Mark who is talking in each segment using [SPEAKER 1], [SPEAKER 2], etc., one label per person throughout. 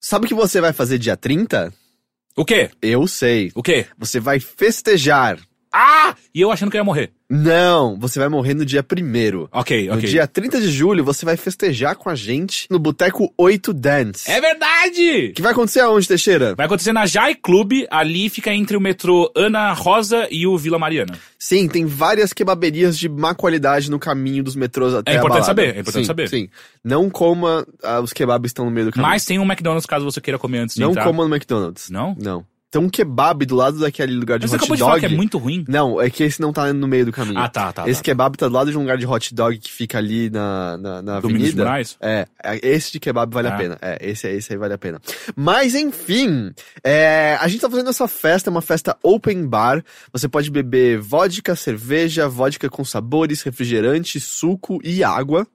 [SPEAKER 1] Sabe o que você vai fazer dia 30?
[SPEAKER 2] O quê?
[SPEAKER 1] Eu sei.
[SPEAKER 2] O quê?
[SPEAKER 1] Você vai festejar.
[SPEAKER 2] Ah! E eu achando que eu ia morrer.
[SPEAKER 1] Não, você vai morrer no dia 1
[SPEAKER 2] Ok,
[SPEAKER 1] No
[SPEAKER 2] ok.
[SPEAKER 1] dia 30 de julho, você vai festejar com a gente no Boteco 8 Dance.
[SPEAKER 2] É verdade!
[SPEAKER 1] Que vai acontecer aonde, Teixeira?
[SPEAKER 2] Vai acontecer na Jai Clube, ali fica entre o metrô Ana Rosa e o Vila Mariana.
[SPEAKER 1] Sim, tem várias kebaberias de má qualidade no caminho dos metrôs até
[SPEAKER 2] É
[SPEAKER 1] a
[SPEAKER 2] importante
[SPEAKER 1] balada.
[SPEAKER 2] saber, é importante
[SPEAKER 1] Sim,
[SPEAKER 2] saber.
[SPEAKER 1] Sim, não coma ah, os kebabs que estão no meio do caminho.
[SPEAKER 2] Mas tem um McDonald's caso você queira comer antes de
[SPEAKER 1] não
[SPEAKER 2] entrar.
[SPEAKER 1] coma no McDonald's.
[SPEAKER 2] Não?
[SPEAKER 1] Não. Tem um kebab do lado daquele lugar de
[SPEAKER 2] Mas você
[SPEAKER 1] hot
[SPEAKER 2] acabou
[SPEAKER 1] dog.
[SPEAKER 2] de falar que é muito ruim.
[SPEAKER 1] Não, é que esse não tá no meio do caminho.
[SPEAKER 2] Ah, tá, tá. tá.
[SPEAKER 1] Esse kebab tá do lado de um lugar de hot dog que fica ali na, na, na
[SPEAKER 2] Domingos
[SPEAKER 1] avenida.
[SPEAKER 2] Moraes?
[SPEAKER 1] É, é, esse de kebab vale
[SPEAKER 2] Ah.
[SPEAKER 1] a pena. É, esse, aí- esse aí vale a pena. Mas, enfim, é, a gente tá fazendo essa festa, é uma festa open bar. Você pode beber vodka, cerveja, vodka com sabores, refrigerante, suco e água.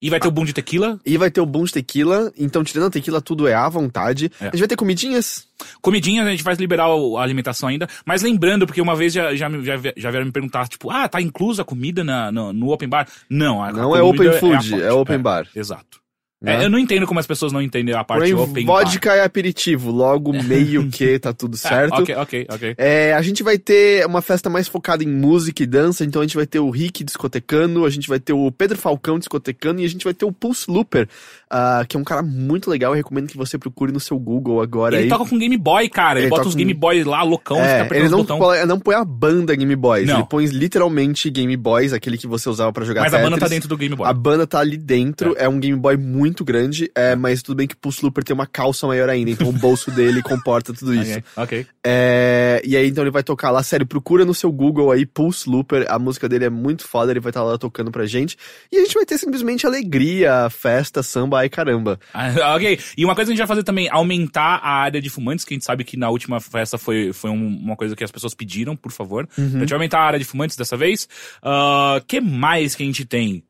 [SPEAKER 2] E vai ter o boom de tequila,
[SPEAKER 1] E vai ter o boom de tequila. Então, tirando a tequila, tudo é à vontade.
[SPEAKER 2] É.
[SPEAKER 1] A gente vai ter comidinhas.
[SPEAKER 2] comidinha, a gente vai liberar o- a alimentação ainda. Mas lembrando, porque uma vez já, já, me- já, vi- já vieram me perguntar, tipo, ah, tá inclusa a comida na, no, no open bar? Não, a, a
[SPEAKER 1] Não é
[SPEAKER 2] comida
[SPEAKER 1] open
[SPEAKER 2] a
[SPEAKER 1] food, é,
[SPEAKER 2] parte.
[SPEAKER 1] open bar.
[SPEAKER 2] Exato.
[SPEAKER 1] né?
[SPEAKER 2] É, eu não entendo como as pessoas não entendem a parte
[SPEAKER 1] Porém,
[SPEAKER 2] open bar.
[SPEAKER 1] vodka é aperitivo, logo meio que tá tudo certo.
[SPEAKER 2] É, ok, ok, ok.
[SPEAKER 1] É, a gente vai ter uma festa mais focada em música e dança, então a gente vai ter o Rick discotecando, a gente vai ter o Pedro Falcão discotecando e a gente vai ter o Pulse Looper, ah, que é um cara muito legal, eu recomendo que você procure no seu Google agora
[SPEAKER 2] Ele
[SPEAKER 1] aí.
[SPEAKER 2] toca com Game Boy, cara. Ele,
[SPEAKER 1] Ele
[SPEAKER 2] bota
[SPEAKER 1] toca
[SPEAKER 2] os
[SPEAKER 1] com-
[SPEAKER 2] Game Boys lá, loucão,
[SPEAKER 1] É,
[SPEAKER 2] fica apertando
[SPEAKER 1] ele
[SPEAKER 2] os
[SPEAKER 1] não,
[SPEAKER 2] botão.
[SPEAKER 1] põe, não põe a banda Game Boys,
[SPEAKER 2] Não.
[SPEAKER 1] ele põe literalmente Game Boys, aquele que você usava pra jogar
[SPEAKER 2] Mas a banda tá
[SPEAKER 1] Tetris.
[SPEAKER 2] dentro do Game Boy.
[SPEAKER 1] A banda tá ali dentro, é, um Game Boy muito grande, é, mas tudo bem que o Pulse Looper tem uma calça maior ainda, então o bolso dele comporta tudo isso.
[SPEAKER 2] Ok.
[SPEAKER 1] É, e aí então ele vai tocar lá, sério, procura no seu Google aí, Pulse Looper, a música dele é muito foda, ele vai estar lá tocando pra gente. E a gente vai ter simplesmente alegria, festa, samba, ai caramba.
[SPEAKER 2] Ah, ok. E uma coisa que a gente vai fazer também, aumentar a área de fumantes, que a gente sabe que na última festa foi, foi um- uma coisa que as pessoas pediram, por favor.
[SPEAKER 1] Hum.
[SPEAKER 2] Então a gente vai aumentar a área de fumantes dessa vez. O que mais que a gente tem?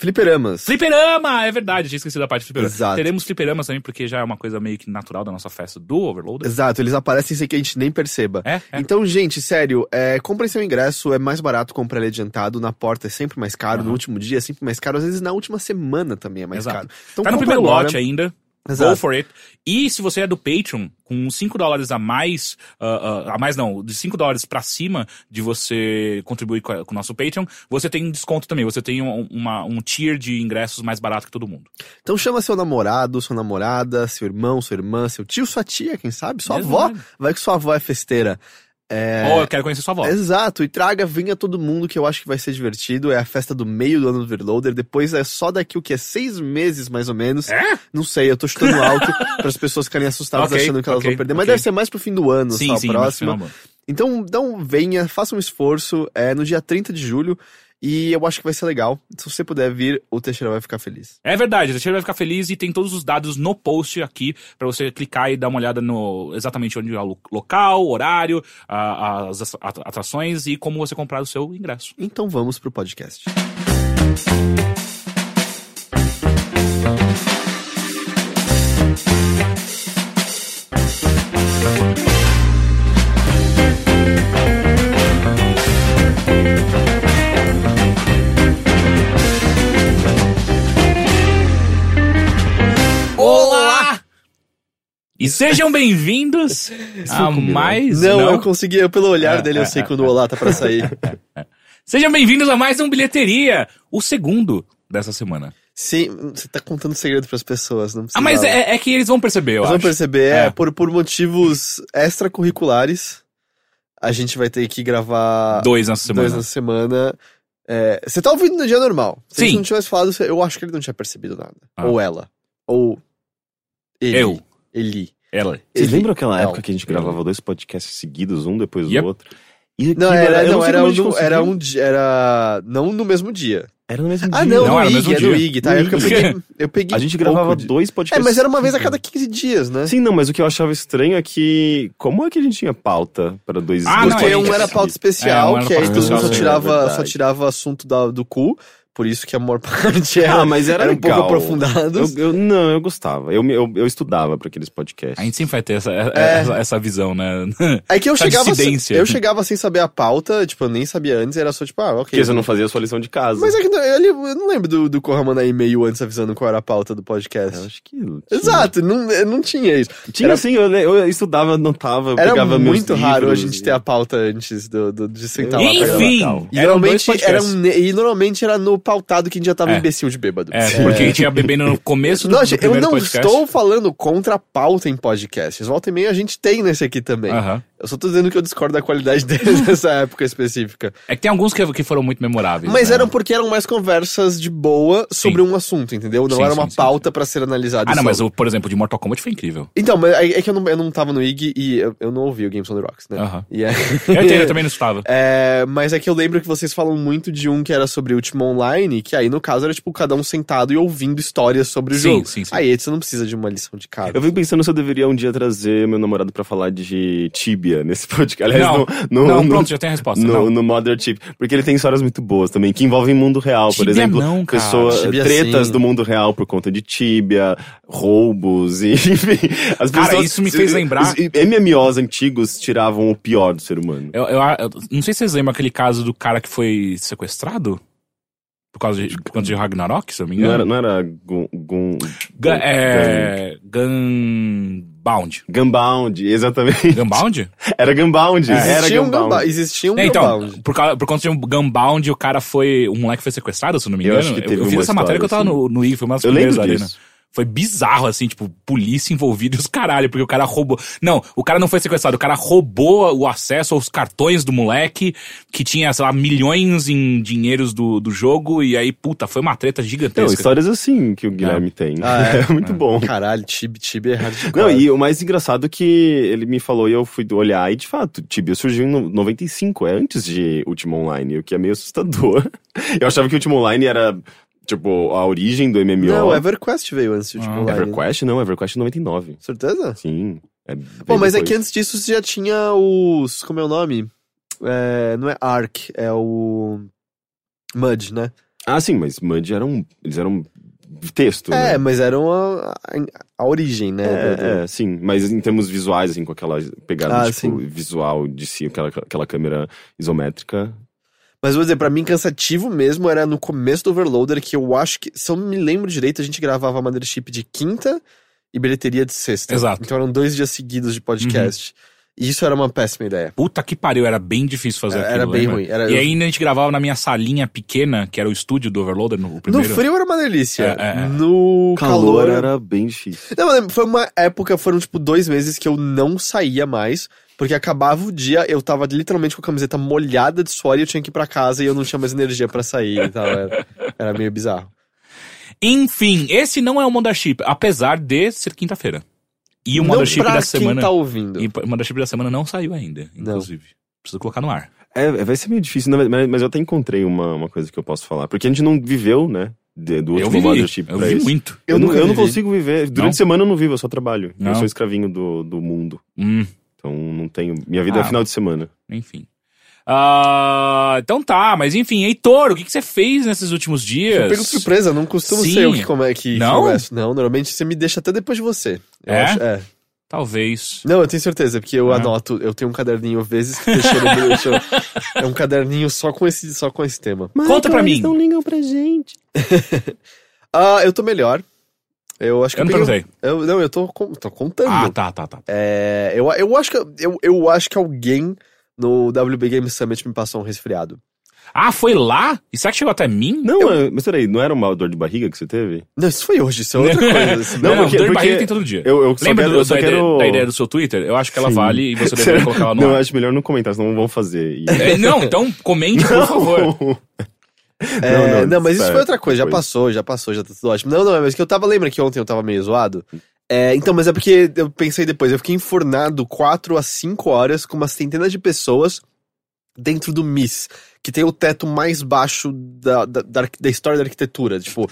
[SPEAKER 1] Fliperamas.
[SPEAKER 2] Fliperama! É verdade, eu tinha esquecido da parte de fliperama.
[SPEAKER 1] Exato.
[SPEAKER 2] Teremos fliperamas também, porque já é uma coisa meio que natural da nossa festa do Overloader.
[SPEAKER 1] Exato, eles aparecem sem que a gente nem perceba.
[SPEAKER 2] É? é.
[SPEAKER 1] Então, gente, sério, é, comprem seu ingresso, é mais barato comprar ele adiantado, na porta é sempre mais caro,
[SPEAKER 2] Aham.
[SPEAKER 1] no último dia é sempre mais caro, às vezes na última semana também é mais
[SPEAKER 2] Uhum. Exato.
[SPEAKER 1] caro. Então,
[SPEAKER 2] tá no
[SPEAKER 1] compra
[SPEAKER 2] primeiro
[SPEAKER 1] agora.
[SPEAKER 2] lote ainda. Go
[SPEAKER 1] Exato.
[SPEAKER 2] for it. E se você é do Patreon, com 5 dólares a mais, ah, ah, a mais não, de 5 dólares pra cima de você contribuir com, a- com o nosso Patreon, você tem desconto também. Você tem um, uma- um tier de ingressos mais barato que todo mundo.
[SPEAKER 1] Então chama seu namorado, sua namorada, seu irmão, sua irmã, seu tio, sua tia, quem sabe, sua
[SPEAKER 2] Mesmo,
[SPEAKER 1] avó.
[SPEAKER 2] né?
[SPEAKER 1] Vai que sua avó é festeira. É...
[SPEAKER 2] Ou eu quero conhecer sua avó.
[SPEAKER 1] Exato, e traga, venha todo mundo que eu acho que vai ser divertido. É a festa do meio do ano do Overloader. Depois é só daqui o que? É seis meses mais ou menos.
[SPEAKER 2] É?
[SPEAKER 1] Não sei, eu tô chutando alto para as pessoas ficarem assustadas
[SPEAKER 2] Ok,
[SPEAKER 1] achando que elas
[SPEAKER 2] ok,
[SPEAKER 1] vão perder. Mas
[SPEAKER 2] ok.
[SPEAKER 1] deve ser mais pro fim do ano,
[SPEAKER 2] Sim,
[SPEAKER 1] só
[SPEAKER 2] sim,
[SPEAKER 1] a próxima.
[SPEAKER 2] mas,
[SPEAKER 1] Então, então venha, faça um esforço. É no dia 30 de julho e eu acho que vai ser legal. Se você puder vir, o Teixeira vai ficar feliz.
[SPEAKER 2] É verdade, o Teixeira vai ficar feliz e tem todos os dados no post aqui pra você clicar e dar uma olhada no exatamente onde é o lo- local, horário, a- as at- atrações e como você comprar o seu ingresso.
[SPEAKER 1] Então vamos pro podcast.
[SPEAKER 2] Olá! E sejam bem-vindos a Ah, mais.
[SPEAKER 1] né?
[SPEAKER 2] um-
[SPEAKER 1] Não, eu consegui, eu, pelo olhar
[SPEAKER 2] É,
[SPEAKER 1] dele eu
[SPEAKER 2] é,
[SPEAKER 1] sei
[SPEAKER 2] é,
[SPEAKER 1] quando o Olá tá pra sair.
[SPEAKER 2] Sejam bem-vindos a mais um Bilheteria, o segundo dessa semana.
[SPEAKER 1] Sim, você tá contando segredo pras pessoas, não precisa.
[SPEAKER 2] Ah, mas é, é que eles vão perceber, eu
[SPEAKER 1] Vocês vão
[SPEAKER 2] acho.
[SPEAKER 1] perceber, é,
[SPEAKER 2] É.
[SPEAKER 1] por, por motivos extracurriculares, a gente vai ter que gravar
[SPEAKER 2] Dois nessa semana.
[SPEAKER 1] dois na semana. É, você tá ouvindo no dia normal. Se
[SPEAKER 2] Sim.
[SPEAKER 1] ele não tivesse falado, eu acho que ele não tinha percebido nada.
[SPEAKER 2] Ah.
[SPEAKER 1] Ou ela. Ou. Ele.
[SPEAKER 2] Eu,
[SPEAKER 1] Eli.
[SPEAKER 2] ela.
[SPEAKER 1] Ele.
[SPEAKER 3] Vocês
[SPEAKER 1] é um
[SPEAKER 3] lembram aquela
[SPEAKER 1] Não,
[SPEAKER 3] época que a gente gravava dois podcasts seguidos, um depois
[SPEAKER 2] Yep.
[SPEAKER 3] do outro? E
[SPEAKER 1] Não,
[SPEAKER 3] aquilo
[SPEAKER 1] era,
[SPEAKER 3] eu
[SPEAKER 1] não,
[SPEAKER 3] sei
[SPEAKER 1] era,
[SPEAKER 3] como
[SPEAKER 1] um,
[SPEAKER 3] a gente
[SPEAKER 1] do- era
[SPEAKER 3] conseguiu.
[SPEAKER 1] um dia. Era. Não no mesmo dia.
[SPEAKER 3] Era no mesmo
[SPEAKER 1] Ah,
[SPEAKER 3] dia.
[SPEAKER 1] não,
[SPEAKER 2] Não,
[SPEAKER 1] no
[SPEAKER 2] era no
[SPEAKER 1] IG,
[SPEAKER 2] mesmo
[SPEAKER 1] é no
[SPEAKER 2] dia.
[SPEAKER 1] IG, tá? Eu
[SPEAKER 2] No
[SPEAKER 1] peguei, eu peguei.
[SPEAKER 3] A gente
[SPEAKER 1] pouco
[SPEAKER 3] gravava
[SPEAKER 1] de-
[SPEAKER 3] dois
[SPEAKER 1] É,
[SPEAKER 3] podcasts.
[SPEAKER 1] mas era uma vez a cada 15 dias, né?
[SPEAKER 3] Sim, não, mas o que eu achava estranho é que. Como é que a gente tinha pauta pra dois
[SPEAKER 2] Ah, não,
[SPEAKER 1] Porque
[SPEAKER 2] é
[SPEAKER 1] um
[SPEAKER 2] isso.
[SPEAKER 1] era pauta
[SPEAKER 2] É, um
[SPEAKER 1] especial,
[SPEAKER 2] era
[SPEAKER 1] que aí
[SPEAKER 2] pauta
[SPEAKER 1] todo mundo
[SPEAKER 3] especial,
[SPEAKER 1] só
[SPEAKER 3] sim, é
[SPEAKER 1] tirava,
[SPEAKER 3] verdade.
[SPEAKER 1] só tirava assunto da- do cu. Por isso que a maior parte era,
[SPEAKER 3] Ah, mas era
[SPEAKER 1] era um pouco
[SPEAKER 3] legal.
[SPEAKER 1] aprofundados.
[SPEAKER 3] Eu, eu- não, eu gostava. Eu, me- eu, eu estudava para aqueles podcasts.
[SPEAKER 2] É, A gente sempre vai ter essa, essa, essa visão, né?
[SPEAKER 1] É que eu
[SPEAKER 2] Essa
[SPEAKER 1] chegava, sem,
[SPEAKER 2] dissidência.
[SPEAKER 1] eu chegava sem saber a pauta, tipo, eu nem sabia antes, era só tipo, ah, ok.
[SPEAKER 3] Porque você não fazia a sua lição de casa.
[SPEAKER 1] Mas é que não- ele- eu não lembro do, do Corra mandar e-mail antes avisando qual era a pauta do
[SPEAKER 3] Eu
[SPEAKER 1] podcast.
[SPEAKER 3] acho que. tinha.
[SPEAKER 1] Exato, não, eu não tinha isso.
[SPEAKER 3] Tinha
[SPEAKER 1] Era-
[SPEAKER 3] sim, eu, le- eu estudava, anotava, eu
[SPEAKER 1] Era
[SPEAKER 3] pegava meus
[SPEAKER 1] muito raro a
[SPEAKER 3] livros
[SPEAKER 1] gente
[SPEAKER 3] e-
[SPEAKER 1] ter a pauta antes do, do- de sentar lá pra gravar.
[SPEAKER 2] Enfim,
[SPEAKER 1] E
[SPEAKER 3] Natal.
[SPEAKER 2] eram dois
[SPEAKER 1] normalmente,
[SPEAKER 2] podcasts.
[SPEAKER 1] era um, ne- e normalmente era no pautado que a gente já tava
[SPEAKER 2] É.
[SPEAKER 1] imbecil de bêbado.
[SPEAKER 2] É, porque tinha bebendo no começo do,
[SPEAKER 1] Não,
[SPEAKER 2] do
[SPEAKER 1] gente, eu
[SPEAKER 2] primeiro
[SPEAKER 1] não
[SPEAKER 2] podcast.
[SPEAKER 1] estou falando contra a pauta em podcasts. Volta e meia a gente tem nesse aqui também.
[SPEAKER 2] Aham.
[SPEAKER 1] Eu só tô dizendo que eu discordo da qualidade deles nessa época específica.
[SPEAKER 2] É que tem alguns que, que foram muito memoráveis.
[SPEAKER 1] Mas
[SPEAKER 2] né?
[SPEAKER 1] eram porque eram mais conversas de boa sobre um assunto, entendeu? Não
[SPEAKER 2] Sim,
[SPEAKER 1] era
[SPEAKER 2] sim,
[SPEAKER 1] uma
[SPEAKER 2] sim,
[SPEAKER 1] pauta pra ser analisada.
[SPEAKER 2] Ah, não,
[SPEAKER 1] sobre.
[SPEAKER 2] mas o, por exemplo, de Mortal Kombat foi incrível.
[SPEAKER 1] Então, mas é é que eu não, eu não tava no IG e eu, eu não ouvi o Games on the Rocks, né?
[SPEAKER 2] Aham.
[SPEAKER 1] E é-
[SPEAKER 2] Ah. Eu entendo, eu também não estava.
[SPEAKER 1] É, mas é que eu lembro que vocês falam muito de um que era sobre Ultima Online, que aí no caso era tipo cada um sentado e ouvindo histórias sobre o
[SPEAKER 2] Sim,
[SPEAKER 1] jogo.
[SPEAKER 2] sim, sim.
[SPEAKER 1] Aí você não precisa de uma lição de casa.
[SPEAKER 3] Eu fico pensando se eu deveria um dia trazer meu namorado pra falar de tíbia nesse podcast. Aliás,
[SPEAKER 2] Não.
[SPEAKER 3] no, no,
[SPEAKER 2] não,
[SPEAKER 3] no,
[SPEAKER 2] pronto, já tem a resposta.
[SPEAKER 3] no,
[SPEAKER 2] não.
[SPEAKER 3] no Modern Tip. Porque ele tem histórias muito boas também, que envolvem mundo real, por
[SPEAKER 2] Tíbia
[SPEAKER 3] exemplo.
[SPEAKER 2] não, cara.
[SPEAKER 3] pessoas,
[SPEAKER 1] Tíbia
[SPEAKER 3] tretas
[SPEAKER 1] sim.
[SPEAKER 3] do mundo real por conta de tíbia, roubos, e, enfim. As
[SPEAKER 2] Cara,
[SPEAKER 3] pessoas-
[SPEAKER 2] isso me fez lembrar-
[SPEAKER 3] Os MMOs antigos tiravam o pior do ser humano.
[SPEAKER 2] Eu, eu- eu não sei se vocês lembram aquele caso do cara que foi sequestrado por causa de, por conta de Ragnarok, se eu não me
[SPEAKER 3] Não
[SPEAKER 2] engano.
[SPEAKER 3] era, não era Gun, Gun,
[SPEAKER 2] Gun, é, Gunbound.
[SPEAKER 3] Gunbound, exatamente.
[SPEAKER 2] Gunbound?
[SPEAKER 3] Era Gunbound, É, era
[SPEAKER 1] Existia um
[SPEAKER 3] Gunbound.
[SPEAKER 1] Gunbound. Existia um
[SPEAKER 2] É, então,
[SPEAKER 1] Gunbound.
[SPEAKER 2] por, causa, por conta de um Gunbound, o cara foi. O moleque foi sequestrado, se eu não me
[SPEAKER 3] Eu
[SPEAKER 2] engano.
[SPEAKER 3] acho que teve
[SPEAKER 2] vi
[SPEAKER 3] uma
[SPEAKER 2] essa matéria que eu tava
[SPEAKER 3] história, assim.
[SPEAKER 2] no, no I, foi uma das
[SPEAKER 3] Eu
[SPEAKER 2] primeiras
[SPEAKER 3] lembro
[SPEAKER 2] ali,
[SPEAKER 3] disso.
[SPEAKER 2] né? Foi bizarro, assim, tipo, polícia envolvida e os caralho, porque o cara roubou. Não, o cara não foi sequestrado, o cara roubou o acesso aos cartões do moleque, que tinha, sei lá, milhões em dinheiros do, do jogo, e aí, puta, foi uma treta
[SPEAKER 3] Não,
[SPEAKER 2] gigantesca.
[SPEAKER 3] histórias assim que o Guilherme tem.
[SPEAKER 1] Ah, é?
[SPEAKER 3] é muito bom.
[SPEAKER 1] Caralho, Tibi, Tibi é hardcore.
[SPEAKER 3] Não, e o mais engraçado é que ele me falou e eu fui olhar, e de fato, Tibia surgiu em no- 95, é antes de Ultima Online, o que é meio assustador. Eu achava que Ultima Online era, tipo, a origem do MMO.
[SPEAKER 1] Não, EverQuest veio antes de
[SPEAKER 2] Ah.
[SPEAKER 1] Ultima Online.
[SPEAKER 3] EverQuest? Não, EverQuest é 99.
[SPEAKER 1] Certeza?
[SPEAKER 3] Sim. É bem
[SPEAKER 1] Bom, mas é que
[SPEAKER 3] depois.
[SPEAKER 1] antes disso você já tinha os. Como é o nome? É, não é Ark, é o. Mud, né?
[SPEAKER 3] Ah, sim, mas Mud era um... Eles eram texto,
[SPEAKER 1] É,
[SPEAKER 3] né?
[SPEAKER 1] mas eram a, a- a origem, né? do- do-
[SPEAKER 3] É, é, sim, mas em termos visuais, assim, com aquela pegada,
[SPEAKER 1] Ah,
[SPEAKER 3] tipo, visual de si, aquela, aquela câmera isométrica,
[SPEAKER 1] Mas vou dizer, pra mim cansativo mesmo era no começo do Overloader, que eu acho que, se eu me lembro direito, a gente gravava Mothership de quinta e bilheteria de sexta.
[SPEAKER 2] Exato.
[SPEAKER 1] Então eram dois dias seguidos de podcast. E isso era uma péssima ideia.
[SPEAKER 2] Puta que pariu, era bem difícil fazer
[SPEAKER 1] Era
[SPEAKER 2] aquilo.
[SPEAKER 1] bem
[SPEAKER 2] lembra?
[SPEAKER 1] ruim. Era-
[SPEAKER 2] E ainda a gente gravava na minha salinha pequena, que era o estúdio do Overloader, no o
[SPEAKER 1] No
[SPEAKER 2] primeiro.
[SPEAKER 1] frio era uma delícia.
[SPEAKER 2] É, é, é.
[SPEAKER 1] No calor.
[SPEAKER 3] calor era bem difícil.
[SPEAKER 1] Não, eu lembro, foi uma época, foram tipo dois meses que eu não saía mais. Porque acabava o dia, eu tava literalmente com a camiseta molhada de suor e eu tinha que ir pra casa e eu não tinha mais energia pra sair e tal. Era, era meio bizarro.
[SPEAKER 2] Enfim, esse não é o Mothership, apesar de ser quinta-feira. E o
[SPEAKER 1] não
[SPEAKER 2] Mothership
[SPEAKER 1] pra
[SPEAKER 2] da
[SPEAKER 1] quem
[SPEAKER 2] semana.
[SPEAKER 1] tá ouvindo.
[SPEAKER 2] E o Mothership da semana não saiu ainda, inclusive. Preciso colocar no ar.
[SPEAKER 3] É, vai ser meio difícil, né? mas, mas eu até encontrei uma, uma coisa que eu posso falar. Porque a gente não viveu, né? de- do
[SPEAKER 2] eu
[SPEAKER 3] último
[SPEAKER 2] vi,
[SPEAKER 3] Mothership
[SPEAKER 2] eu
[SPEAKER 3] pra
[SPEAKER 2] vi
[SPEAKER 3] esse.
[SPEAKER 2] muito.
[SPEAKER 3] Eu, não,
[SPEAKER 1] nunca
[SPEAKER 3] eu não
[SPEAKER 1] vivi.
[SPEAKER 3] consigo viver. Durante
[SPEAKER 2] Não?
[SPEAKER 3] a semana eu não vivo, eu só trabalho.
[SPEAKER 2] Não.
[SPEAKER 3] Eu sou escravinho do, do mundo.
[SPEAKER 2] Hum,
[SPEAKER 3] Então não tenho. Minha vida
[SPEAKER 2] Ah.
[SPEAKER 3] é final de semana.
[SPEAKER 2] enfim. Ah, então tá, mas enfim, Heitor, o que, que você fez nesses últimos
[SPEAKER 1] Eu
[SPEAKER 3] é
[SPEAKER 2] dias?
[SPEAKER 1] pego de surpresa, não costumo
[SPEAKER 2] Sim.
[SPEAKER 1] ser eu que, come, que
[SPEAKER 2] Não?
[SPEAKER 1] converso. Não, normalmente você me deixa até depois de você. Eu
[SPEAKER 2] É?
[SPEAKER 1] acho- é.
[SPEAKER 2] Talvez.
[SPEAKER 1] Não, eu tenho certeza, porque eu
[SPEAKER 2] Ah.
[SPEAKER 1] anoto, eu tenho um caderninho vezes que deixou no meu- deixou- É um caderninho só com esse, só com esse tema.
[SPEAKER 2] Conta pra mim.
[SPEAKER 3] Não ligam pra gente.
[SPEAKER 1] Ah, eu tô melhor. Eu acho que
[SPEAKER 2] Eu não
[SPEAKER 1] peguei-
[SPEAKER 2] perguntei.
[SPEAKER 1] eu- Não, eu tô, con- tô contando.
[SPEAKER 2] Ah, tá, tá, tá.
[SPEAKER 1] É, eu, eu, acho que, eu, eu acho que alguém no WB Game Summit me passou um resfriado.
[SPEAKER 2] Ah, foi lá? E será que chegou até mim?
[SPEAKER 3] Não, é- mas peraí, não era uma dor de barriga que você teve?
[SPEAKER 1] Não, isso foi hoje, isso é outra coisa. isso
[SPEAKER 3] Não,
[SPEAKER 2] Não,
[SPEAKER 3] porque-
[SPEAKER 2] dor de
[SPEAKER 3] porque
[SPEAKER 2] barriga tem todo dia.
[SPEAKER 3] Eu, eu só
[SPEAKER 2] Lembra
[SPEAKER 3] quero.
[SPEAKER 2] do-
[SPEAKER 3] eu só
[SPEAKER 2] da,
[SPEAKER 3] quero...
[SPEAKER 2] ideia, da ideia do seu Twitter? Eu acho que ela
[SPEAKER 3] Sim.
[SPEAKER 2] vale e você deveria colocar ela no
[SPEAKER 3] Não, eu
[SPEAKER 2] ar.
[SPEAKER 3] acho melhor não comentar, senão vão fazer. E-
[SPEAKER 2] É, não, então comente, por favor.
[SPEAKER 1] É,
[SPEAKER 3] Não,
[SPEAKER 1] não,
[SPEAKER 3] não,
[SPEAKER 1] mas isso
[SPEAKER 3] isso é
[SPEAKER 1] foi outra coisa, já
[SPEAKER 3] coisa.
[SPEAKER 1] passou, já passou, já tá tudo ótimo. Não, não, mas que eu tava, lembra que ontem eu tava meio zoado?
[SPEAKER 3] Hum.
[SPEAKER 1] É, então, mas é porque eu pensei depois, eu fiquei enfornado 4 a 5 horas com umas centenas de pessoas dentro do MIS, que tem o teto mais baixo da, da, da arqui- da história da arquitetura. Tipo,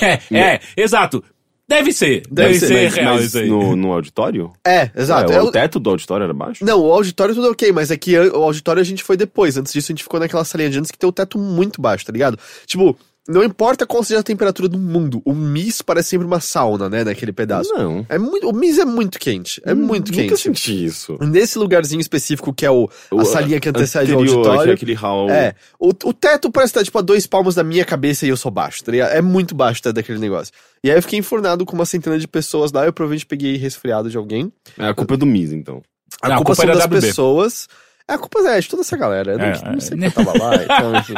[SPEAKER 2] É, é, exato. Deve ser. Deve, ser,
[SPEAKER 3] mas-
[SPEAKER 2] real
[SPEAKER 3] mas
[SPEAKER 2] isso aí.
[SPEAKER 3] No, no auditório?
[SPEAKER 1] é, exato.
[SPEAKER 3] É,
[SPEAKER 1] é
[SPEAKER 3] o
[SPEAKER 1] o-
[SPEAKER 3] teto do auditório era baixo?
[SPEAKER 1] não, o auditório tudo ok, mas é que an- o auditório a gente foi depois. Antes disso, a gente ficou naquela salinha de antes que tem o teto muito baixo, tá ligado? Tipo, Não importa qual seja a temperatura do mundo, o Miss parece sempre uma sauna, né, naquele pedaço.
[SPEAKER 3] Não.
[SPEAKER 1] É muito, o Miss é muito quente, é muito
[SPEAKER 3] Hum, Nunca
[SPEAKER 1] quente.
[SPEAKER 3] senti isso.
[SPEAKER 1] Nesse lugarzinho específico que é o, a
[SPEAKER 3] O
[SPEAKER 1] salinha que antecede o
[SPEAKER 3] Anterior,
[SPEAKER 1] auditório.
[SPEAKER 3] Aquele hall.
[SPEAKER 1] É, o, o teto parece estar tipo a dois palmos da minha cabeça e eu sou baixo, tá ligado? É muito baixo o teto daquele negócio. E aí eu fiquei enfurnado com uma centena de pessoas lá, eu provavelmente peguei resfriado de alguém.
[SPEAKER 3] É, a culpa é do Miz, então.
[SPEAKER 1] A
[SPEAKER 2] Não, a
[SPEAKER 1] culpa,
[SPEAKER 2] culpa
[SPEAKER 1] são
[SPEAKER 2] era
[SPEAKER 1] das
[SPEAKER 2] da WB.
[SPEAKER 1] pessoas. É, a culpa é de toda essa galera. Eu não,
[SPEAKER 2] É,
[SPEAKER 1] não sei
[SPEAKER 2] é.
[SPEAKER 1] que eu tava lá, então, enfim.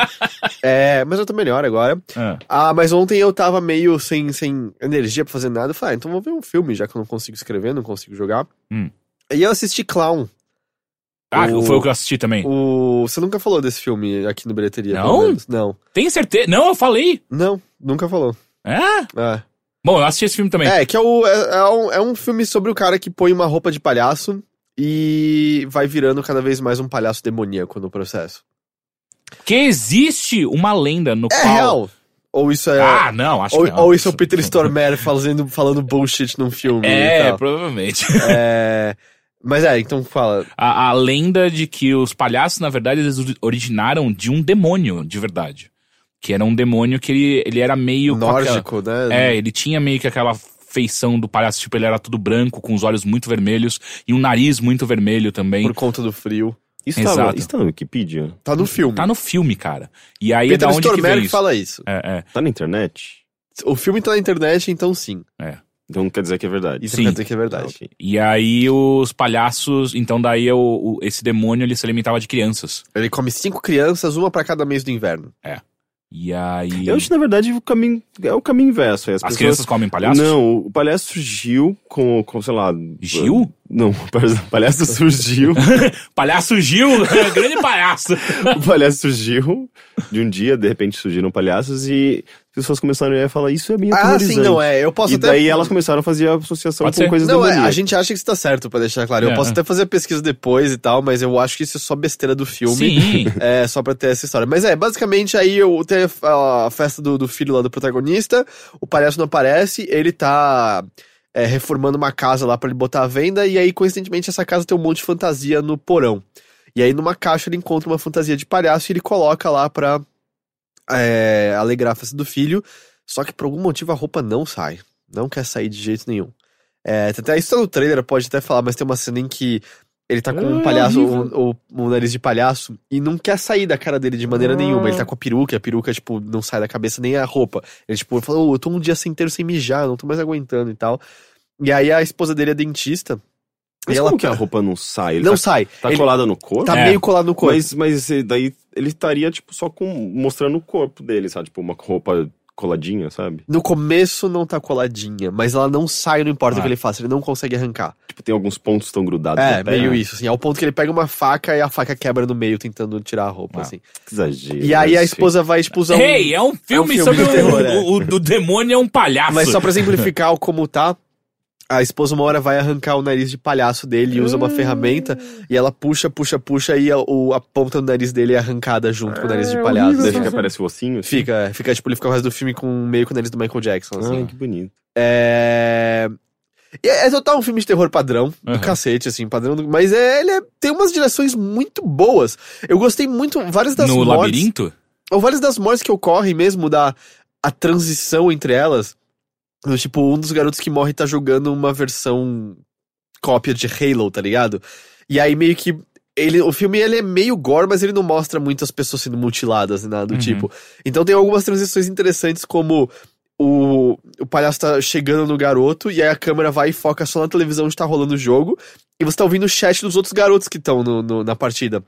[SPEAKER 1] É, mas eu tô melhor agora.
[SPEAKER 2] Ah.
[SPEAKER 1] Ah, mas ontem eu tava meio sem, sem energia pra fazer nada. Eu falei, ah, então vou ver um filme, já que eu não consigo escrever, não consigo jogar.
[SPEAKER 2] Hum.
[SPEAKER 1] E eu assisti Clown.
[SPEAKER 2] Ah,
[SPEAKER 1] O-
[SPEAKER 2] foi o que eu assisti também.
[SPEAKER 1] O... Você nunca falou desse filme aqui no Bilheteria, pelo
[SPEAKER 2] Não?
[SPEAKER 1] menos. Não.
[SPEAKER 2] Tem certeza? Não, eu falei.
[SPEAKER 1] Não, nunca falou.
[SPEAKER 2] Ah?
[SPEAKER 1] É,
[SPEAKER 2] Bom, eu assisti esse filme também.
[SPEAKER 1] é que é, o, é, é um, é um filme sobre o cara que põe uma roupa de palhaço e vai virando cada vez mais um palhaço demoníaco no processo.
[SPEAKER 2] Que existe uma lenda no
[SPEAKER 1] É
[SPEAKER 2] qual...
[SPEAKER 1] real? Ou isso é.
[SPEAKER 2] Ah, não, acho
[SPEAKER 1] ou,
[SPEAKER 2] que não.
[SPEAKER 1] ou isso é o Peter Stormare fazendo, falando bullshit num filme. e
[SPEAKER 2] É,
[SPEAKER 1] tal.
[SPEAKER 2] provavelmente.
[SPEAKER 1] É, Mas é, então fala.
[SPEAKER 2] A, a lenda de que os palhaços, na verdade, eles ori- originaram de um demônio, de verdade. Que era um demônio que ele, ele era meio... com aquela-
[SPEAKER 1] Nórdico, né?
[SPEAKER 2] É, ele tinha meio que aquela feição do palhaço, tipo, ele era tudo branco, com os olhos muito vermelhos e um nariz muito vermelho também.
[SPEAKER 1] Por conta do frio.
[SPEAKER 3] Isso
[SPEAKER 2] Exato.
[SPEAKER 3] tá, isso tá na Wikipedia?
[SPEAKER 1] Tá no filme.
[SPEAKER 2] Tá no filme, cara. E aí é da
[SPEAKER 1] Peter
[SPEAKER 2] onde que
[SPEAKER 1] Stormare
[SPEAKER 2] vem isso?
[SPEAKER 1] fala isso.
[SPEAKER 2] É, é.
[SPEAKER 3] Tá na internet?
[SPEAKER 1] O filme tá na internet, então sim.
[SPEAKER 3] Então quer dizer que é verdade.
[SPEAKER 1] Isso
[SPEAKER 2] Sim.
[SPEAKER 1] quer dizer que é
[SPEAKER 3] Ah,
[SPEAKER 1] verdade.
[SPEAKER 3] ok.
[SPEAKER 2] E aí os palhaços, então daí o, o- esse demônio ele se alimentava de crianças.
[SPEAKER 1] Ele come cinco crianças, uma pra cada mês do inverno.
[SPEAKER 2] E aí
[SPEAKER 3] Eu acho, na verdade, o caminho, é o caminho inverso. é As,
[SPEAKER 2] as
[SPEAKER 3] pessoas-
[SPEAKER 2] crianças comem palhaços?
[SPEAKER 3] Não, o palhaço surgiu com, com sei lá.
[SPEAKER 2] Gil?
[SPEAKER 3] Não, o palhaço- o palhaço surgiu.
[SPEAKER 2] Palhaço Gil, grande palhaço.
[SPEAKER 3] o palhaço surgiu de um dia, de repente surgiram palhaços e as pessoas começaram a falar: Isso é meio
[SPEAKER 1] Ah, sim, não é. Eu posso
[SPEAKER 3] E
[SPEAKER 1] até.
[SPEAKER 3] daí elas começaram a fazer a associação
[SPEAKER 2] Pode
[SPEAKER 3] com
[SPEAKER 2] ser.
[SPEAKER 3] coisas
[SPEAKER 1] Não, é,
[SPEAKER 3] demoníacas.
[SPEAKER 1] a gente acha que isso tá certo, pra deixar claro. Eu
[SPEAKER 2] É.
[SPEAKER 1] posso até fazer a pesquisa depois e tal, mas eu acho que isso é só besteira do filme.
[SPEAKER 2] Sim.
[SPEAKER 1] É, só pra ter essa história. Mas é, basicamente aí eu tenho a festa do, do filho lá do protagonista, o palhaço não aparece, ele tá é, reformando uma casa lá pra ele botar à venda, e aí, coincidentemente, essa casa tem um monte de fantasia no porão. E aí, numa caixa, ele encontra uma fantasia de palhaço e ele coloca lá pra é, alegrar a festa do filho. Só que por algum motivo a roupa não sai. Não quer sair de jeito nenhum. É, tem até isso tá no trailer, pode até falar, mas tem uma cena em que ele tá com um
[SPEAKER 3] Ah,
[SPEAKER 1] palhaço,
[SPEAKER 3] horrível.
[SPEAKER 1] um, um- um nariz de palhaço, e não quer sair da cara dele de maneira
[SPEAKER 3] Ah.
[SPEAKER 1] nenhuma. Ele tá com a peruca, e a peruca, tipo, não sai da cabeça nem a roupa. Ele, tipo, falou, "Ô, eu tô um dia sem inteiro sem mijar, não tô mais aguentando e tal. E aí a esposa dele é dentista.
[SPEAKER 3] Mas
[SPEAKER 1] e
[SPEAKER 3] como
[SPEAKER 1] ela tá
[SPEAKER 3] que a roupa não sai? Ele
[SPEAKER 1] não
[SPEAKER 3] tá,
[SPEAKER 1] sai.
[SPEAKER 3] tá
[SPEAKER 1] ele
[SPEAKER 3] colada no corpo?
[SPEAKER 1] tá
[SPEAKER 2] É.
[SPEAKER 1] meio colado no corpo.
[SPEAKER 3] Mas, mas eh, daí ele estaria, tipo, só com, mostrando o corpo dele, sabe? Tipo, uma roupa coladinha, sabe?
[SPEAKER 1] No começo não tá coladinha, mas ela não sai, não importa o
[SPEAKER 2] Ah.
[SPEAKER 1] que ele faça, ele não consegue arrancar.
[SPEAKER 3] Tipo, tem alguns pontos tão grudados
[SPEAKER 1] é,
[SPEAKER 3] na Ah, perna.
[SPEAKER 1] meio isso, assim. Ao ponto que ele pega uma faca e a faca quebra no meio, tentando tirar a roupa,
[SPEAKER 2] Ah.
[SPEAKER 1] assim.
[SPEAKER 3] Que exagero.
[SPEAKER 1] E aí a
[SPEAKER 3] assim.
[SPEAKER 1] esposa vai, tipo, usar um-
[SPEAKER 2] Ei, é um filme,
[SPEAKER 1] filme
[SPEAKER 2] sobre
[SPEAKER 1] de
[SPEAKER 2] o-
[SPEAKER 1] terror, é.
[SPEAKER 2] o, o do demônio é um palhaço.
[SPEAKER 1] Mas só pra exemplificar o como tá, a esposa uma hora vai arrancar o nariz de palhaço dele e usa uma ferramenta e ela puxa, puxa, puxa e a, o- a ponta do nariz dele é arrancada junto com o nariz de palhaço.
[SPEAKER 3] Daí
[SPEAKER 1] Daí
[SPEAKER 3] fica,
[SPEAKER 1] fica,
[SPEAKER 3] aparece o ossinho. assim.
[SPEAKER 1] fica, fica, tipo, ele fica o resto do filme com meio que o nariz do Michael Jackson, assim.
[SPEAKER 3] Ai, que bonito.
[SPEAKER 1] É... e É é total um filme de terror padrão, do
[SPEAKER 2] Aham.
[SPEAKER 1] cacete, assim, padrão. do- Mas é, ele é- tem umas direções muito boas. Eu gostei muito, várias das
[SPEAKER 2] no
[SPEAKER 1] mortes...
[SPEAKER 2] labirinto?
[SPEAKER 1] Ou várias das mortes que ocorrem mesmo, da a transição entre elas. Do Tipo, um dos garotos que morre tá jogando uma versão cópia de Halo, tá ligado? E aí meio que. Ele, o filme ele é meio gore, mas ele não mostra muito as pessoas sendo mutiladas, nem nada do
[SPEAKER 2] Uhum.
[SPEAKER 1] tipo. Então tem algumas transições interessantes, como o, o palhaço tá chegando no garoto, e aí a câmera vai e foca só na televisão onde tá rolando o jogo, e você tá ouvindo o chat dos outros garotos que estão no- no- na partida.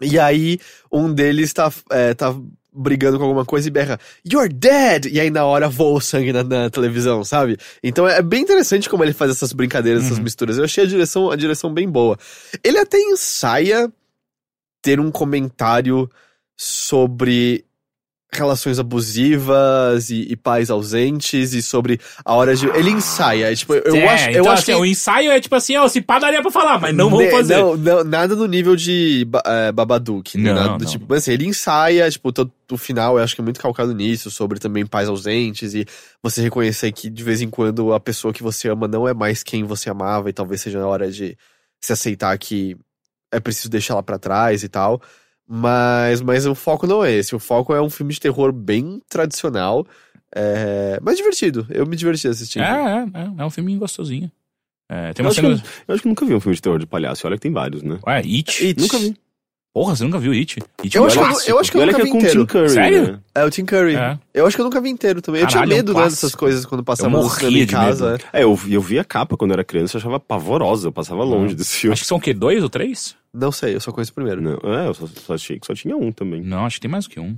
[SPEAKER 1] E aí um deles tá, é, tá brigando com alguma coisa e berra, You're dead! E aí na hora voa o sangue na, na televisão, sabe? Então é bem interessante como ele faz essas brincadeiras, essas
[SPEAKER 2] Uhum.
[SPEAKER 1] misturas. Eu achei a direção, a direção bem boa. Ele até ensaia ter um comentário sobre relações abusivas e, e pais ausentes e sobre a hora de. Ele ensaia. é, Tipo, eu,
[SPEAKER 2] É,
[SPEAKER 1] acho,
[SPEAKER 2] então,
[SPEAKER 1] eu acho
[SPEAKER 2] assim,
[SPEAKER 1] que.
[SPEAKER 2] o ensaio é tipo assim, ó, se pá daria pra falar, mas não vamos
[SPEAKER 1] Ne-
[SPEAKER 2] fazer.
[SPEAKER 1] Não, não, nada no nível de ba eh, Babadook. né?
[SPEAKER 2] Não,
[SPEAKER 1] nada do
[SPEAKER 2] não.
[SPEAKER 1] tipo. Mas assim, ele ensaia, tipo, todo o final, eu acho que é muito calcado nisso, sobre também pais ausentes e você reconhecer que de vez em quando a pessoa que você ama não é mais quem você amava e talvez seja a hora de se aceitar que é preciso deixar ela pra trás e tal. Mas, mas o foco não é esse. O foco é um filme de terror bem tradicional, é, mas divertido. Eu me diverti
[SPEAKER 2] É,
[SPEAKER 1] assistindo.
[SPEAKER 2] é, é, é um filme gostosinho. É, tem
[SPEAKER 3] Eu
[SPEAKER 2] uma
[SPEAKER 3] acho,
[SPEAKER 2] cena.
[SPEAKER 3] que, eu acho que nunca vi um filme de terror de palhaço. Olha que tem vários, né?
[SPEAKER 2] Ué, It.
[SPEAKER 1] It.
[SPEAKER 3] Nunca vi.
[SPEAKER 2] Porra, você nunca viu It? It é
[SPEAKER 1] Eu
[SPEAKER 2] um
[SPEAKER 1] acho que eu,
[SPEAKER 2] clássico.
[SPEAKER 1] eu acho que
[SPEAKER 3] E
[SPEAKER 1] eu
[SPEAKER 3] olha
[SPEAKER 1] nunca
[SPEAKER 3] que
[SPEAKER 1] vi
[SPEAKER 3] é com o Tim
[SPEAKER 1] inteiro.
[SPEAKER 3] Curry,
[SPEAKER 2] Sério?
[SPEAKER 3] né?
[SPEAKER 1] É o Tim Curry.
[SPEAKER 2] É.
[SPEAKER 1] Eu acho que eu nunca vi inteiro também. eu
[SPEAKER 2] Caralho, é
[SPEAKER 1] tinha
[SPEAKER 2] um
[SPEAKER 1] medo né,
[SPEAKER 2] clássico.
[SPEAKER 1] dessas coisas quando passava
[SPEAKER 2] Eu
[SPEAKER 1] música
[SPEAKER 2] morria
[SPEAKER 1] em
[SPEAKER 2] de
[SPEAKER 1] casa.
[SPEAKER 2] medo.
[SPEAKER 1] é.
[SPEAKER 3] É, eu, vi- eu vi a capa quando era criança eu achava pavorosa. Eu passava longe desse filme.
[SPEAKER 2] Acho que são o quê? Dois ou três?
[SPEAKER 1] Não sei, eu só conheço o primeiro.
[SPEAKER 3] Não, é, eu só, só achei que só tinha um também.
[SPEAKER 2] Não, acho que tem mais que um.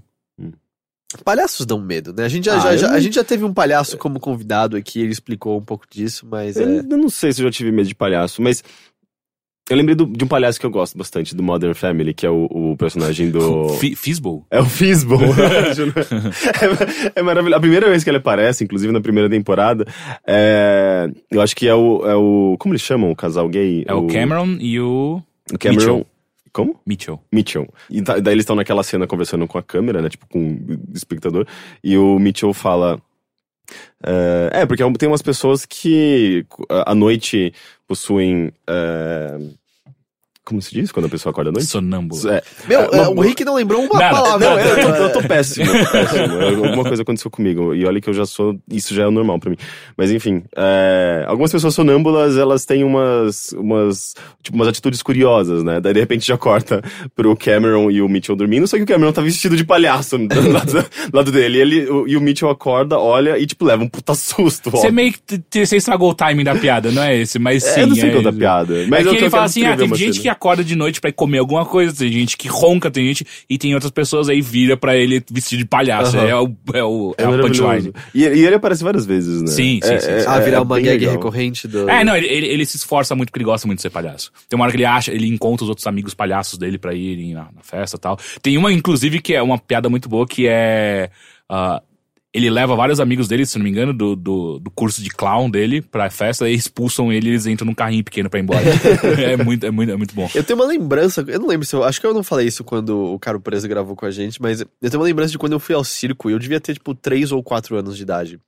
[SPEAKER 1] Palhaços dão medo, né? A gente já,
[SPEAKER 3] Ah,
[SPEAKER 1] já-
[SPEAKER 3] eu
[SPEAKER 1] já-
[SPEAKER 3] não-
[SPEAKER 1] a gente já teve um palhaço como convidado aqui, ele explicou um pouco disso, mas
[SPEAKER 3] Eu,
[SPEAKER 1] é.
[SPEAKER 3] eu não sei se eu já tive medo de palhaço, mas. Eu lembrei do- de um palhaço que eu gosto bastante, do Modern Family, que é o, o personagem do.
[SPEAKER 2] Fi- Fizzball.
[SPEAKER 3] É o Fizbon. é, é maravilhoso. A primeira vez que ele aparece, inclusive na primeira temporada, é, eu acho que é o, é o. Como eles chamam o casal gay?
[SPEAKER 2] É o Cameron e o
[SPEAKER 3] o Cameron.
[SPEAKER 2] Mitchell.
[SPEAKER 3] Como?
[SPEAKER 2] Mitchell.
[SPEAKER 3] Mitchell. E da- daí eles estão naquela cena conversando com a câmera, né? Tipo, com o espectador. E o Mitchell fala. eh, é, porque tem umas pessoas que cu- à à noite possuem. eh, como se diz quando a pessoa acorda à noite?
[SPEAKER 2] Sonâmbulo.
[SPEAKER 3] É,
[SPEAKER 1] Meu,
[SPEAKER 3] é,
[SPEAKER 1] é,
[SPEAKER 3] uma-
[SPEAKER 1] o Rick não lembrou uma
[SPEAKER 2] Nada,
[SPEAKER 1] palavra.
[SPEAKER 3] não, eu,
[SPEAKER 1] né?
[SPEAKER 3] tô, eu tô péssimo, eu tô péssimo. Eu- Alguma coisa aconteceu comigo. E olha que eu já sou. Isso já é o normal pra mim. Mas enfim, é, algumas pessoas sonâmbulas, elas têm umas. umas tipo, umas atitudes curiosas, né? Daí de repente já corta pro Cameron e o Mitchell dormindo, só que o Cameron tá vestido de palhaço do lado, do lado dele. E, ele, o- e o Mitchell acorda, olha e, tipo, leva um puta susto.
[SPEAKER 2] Você
[SPEAKER 3] ó.
[SPEAKER 2] meio que t- t- você estragou o timing da piada, não é esse? Mas sim.
[SPEAKER 3] É, eu não sei
[SPEAKER 2] é
[SPEAKER 3] qual é a
[SPEAKER 2] isso.
[SPEAKER 3] piada.
[SPEAKER 2] Mas
[SPEAKER 3] Mas
[SPEAKER 2] é
[SPEAKER 3] eu
[SPEAKER 2] que
[SPEAKER 3] tô
[SPEAKER 2] ele fala assim,
[SPEAKER 3] tentando
[SPEAKER 2] ah, tem
[SPEAKER 3] descrever uma
[SPEAKER 2] gente que
[SPEAKER 3] cena.
[SPEAKER 2] acorda de noite pra ir comer alguma coisa, tem gente que ronca, tem gente... E tem outras pessoas aí, vira pra ele vestido de palhaço.
[SPEAKER 1] Aham.
[SPEAKER 2] É, o, é, o, é,
[SPEAKER 3] É
[SPEAKER 2] a
[SPEAKER 3] maravilhoso.
[SPEAKER 2] punchline.
[SPEAKER 3] E, e ele aparece várias vezes, né?
[SPEAKER 2] Sim, sim,
[SPEAKER 3] É-
[SPEAKER 2] sim,
[SPEAKER 3] é-
[SPEAKER 2] sim.
[SPEAKER 1] Ah,
[SPEAKER 3] é-
[SPEAKER 1] virar
[SPEAKER 3] é
[SPEAKER 1] uma
[SPEAKER 3] bem
[SPEAKER 1] gag
[SPEAKER 3] legal.
[SPEAKER 1] recorrente do.
[SPEAKER 2] É, não, ele, ele, ele se esforça muito porque ele gosta muito de ser palhaço. Tem uma hora que ele acha, ele encontra os outros amigos palhaços dele pra irem na, na festa e tal. Tem uma, inclusive, que é uma piada muito boa, que é. ah, ele leva vários amigos dele, se não me engano, do, do, do curso de clown dele pra festa, e expulsam ele e eles entram num carrinho pequeno pra ir embora. é, muito, é, muito, é muito bom.
[SPEAKER 1] Eu tenho uma lembrança, eu não lembro se eu. Acho que eu não falei isso quando o Caro Preso gravou com a gente, mas eu tenho uma lembrança de quando eu fui ao circo e eu devia ter, tipo, 3 ou 4 anos de idade.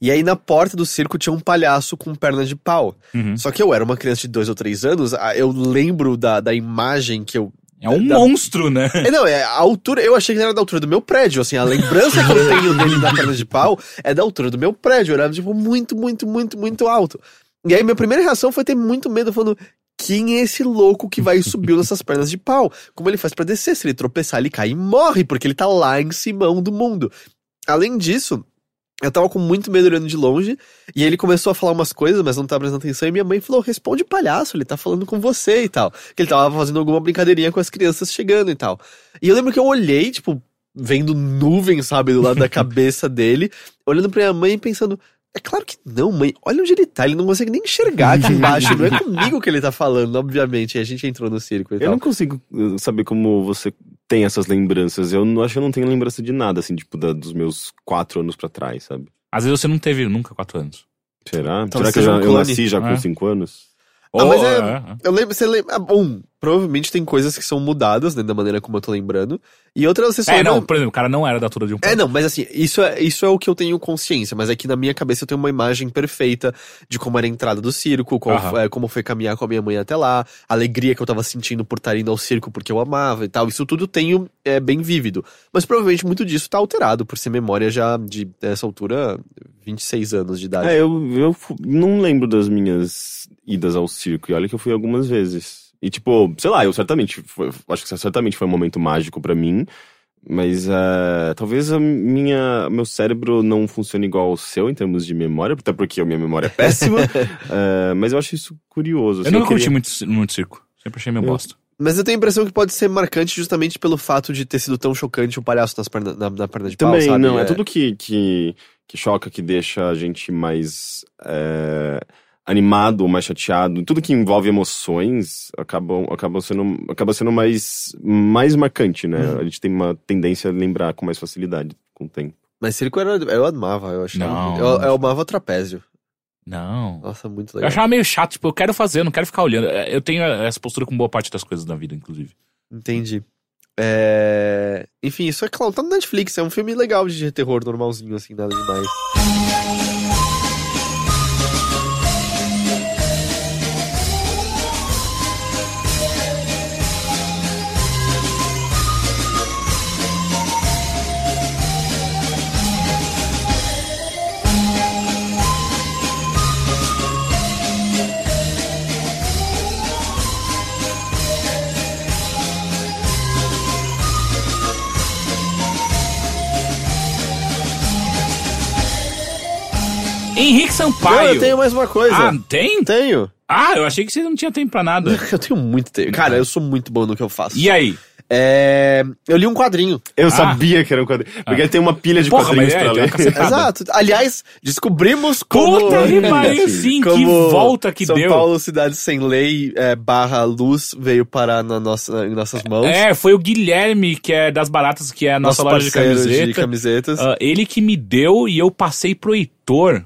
[SPEAKER 1] E aí na porta do circo tinha um palhaço com perna de pau.
[SPEAKER 2] Uhum.
[SPEAKER 1] Só que eu era uma criança de 2 ou 3 anos, ah, eu lembro da, da imagem que eu.
[SPEAKER 2] É um
[SPEAKER 1] Da-
[SPEAKER 2] monstro, né?
[SPEAKER 1] É, não, é a altura. Eu achei que era da altura do meu prédio, assim, a lembrança que eu tenho dele na perna de pau é da altura do meu prédio. Eu era, tipo, muito, muito, muito, muito alto. E aí minha primeira reação foi ter muito medo, falando. Quem é esse louco que vai e subiu nessas pernas de pau? Como ele faz pra descer? Se ele tropeçar, ele cai e morre, porque ele tá lá em cima do mundo. Além disso, eu tava com muito medo olhando de longe, e ele começou a falar umas coisas, mas não tava prestando atenção, e minha mãe falou: responde palhaço, ele tá falando com você e tal. Que ele tava fazendo alguma brincadeirinha com as crianças chegando e tal. E eu lembro que eu olhei, tipo, vendo nuvem, sabe, do lado da cabeça dele, olhando pra minha mãe e pensando. É claro que não, mãe. Olha onde ele tá. Ele não consegue nem enxergar aqui embaixo. Não é comigo que ele tá falando, obviamente. E a gente entrou no circo e
[SPEAKER 3] Eu
[SPEAKER 1] tal.
[SPEAKER 3] não consigo eh, saber como você tem essas lembranças. Eu não, acho que eu não tenho lembrança de nada, assim, tipo, da- dos meus quatro anos pra trás, sabe?
[SPEAKER 2] Às vezes você não teve nunca quatro anos.
[SPEAKER 3] Será?
[SPEAKER 1] Então
[SPEAKER 3] Será que eu,
[SPEAKER 1] seja
[SPEAKER 3] já,
[SPEAKER 1] um
[SPEAKER 3] eu
[SPEAKER 1] clone.
[SPEAKER 3] nasci já
[SPEAKER 2] É.
[SPEAKER 3] com cinco anos?
[SPEAKER 1] Ah,
[SPEAKER 2] Ou-
[SPEAKER 1] mas é-
[SPEAKER 2] é.
[SPEAKER 1] Eu lembro, você lembra. ah, Bom, provavelmente tem coisas que são mudadas, né? Da maneira como eu tô lembrando. E outras você só.
[SPEAKER 2] É,
[SPEAKER 1] lembra-
[SPEAKER 2] não, por exemplo, o cara não era da altura de um
[SPEAKER 1] É, não, mas assim, isso é, isso é o que eu tenho consciência, mas aqui na minha cabeça eu tenho uma imagem perfeita de como era a entrada do circo, qual
[SPEAKER 2] Aham.
[SPEAKER 1] f- eh, como foi caminhar com a minha mãe até lá, a alegria que eu tava sentindo por estar indo ao circo porque eu amava e tal. Isso tudo eu tenho é, bem vívido. Mas provavelmente muito disso tá alterado por ser memória já de, nessa altura, 26 anos de idade.
[SPEAKER 3] É, eu, eu fu- não lembro das minhas idas ao circo. E olha que eu fui algumas vezes. E, tipo, sei lá, eu certamente. foi- acho que certamente foi um momento mágico pra mim. Mas eh, talvez a minha, meu cérebro não funcione igual ao seu em termos de memória, até porque a minha memória é péssima. Eh, mas eu acho isso curioso. assim,
[SPEAKER 2] Eu nunca
[SPEAKER 3] queria-
[SPEAKER 2] curti muito, muito circo. Sempre achei meio
[SPEAKER 3] Eu-
[SPEAKER 2] bosta.
[SPEAKER 1] Mas eu tenho a impressão que pode ser marcante justamente pelo fato de ter sido tão chocante o palhaço nas perna, na, na perna de pau,
[SPEAKER 3] Também,
[SPEAKER 1] sabe?
[SPEAKER 3] não. É, tudo que, que, que choca, que deixa a gente mais é, animado, mais chateado. Tudo que envolve emoções acabam, acabam sendo, acaba sendo mais, mais marcante, né?
[SPEAKER 2] Uhum.
[SPEAKER 3] A gente tem uma tendência a lembrar com mais facilidade com o tempo.
[SPEAKER 1] Mas circo era, eu amava, eu achava. é,
[SPEAKER 2] Não.
[SPEAKER 1] eu, eu amava trapézio.
[SPEAKER 2] Não.
[SPEAKER 1] Nossa, muito
[SPEAKER 2] Eu
[SPEAKER 1] legal.
[SPEAKER 2] achava meio chato, tipo, eu quero fazer, eu não quero ficar olhando. É, Eu tenho essa postura com boa parte das coisas da vida, inclusive.
[SPEAKER 1] Entendi. É, Enfim, isso é claro, tá no Netflix, é um filme legal de terror, normalzinho, assim, nada demais.
[SPEAKER 2] Henrique
[SPEAKER 3] Não,
[SPEAKER 2] Sampaio.
[SPEAKER 3] eu tenho mais uma coisa.
[SPEAKER 2] Ah, tem?
[SPEAKER 3] Tenho.
[SPEAKER 2] Ah, eu achei que você não tinha tempo pra nada.
[SPEAKER 1] Eu tenho muito tempo. Cara, eu sou muito bom no que eu faço.
[SPEAKER 2] E aí?
[SPEAKER 1] É, eu li um quadrinho.
[SPEAKER 3] Eu sabia que era um quadrinho. Porque ele tem uma pilha de
[SPEAKER 2] Ah! Porra,
[SPEAKER 3] quadrinhos
[SPEAKER 2] mas é,
[SPEAKER 3] pra
[SPEAKER 2] tem uma
[SPEAKER 3] ler.
[SPEAKER 2] caceta- Nada.
[SPEAKER 1] Exato. Aliás, descobrimos como.
[SPEAKER 2] Puta que pariu, sim, que
[SPEAKER 1] como
[SPEAKER 2] volta que
[SPEAKER 1] São
[SPEAKER 2] deu.
[SPEAKER 1] Paulo, cidade sem lei, é, barra luz, veio parar na nossa, em nossas mãos.
[SPEAKER 2] É, foi o Guilherme, que é das baratas, que é a nossa
[SPEAKER 1] Nosso
[SPEAKER 2] loja de
[SPEAKER 1] parceiro
[SPEAKER 2] camiseta.
[SPEAKER 1] de camisetas.
[SPEAKER 2] Ah, ele que me deu e eu passei pro Heitor.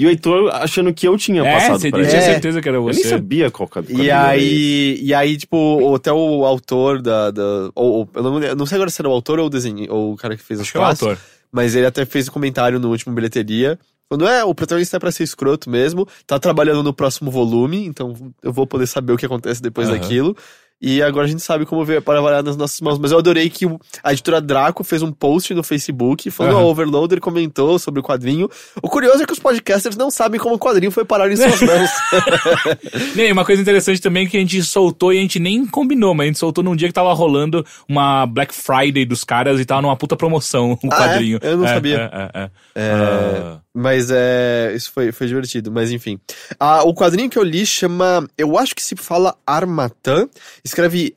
[SPEAKER 3] E o Heitor achando que eu tinha
[SPEAKER 2] é,
[SPEAKER 3] passado
[SPEAKER 2] você
[SPEAKER 3] pra
[SPEAKER 2] tinha
[SPEAKER 3] ele.
[SPEAKER 1] É.
[SPEAKER 2] certeza que era
[SPEAKER 3] Eu
[SPEAKER 2] você.
[SPEAKER 3] nem sabia qual quadrinho.
[SPEAKER 1] E
[SPEAKER 3] era esse.
[SPEAKER 1] aí, e aí, tipo, até o autor da. da- ou, ou- eu não, eu não sei agora se era o autor ou o desenho, ou o cara que fez as
[SPEAKER 2] Acho que é o
[SPEAKER 1] classes,
[SPEAKER 2] autor.
[SPEAKER 1] mas ele até fez um comentário no último bilheteria. Quando é, o protagonista é pra ser escroto mesmo, tá trabalhando no próximo volume, então eu vou poder saber o que acontece depois
[SPEAKER 2] Aham.
[SPEAKER 1] daquilo. E agora a gente sabe como veio para variar nas nossas mãos. Mas eu adorei que o- a editora Draco fez um post no Facebook falando,
[SPEAKER 2] Aham.
[SPEAKER 1] ó, o Overloader comentou sobre o quadrinho. O curioso é que os podcasters não sabem como o quadrinho foi parar em suas mãos.
[SPEAKER 2] Né, E uma coisa interessante também é que a gente soltou e a gente nem combinou, mas a gente soltou num dia que tava rolando uma Black Friday dos caras e tava numa puta promoção, um
[SPEAKER 1] Ah, é?
[SPEAKER 2] quadrinho.
[SPEAKER 1] Eu não
[SPEAKER 2] É,
[SPEAKER 1] sabia.
[SPEAKER 2] é, é, é.
[SPEAKER 1] É,
[SPEAKER 2] Ah,
[SPEAKER 1] Mas é. Isso foi, foi divertido, mas enfim. Ah, o quadrinho que eu li chama. Eu acho que se fala Armatan. Escreve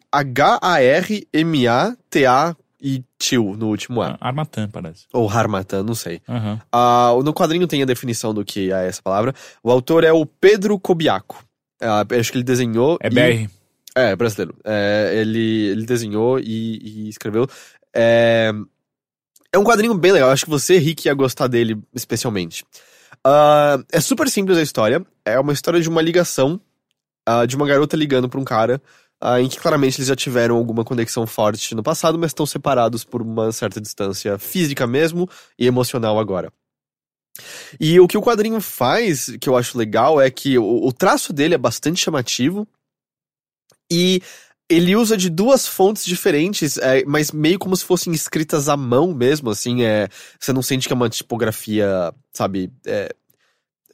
[SPEAKER 1] H-A-R-M-A-T-A e Tio no último A.
[SPEAKER 2] Armatan, parece.
[SPEAKER 1] Ou Harmatan, não sei.
[SPEAKER 2] Aham.
[SPEAKER 1] Ah, no quadrinho tem a definição do que é essa palavra. O autor é o Pedro Kobiaco. Ah, acho que ele desenhou.
[SPEAKER 2] É
[SPEAKER 1] e-
[SPEAKER 2] BR.
[SPEAKER 1] é, brasileiro. É, ele, ele desenhou e, e escreveu. É, é um quadrinho bem legal. Acho que você, Rick, ia gostar dele especialmente. Ah, é super simples a história. É uma história de uma ligação ah, de uma garota ligando pra um cara. ah, em que claramente eles já tiveram alguma conexão forte no passado, mas estão separados por uma certa distância física mesmo e emocional agora. E o que o quadrinho faz, que eu acho legal, é que o- o traço dele é bastante chamativo e ele usa de duas fontes diferentes, é, mas meio como se fossem escritas à mão mesmo, assim, é, você não sente que é uma tipografia, sabe, é,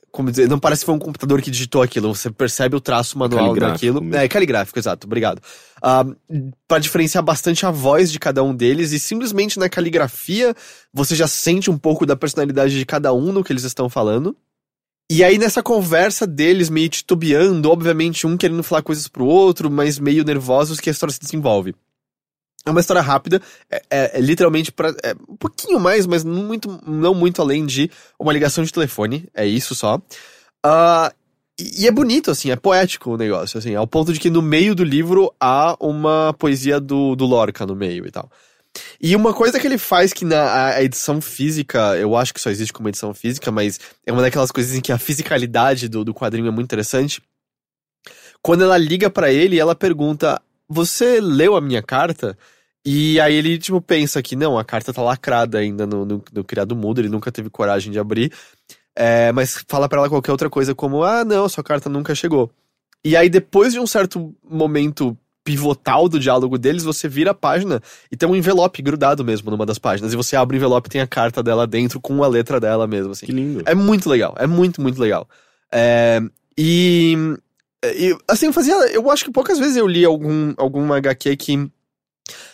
[SPEAKER 1] como dizer, não parece que foi um computador que digitou aquilo, você percebe o traço manual
[SPEAKER 3] Caligráfico
[SPEAKER 1] daquilo.
[SPEAKER 3] mesmo.
[SPEAKER 1] É, caligráfico, exato, obrigado. Ah, Pra diferenciar bastante a voz de cada um deles, e simplesmente na caligrafia você já sente um pouco da personalidade de cada um no que eles estão falando. E aí, nessa conversa deles, meio titubeando, obviamente, um querendo falar coisas pro outro, mas meio nervosos, que a história se desenvolve. É uma história rápida, é, é- é literalmente pra, é um pouquinho mais, mas não muito, não muito além de uma ligação de telefone, é isso só. Ah, e, e é bonito, assim, é poético o negócio, assim, ao ponto de que no meio do livro há uma poesia do, do Lorca no meio e tal. E uma coisa que ele faz que na a- a edição física, eu acho que só existe como edição física, mas é uma daquelas coisas em que a fisicalidade do, do quadrinho é muito interessante. Quando ela liga pra ele, ela pergunta: Você leu a minha carta? E aí ele, tipo, pensa que não, a carta tá lacrada ainda no, no, no criado mudo, ele nunca teve coragem de abrir. É, mas fala pra ela qualquer outra coisa, como, ah, não, sua carta nunca chegou. E aí, depois de um certo momento pivotal do diálogo deles, você vira a página e tem um envelope grudado mesmo numa das páginas. E você abre o envelope e tem a carta dela dentro com a letra dela mesmo, assim.
[SPEAKER 3] Que lindo.
[SPEAKER 1] É muito legal, é muito, muito legal. É, e, e, assim, eu fazia. Eu acho que poucas vezes eu li algum, alguma HQ que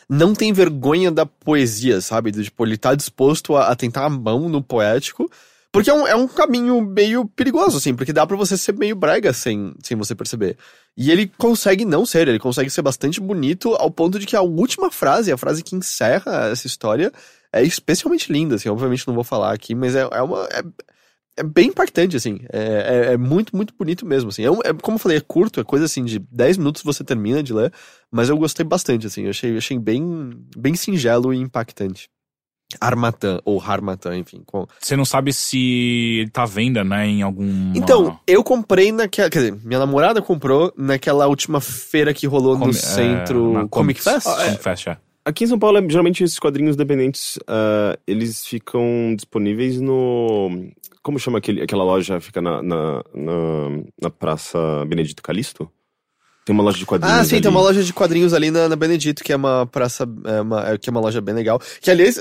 [SPEAKER 1] não tem vergonha da poesia, sabe? Do, tipo, ele tá disposto a, a tentar a mão no poético. Porque é um, é um caminho meio perigoso, assim, porque dá pra você ser meio brega sem, sem você perceber. E ele consegue não ser, ele consegue ser bastante bonito ao ponto de que a última frase, a frase que encerra essa história, é especialmente linda, assim, obviamente não vou falar aqui, mas é, é uma. é- é bem impactante, assim. É, é- é muito, muito bonito mesmo, assim. É, um- é- como eu falei, é curto, é coisa assim de 10 minutos você termina de ler, mas eu gostei bastante, assim. Eu achei, achei bem, bem singelo e impactante. Armatan, ou Harmatan, enfim. com-
[SPEAKER 2] Você não sabe se ele tá à venda, né, em algum...
[SPEAKER 1] Então, eu comprei naquela... Quer dizer, minha namorada comprou naquela última feira que rolou no centro... é, Comic Fest?
[SPEAKER 2] é,
[SPEAKER 1] Ah,
[SPEAKER 2] Comic Fest, é.
[SPEAKER 3] Aqui em São Paulo, geralmente esses quadrinhos independentes, ah, eles ficam disponíveis no... Como chama aquele, aquela loja? Fica na, na, na, na Praça Benedito Calixto? Tem uma loja de quadrinhos
[SPEAKER 1] Ah, sim,
[SPEAKER 3] ali.
[SPEAKER 1] tem uma loja de quadrinhos ali na, na Benedito, que é uma praça... é uma- é- que é uma loja bem legal. Que, aliás,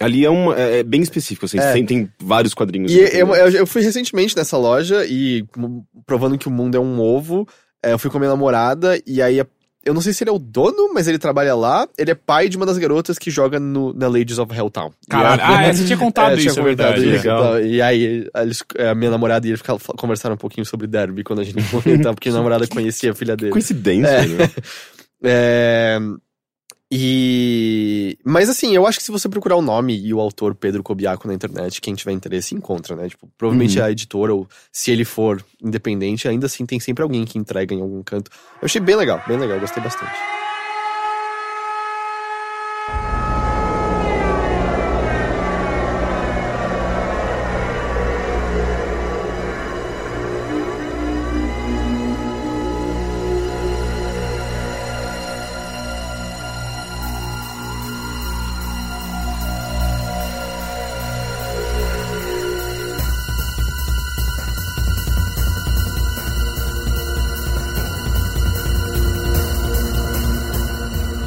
[SPEAKER 3] Ali é, uma, é, é bem específico, assim,
[SPEAKER 1] É.
[SPEAKER 3] tem, tem vários quadrinhos.
[SPEAKER 1] E é eu,
[SPEAKER 3] independentes.
[SPEAKER 1] eu- eu fui recentemente nessa é, loja e m- provando que o mundo é um ovo, eh, eu fui com a minha namorada e aí a- Eu não sei se ele é o dono, mas ele trabalha lá. Ele é pai de uma das garotas que joga no, na Ladies of Helltown. E
[SPEAKER 2] Caralho,
[SPEAKER 1] ela-
[SPEAKER 2] ah, é, você tinha contado
[SPEAKER 1] É,
[SPEAKER 2] isso,
[SPEAKER 1] tinha
[SPEAKER 2] é
[SPEAKER 1] comentado
[SPEAKER 2] verdade.
[SPEAKER 1] isso,
[SPEAKER 2] é.
[SPEAKER 3] legal.
[SPEAKER 1] tá. E aí, eles- é, a minha namorada e ele ficaram, fal- conversaram um pouquinho sobre derby quando a gente comentava, porque a namorada conhecia a filha dele.
[SPEAKER 3] Coincidência,
[SPEAKER 1] É.
[SPEAKER 3] né?
[SPEAKER 1] É, E. Mas assim, eu acho que se você procurar o nome e o autor Pedro Kobiaco na internet, quem tiver interesse encontra, né? Tipo, provavelmente
[SPEAKER 3] Uhum.
[SPEAKER 1] a editora, ou se ele for independente, ainda assim tem sempre alguém que entrega em algum canto. Eu achei bem legal, bem legal, gostei bastante.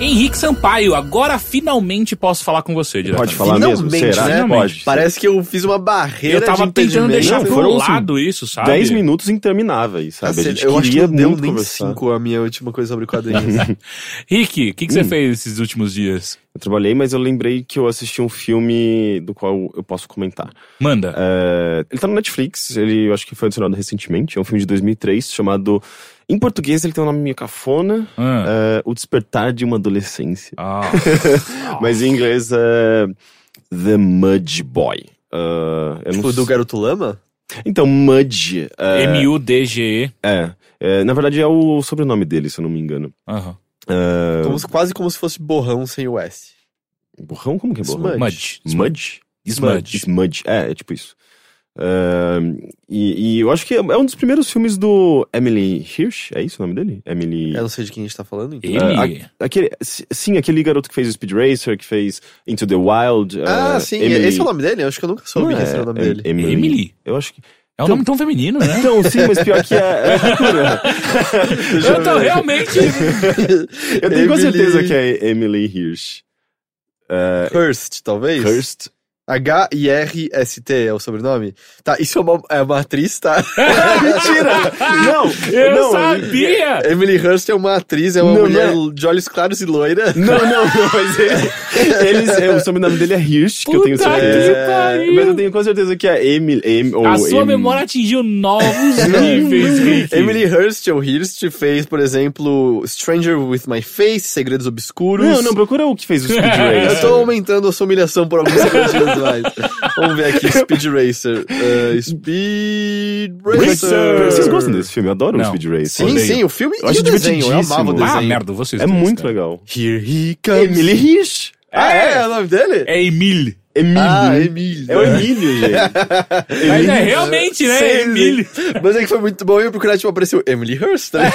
[SPEAKER 2] Henrique Sampaio, agora finalmente posso falar com você, direto.
[SPEAKER 3] Pode falar
[SPEAKER 1] Finalmente,
[SPEAKER 3] mesmo? Será?
[SPEAKER 1] né?
[SPEAKER 3] Pode.
[SPEAKER 1] Parece que eu fiz uma barreira
[SPEAKER 2] Eu tava
[SPEAKER 1] de
[SPEAKER 2] tentando
[SPEAKER 1] impedimento.
[SPEAKER 2] deixar
[SPEAKER 3] Não,
[SPEAKER 2] pro
[SPEAKER 3] foram, assim,
[SPEAKER 2] lado isso, sabe?
[SPEAKER 3] 10 minutos intermináveis, sabe?
[SPEAKER 1] Cacete,
[SPEAKER 3] a gente
[SPEAKER 1] Tá eu acho que
[SPEAKER 3] queria
[SPEAKER 1] não deu
[SPEAKER 3] muito
[SPEAKER 1] nem
[SPEAKER 3] conversar.
[SPEAKER 1] cinco a minha última coisa sobre quadrinhos.
[SPEAKER 2] Rick, o que, que você
[SPEAKER 3] Hum.
[SPEAKER 2] fez esses últimos dias?
[SPEAKER 3] Eu trabalhei, mas eu lembrei que eu assisti um filme do qual eu posso comentar.
[SPEAKER 2] Manda.
[SPEAKER 3] É, ele tá no Netflix, ele eu acho que foi adicionado recentemente. É um filme de 2003 chamado. Em português ele tem um nome meio cafona:
[SPEAKER 2] Ah.
[SPEAKER 3] é, O Despertar de uma Adolescência.
[SPEAKER 2] Ah.
[SPEAKER 3] Mas em inglês é. The Mudge Boy. É, eu não
[SPEAKER 1] tipo, do
[SPEAKER 3] sei-
[SPEAKER 1] Garoto Lama?
[SPEAKER 3] Então, Mudge. é,
[SPEAKER 2] M-U-D-G-E.
[SPEAKER 3] é, é, na verdade é o sobrenome dele, se eu não me engano.
[SPEAKER 2] Aham.
[SPEAKER 3] É,
[SPEAKER 1] Como se- quase como se fosse borrão sem o S.
[SPEAKER 3] Borrão? Como que é borrão?
[SPEAKER 2] Smudge.
[SPEAKER 3] Mudge?
[SPEAKER 2] Smudge.
[SPEAKER 3] Smudge. É, é tipo isso. Ahn, e, e eu acho que é um dos primeiros filmes do Emily Hirsch, é isso o nome dele? Emily.
[SPEAKER 1] Eu não sei de quem a gente tá falando, então.
[SPEAKER 2] Ele?
[SPEAKER 3] Aquele, si- sim, aquele garoto que fez o Speed Racer, que fez Into the Wild.
[SPEAKER 1] Ah,
[SPEAKER 3] eh,
[SPEAKER 1] sim,
[SPEAKER 3] Emily-
[SPEAKER 1] esse é o nome dele? Eu acho que eu nunca soube
[SPEAKER 3] Não é
[SPEAKER 1] que esse era o nome dele.
[SPEAKER 3] Emily. Então-
[SPEAKER 2] Emily?
[SPEAKER 3] Eu acho que.
[SPEAKER 2] É um nome tão feminino, né?
[SPEAKER 3] Então, sim, mas pior que é. é loucura.
[SPEAKER 2] Eu tô realmente.
[SPEAKER 3] eu tenho com
[SPEAKER 1] Emily-
[SPEAKER 3] certeza que é Emily Hirsch. Eh,
[SPEAKER 1] Hurst, é talvez?
[SPEAKER 3] Hirst.
[SPEAKER 1] H-I-R-S-T é o sobrenome? Tá, isso é uma, é uma atriz, tá?
[SPEAKER 3] Ah, Mentira! Não!
[SPEAKER 2] Eu
[SPEAKER 3] não,
[SPEAKER 2] sabia!
[SPEAKER 1] Emily Hurst é uma atriz, é uma
[SPEAKER 3] Não,
[SPEAKER 1] mulher
[SPEAKER 3] não
[SPEAKER 1] de olhos claros e loira.
[SPEAKER 3] Não, não, não, mas ele, eles, é, o sobrenome dele é Hirsch, que eu tenho
[SPEAKER 2] Puta
[SPEAKER 3] certeza.
[SPEAKER 2] que
[SPEAKER 3] É,
[SPEAKER 2] pariu.
[SPEAKER 3] mas eu tenho com certeza que é Emily. Em, ou
[SPEAKER 2] A sua
[SPEAKER 3] Em-
[SPEAKER 2] memória atingiu novos níveis, Rick.
[SPEAKER 1] Emily Hurst, ou Hirst, fez, por exemplo, Stranger with My Face, Segredos
[SPEAKER 2] é
[SPEAKER 1] Obscuros.
[SPEAKER 3] Não, não, procura o que fez o Speed Racer.
[SPEAKER 1] Eu tô aumentando a sua humilhação por alguns segundinhos mais. Vamos ver aqui, Speed Racer. Ah, Speed Racer.
[SPEAKER 3] Vocês gostam desse filme? Eu adoro o
[SPEAKER 2] Não.
[SPEAKER 3] Speed Racer.
[SPEAKER 1] Sim,
[SPEAKER 2] Odeio.
[SPEAKER 1] sim, o filme
[SPEAKER 3] Eu
[SPEAKER 1] e
[SPEAKER 3] acho
[SPEAKER 1] o desenho. Eu amava o
[SPEAKER 3] divertidíssimo.
[SPEAKER 1] desenho.
[SPEAKER 2] Ah, merda, vocês
[SPEAKER 3] É
[SPEAKER 2] dois,
[SPEAKER 3] muito
[SPEAKER 2] né?
[SPEAKER 3] legal.
[SPEAKER 1] Here he comes.
[SPEAKER 3] Emily Hirsch.
[SPEAKER 1] Ah, é? É o nome dele?
[SPEAKER 2] É Emily.
[SPEAKER 3] Emily.
[SPEAKER 1] Ah, Emílio.
[SPEAKER 3] é o Emílio, gente.
[SPEAKER 2] Mas é realmente, né?
[SPEAKER 1] Sei,
[SPEAKER 2] Emily.
[SPEAKER 1] Mas é que foi muito bom. Eu ia procurar, tipo, apareceu Emily Hurst, né?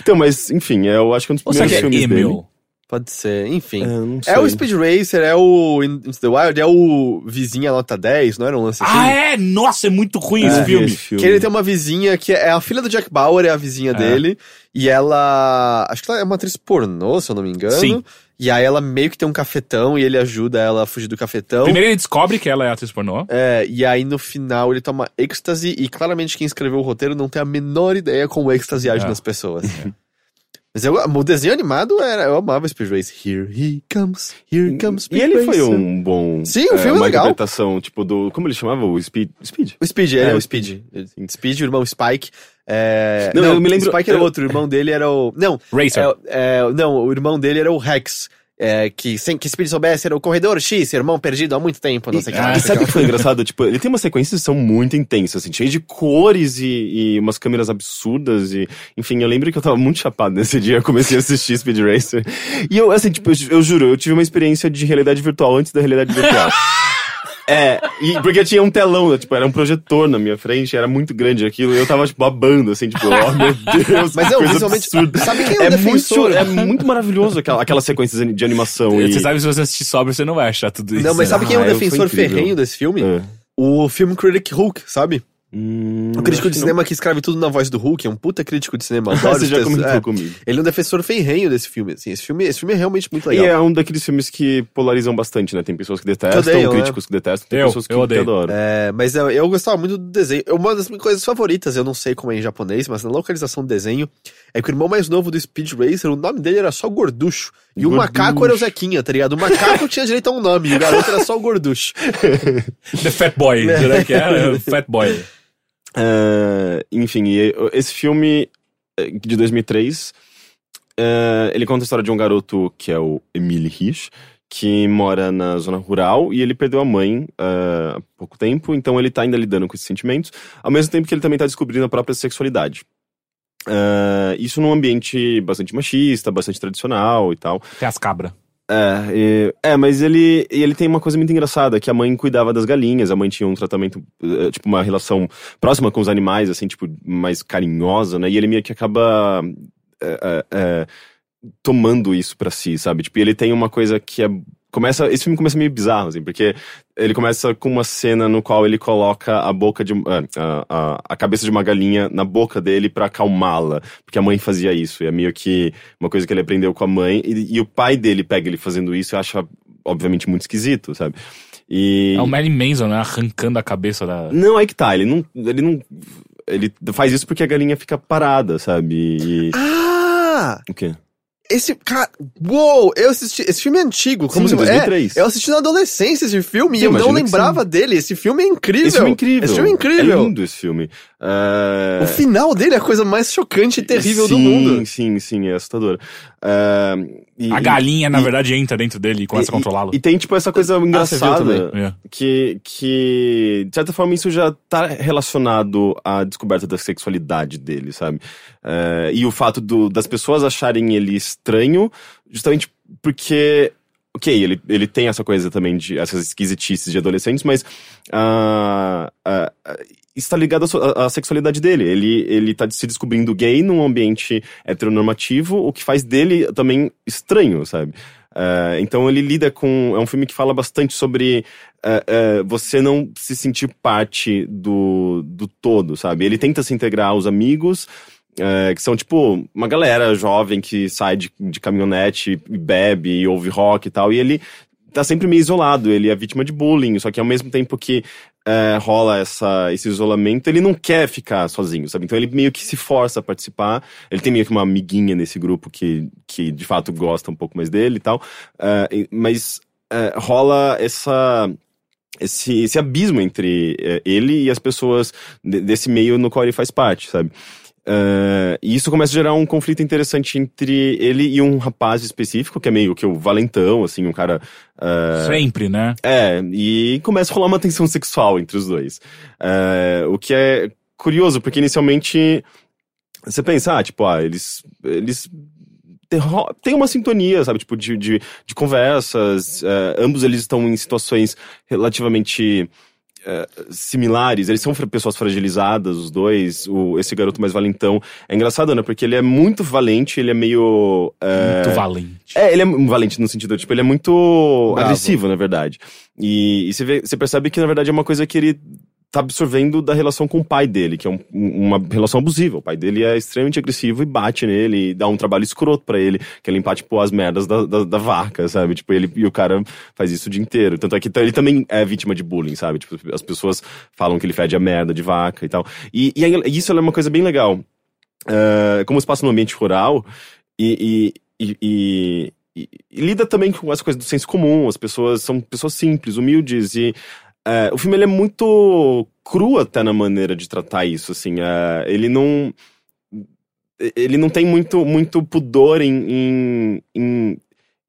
[SPEAKER 3] Então, mas, enfim, eu acho que é um dos
[SPEAKER 2] Ou será
[SPEAKER 3] primeiros
[SPEAKER 2] que é
[SPEAKER 3] filmes dele.
[SPEAKER 2] Emil?
[SPEAKER 1] Pode ser, enfim.
[SPEAKER 3] É, não sei.
[SPEAKER 1] É o Speed Racer, é o Into the Wild, é o Vizinha Nota 10, não era um lance
[SPEAKER 2] Ah,
[SPEAKER 1] assim?
[SPEAKER 2] é? Nossa, é muito ruim
[SPEAKER 3] É,
[SPEAKER 2] esse filme.
[SPEAKER 1] Que ele tem uma vizinha que é a filha do Jack Bauer, é a vizinha dele. E ela. Acho que ela é uma atriz pornô, se eu não me engano.
[SPEAKER 2] Sim.
[SPEAKER 1] E aí ela meio que tem um cafetão e ele ajuda ela a fugir do cafetão.
[SPEAKER 2] Primeiro ele descobre que ela é atriz pornô.
[SPEAKER 1] É, e aí no final ele toma êxtase e claramente quem escreveu o roteiro não tem a menor ideia como o êxtase age
[SPEAKER 2] É.
[SPEAKER 1] nas pessoas. Mas eu- o desenho animado era. Eu amava Speed Race. Here he comes, here comes
[SPEAKER 3] E
[SPEAKER 1] Speed
[SPEAKER 3] ele foi
[SPEAKER 1] Racer.
[SPEAKER 3] um bom.
[SPEAKER 1] Sim, o filme é
[SPEAKER 3] uma
[SPEAKER 1] legal.
[SPEAKER 3] interpretação, tipo, do. Como ele chamava? O Speed. Speed.
[SPEAKER 1] O Speed, ele
[SPEAKER 3] É,
[SPEAKER 1] é,
[SPEAKER 3] o
[SPEAKER 1] o Speed. Speed, o irmão Spike. É...
[SPEAKER 3] Não, eu me lembro-
[SPEAKER 1] Spike era
[SPEAKER 3] eu-
[SPEAKER 1] outro, o irmão dele era o. Não,
[SPEAKER 2] Racer.
[SPEAKER 1] é- é, não, o irmão dele era o Rex. é, que sem que Speed soubesse, era o Corredor X, irmão perdido há muito tempo, não sei o que. lá,
[SPEAKER 2] Ah,
[SPEAKER 1] não
[SPEAKER 3] E
[SPEAKER 1] sei o
[SPEAKER 3] sabe
[SPEAKER 1] que
[SPEAKER 3] o que foi engraçado? Tipo, ele tem umas sequências que são muito intensas, assim, cheio de cores e, e umas câmeras absurdas e... Enfim, eu lembro que eu tava muito chapado nesse dia, eu comecei a assistir Speed Racer. E eu, assim, tipo, eu, ju- eu juro, eu tive uma experiência de realidade virtual antes da realidade virtual. É, e porque tinha um telão, né, tipo, era um projetor na minha frente, era muito grande aquilo, e eu tava, tipo, babando, assim, tipo, oh meu Deus,
[SPEAKER 1] Mas
[SPEAKER 3] que
[SPEAKER 1] é,
[SPEAKER 3] coisa
[SPEAKER 1] visualmente.
[SPEAKER 3] absurda.
[SPEAKER 1] Sabe quem é o
[SPEAKER 3] É muito,
[SPEAKER 1] defensor?
[SPEAKER 3] é muito maravilhoso aquela, aquelas sequências de animação. e...
[SPEAKER 2] Você sabe, se você assistir sobre, você não vai achar tudo isso.
[SPEAKER 1] Não, mas
[SPEAKER 2] né?
[SPEAKER 1] sabe quem é o
[SPEAKER 3] Ah, eu sou
[SPEAKER 1] defensor
[SPEAKER 3] incrível.
[SPEAKER 1] ferrenho desse filme?
[SPEAKER 3] É.
[SPEAKER 1] O filme Critic Hulk, sabe?
[SPEAKER 3] Hum,
[SPEAKER 1] O crítico de
[SPEAKER 3] acho que
[SPEAKER 1] cinema que escreve tudo na voz do Hulk é um puta crítico de cinema.
[SPEAKER 3] não.
[SPEAKER 1] adoro
[SPEAKER 3] Você
[SPEAKER 1] os
[SPEAKER 3] já
[SPEAKER 1] textos.
[SPEAKER 3] comentou
[SPEAKER 1] É.
[SPEAKER 3] comigo.
[SPEAKER 1] Ele é um defensor ferrenho desse filme, assim. Esse filme, esse filme é realmente muito legal.
[SPEAKER 3] E é um daqueles filmes que polarizam bastante, né? Tem pessoas que detestam,
[SPEAKER 1] Que odeiam,
[SPEAKER 3] críticos que detestam, tem
[SPEAKER 2] Eu-
[SPEAKER 3] pessoas que,
[SPEAKER 2] eu odeio.
[SPEAKER 3] que adoram.
[SPEAKER 1] É, mas eu, eu gostava muito do desenho. é Uma das minhas coisas favoritas, eu não sei como é em japonês, mas na localização do desenho, é que o irmão mais novo do Speed Racer, o nome dele era só Gorducho. E o
[SPEAKER 3] Gorducho.
[SPEAKER 1] macaco era o Zequinha, tá ligado? O macaco tinha direito a um nome, e o garoto era só o Gorducho.
[SPEAKER 2] The Fat Boy, né, que era? Fat Boy.
[SPEAKER 3] É, enfim, e esse filme é, de 2003, é, ele conta a história de um garoto que é o Emile Hirsch, que mora na zona rural e ele perdeu a mãe é, há pouco tempo, então ele tá ainda lidando com esses sentimentos, ao mesmo tempo que ele também tá descobrindo a própria sexualidade. É, isso num ambiente bastante machista, bastante tradicional e tal.
[SPEAKER 2] Tem as cabras.
[SPEAKER 3] É, e- é, mas ele, ele tem uma coisa muito engraçada, que a mãe cuidava das galinhas, a mãe tinha um tratamento, eh, tipo, uma relação próxima com os animais, assim, tipo, mais carinhosa, né? E ele meio que acaba eh, eh, eh, tomando isso pra si, sabe? Tipo, ele tem uma coisa que é... Começa, esse filme começa meio bizarro, assim, porque ele começa com uma cena no qual ele coloca a boca de. eh, a, a, a cabeça de uma galinha na boca dele pra acalmá-la. Porque a mãe fazia isso. E é meio que uma coisa que ele aprendeu com a mãe. E, e o pai dele pega ele fazendo isso e acha, obviamente, muito esquisito, sabe? E.
[SPEAKER 2] É o Marilyn Manson, né? Arrancando a cabeça da.
[SPEAKER 3] Não, é que tá. Ele não. Ele não. Ele faz isso porque a galinha fica parada, sabe? E.
[SPEAKER 1] Ah!
[SPEAKER 3] O quê?
[SPEAKER 1] Esse cara. Uou! Eu assisti. Esse filme é antigo, como se
[SPEAKER 3] Sim, 2003.
[SPEAKER 1] É, eu assisti na adolescência esse filme
[SPEAKER 3] Sim,
[SPEAKER 1] e eu não
[SPEAKER 3] imagino que
[SPEAKER 1] lembrava dele. Esse filme é incrível.
[SPEAKER 3] Esse filme é incrível.
[SPEAKER 1] Esse filme é incrível.
[SPEAKER 3] É lindo esse filme. É...
[SPEAKER 1] O final dele é a coisa mais chocante e terrível do
[SPEAKER 3] Sim,
[SPEAKER 1] mundo.
[SPEAKER 3] Sim, sim, é assustador. É, e-
[SPEAKER 2] A galinha, na
[SPEAKER 3] e-
[SPEAKER 2] verdade, entra dentro dele e começa a
[SPEAKER 3] e-
[SPEAKER 2] controlá-lo.
[SPEAKER 3] E tem, tipo, essa coisa
[SPEAKER 1] você viu
[SPEAKER 3] engraçada
[SPEAKER 1] também?
[SPEAKER 2] É.
[SPEAKER 3] que, que, de certa forma, isso já tá relacionado à descoberta da sexualidade dele, sabe? É, e o fato do- das pessoas acharem ele estranho, justamente porque. Ok, ele, ele tem essa coisa também de essas esquisitices de adolescentes, mas ah, ah, ah, está ligado à, sua- à- à sexualidade dele. Ele, ele tá se descobrindo gay num ambiente heteronormativo, o que faz dele também estranho, sabe? Ah, então ele lida com. É um filme que fala bastante sobre ah, ah, você não se sentir parte do, do todo, sabe? Ele tenta se integrar aos amigos. ah, que são, tipo, uma galera jovem que sai de, de caminhonete e bebe e ouve rock e tal. E ele tá sempre meio isolado, ele é vítima de bullying, só que ao mesmo tempo que é, rola essa, esse isolamento, ele não quer ficar sozinho, sabe? Então ele meio que se força a participar, ele tem meio que uma amiguinha nesse grupo que, que de fato gosta um pouco mais dele e tal, é, e- mas é, rola essa... Esse, esse abismo entre é, ele e as pessoas de- desse meio no qual ele faz parte, sabe? É, e isso começa a gerar um conflito interessante entre ele e um rapaz específico, que é meio que o valentão, assim, um cara
[SPEAKER 2] Sempre, né?
[SPEAKER 3] é, e começa a rolar uma tensão sexual entre os dois. É, o que é curioso, porque inicialmente você pensa, ah, tipo, ah, eles. eles te- ro- tem uma sintonia, sabe? Tipo, de, de, de conversas. é, ambos eles estão em situações relativamente é, similares. Eles são fra- pessoas fragilizadas, os dois. O, esse garoto mais valentão. É engraçado, né? Porque ele é muito valente, ele é meio. é,
[SPEAKER 2] Muito valente.
[SPEAKER 3] é, ele é um valente no sentido, tipo, ele é muito
[SPEAKER 1] Bravo.
[SPEAKER 3] agressivo, na verdade. E, e você, vê- você percebe que, na verdade, é uma coisa que ele tá absorvendo da relação com o pai dele, que é um- um- uma relação abusiva. O pai dele é extremamente agressivo e bate nele, e dá um trabalho escroto pra ele, que é limpar, tipo, as merdas da, da, da vaca, sabe? Tipo, ele e o cara faz isso o dia inteiro. Tanto é que t- ele também é vítima de bullying, sabe? Tipo, as pessoas falam que ele fede a merda de vaca e tal. E, e aí, isso é uma coisa bem legal. É, como se passa no ambiente rural, e, e- e- e- e- e lida também com as coisas do senso comum. As pessoas são pessoas simples, humildes e é, o filme ele é muito cru até na maneira de tratar isso. Assim, É, ele não ele não tem muito muito pudor em, em- em-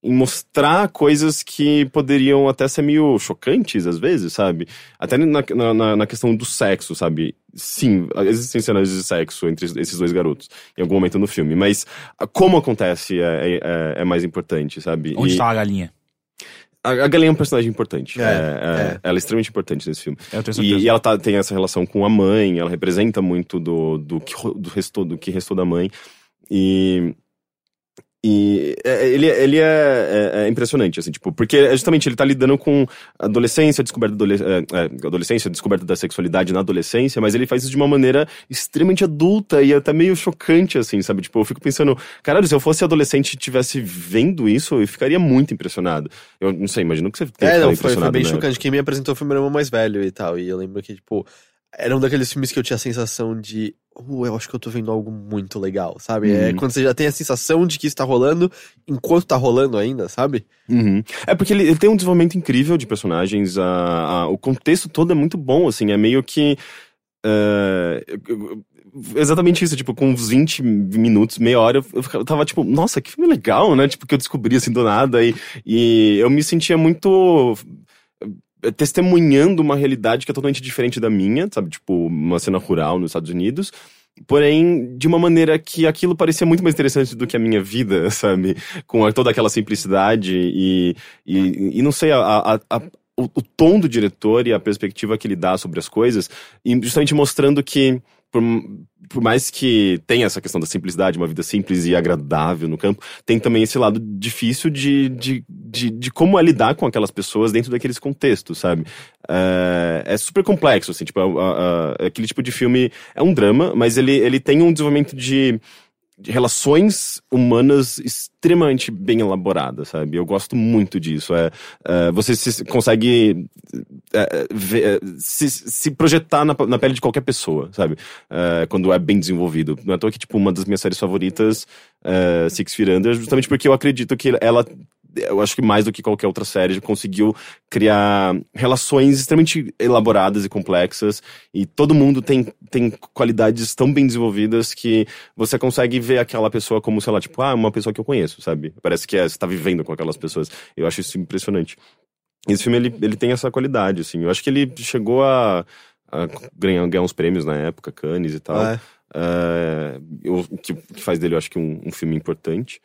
[SPEAKER 3] em mostrar coisas que poderiam até ser meio chocantes às vezes, sabe? Até na, na- na, na questão do sexo, sabe? Sim, existem cenas de sexo entre esses dois garotos em algum momento no filme, mas como acontece é, é- é mais importante, sabe?
[SPEAKER 2] Onde
[SPEAKER 3] E
[SPEAKER 2] tá a galinha?
[SPEAKER 3] a, a Galinha é um personagem importante.
[SPEAKER 1] É,
[SPEAKER 3] É,
[SPEAKER 1] é.
[SPEAKER 3] é- Ela é extremamente importante nesse filme.
[SPEAKER 2] Eu tenho certeza.
[SPEAKER 3] E, e ela tá- tem essa relação com a mãe, ela representa muito do, do, que, ro- do, restou, do que restou da mãe. E, E é- ele, ele é, é- é impressionante, assim, tipo, porque é justamente ele tá lidando com adolescência, descoberta da adole- é, é, adolescência, descoberta da sexualidade na adolescência, mas ele faz isso de uma maneira extremamente adulta e até meio chocante, assim, sabe? Tipo, eu fico pensando, caralho, se eu fosse adolescente e tivesse vendo isso, eu ficaria muito impressionado. Eu não sei, imagino que você tenha
[SPEAKER 1] É,
[SPEAKER 3] ficado
[SPEAKER 1] não, foi, foi
[SPEAKER 3] impressionado,
[SPEAKER 1] bem
[SPEAKER 3] né?
[SPEAKER 1] chocante. Quem me apresentou foi meu irmão mais velho e tal. E eu lembro que, tipo, era um daqueles filmes que eu tinha a sensação de. Uh, eu acho que eu tô vendo algo muito legal, sabe? É
[SPEAKER 3] Uhum.
[SPEAKER 1] quando você já tem a sensação de que isso tá rolando enquanto tá rolando ainda, sabe?
[SPEAKER 3] Uhum. É porque ele, ele tem um desenvolvimento incrível de personagens, a, a- o contexto todo é muito bom, assim, é meio que. é, eu- eu- exatamente isso, tipo, com uns 20 minutos, meia hora, eu, eu ficava- eu tava tipo, nossa, que filme legal, né? Tipo, que eu descobri assim do nada, e, e eu me sentia muito. eh, testemunhando uma realidade que é totalmente diferente da minha, sabe? Tipo, uma cena rural nos Estados Unidos. Porém, de uma maneira que aquilo parecia muito mais interessante do que a minha vida, sabe? com a- toda aquela simplicidade e, e, e não sei, a, a- a- o, o tom do diretor e a perspectiva que ele dá sobre as coisas, e justamente mostrando que, por, por mais que tenha essa questão da simplicidade, uma vida simples e agradável no campo, tem também esse lado difícil de, de, de, de como é lidar com aquelas pessoas dentro daqueles contextos, sabe? É, é super complexo, assim, tipo, a- a- a- aquele tipo de filme é um drama, mas ele, ele tem um desenvolvimento de de relações humanas extremamente bem elaboradas, sabe? Eu gosto muito disso. É, é, você se- consegue é, é, ver- é, se, se projetar na, na pele de qualquer pessoa, sabe? É, quando é bem desenvolvido. Não é à toa que, tipo, uma das minhas séries favoritas, é, Six Feet Under, justamente porque eu acredito que ela, eu acho que mais do que qualquer outra série, conseguiu criar relações extremamente elaboradas e complexas. E todo mundo tem, tem qualidades tão bem desenvolvidas que você consegue ver aquela pessoa como, sei lá, tipo, ah, uma pessoa que eu conheço, sabe? Parece que é, você tá vivendo com aquelas pessoas. Eu acho isso impressionante. Esse filme, ele, ele tem essa qualidade, assim. Eu acho que ele chegou a, a ganhar, ganhar uns prêmios na época, Cannes e tal.
[SPEAKER 1] É.
[SPEAKER 3] É, eu- o que, o que faz dele, eu acho que um, um filme importante.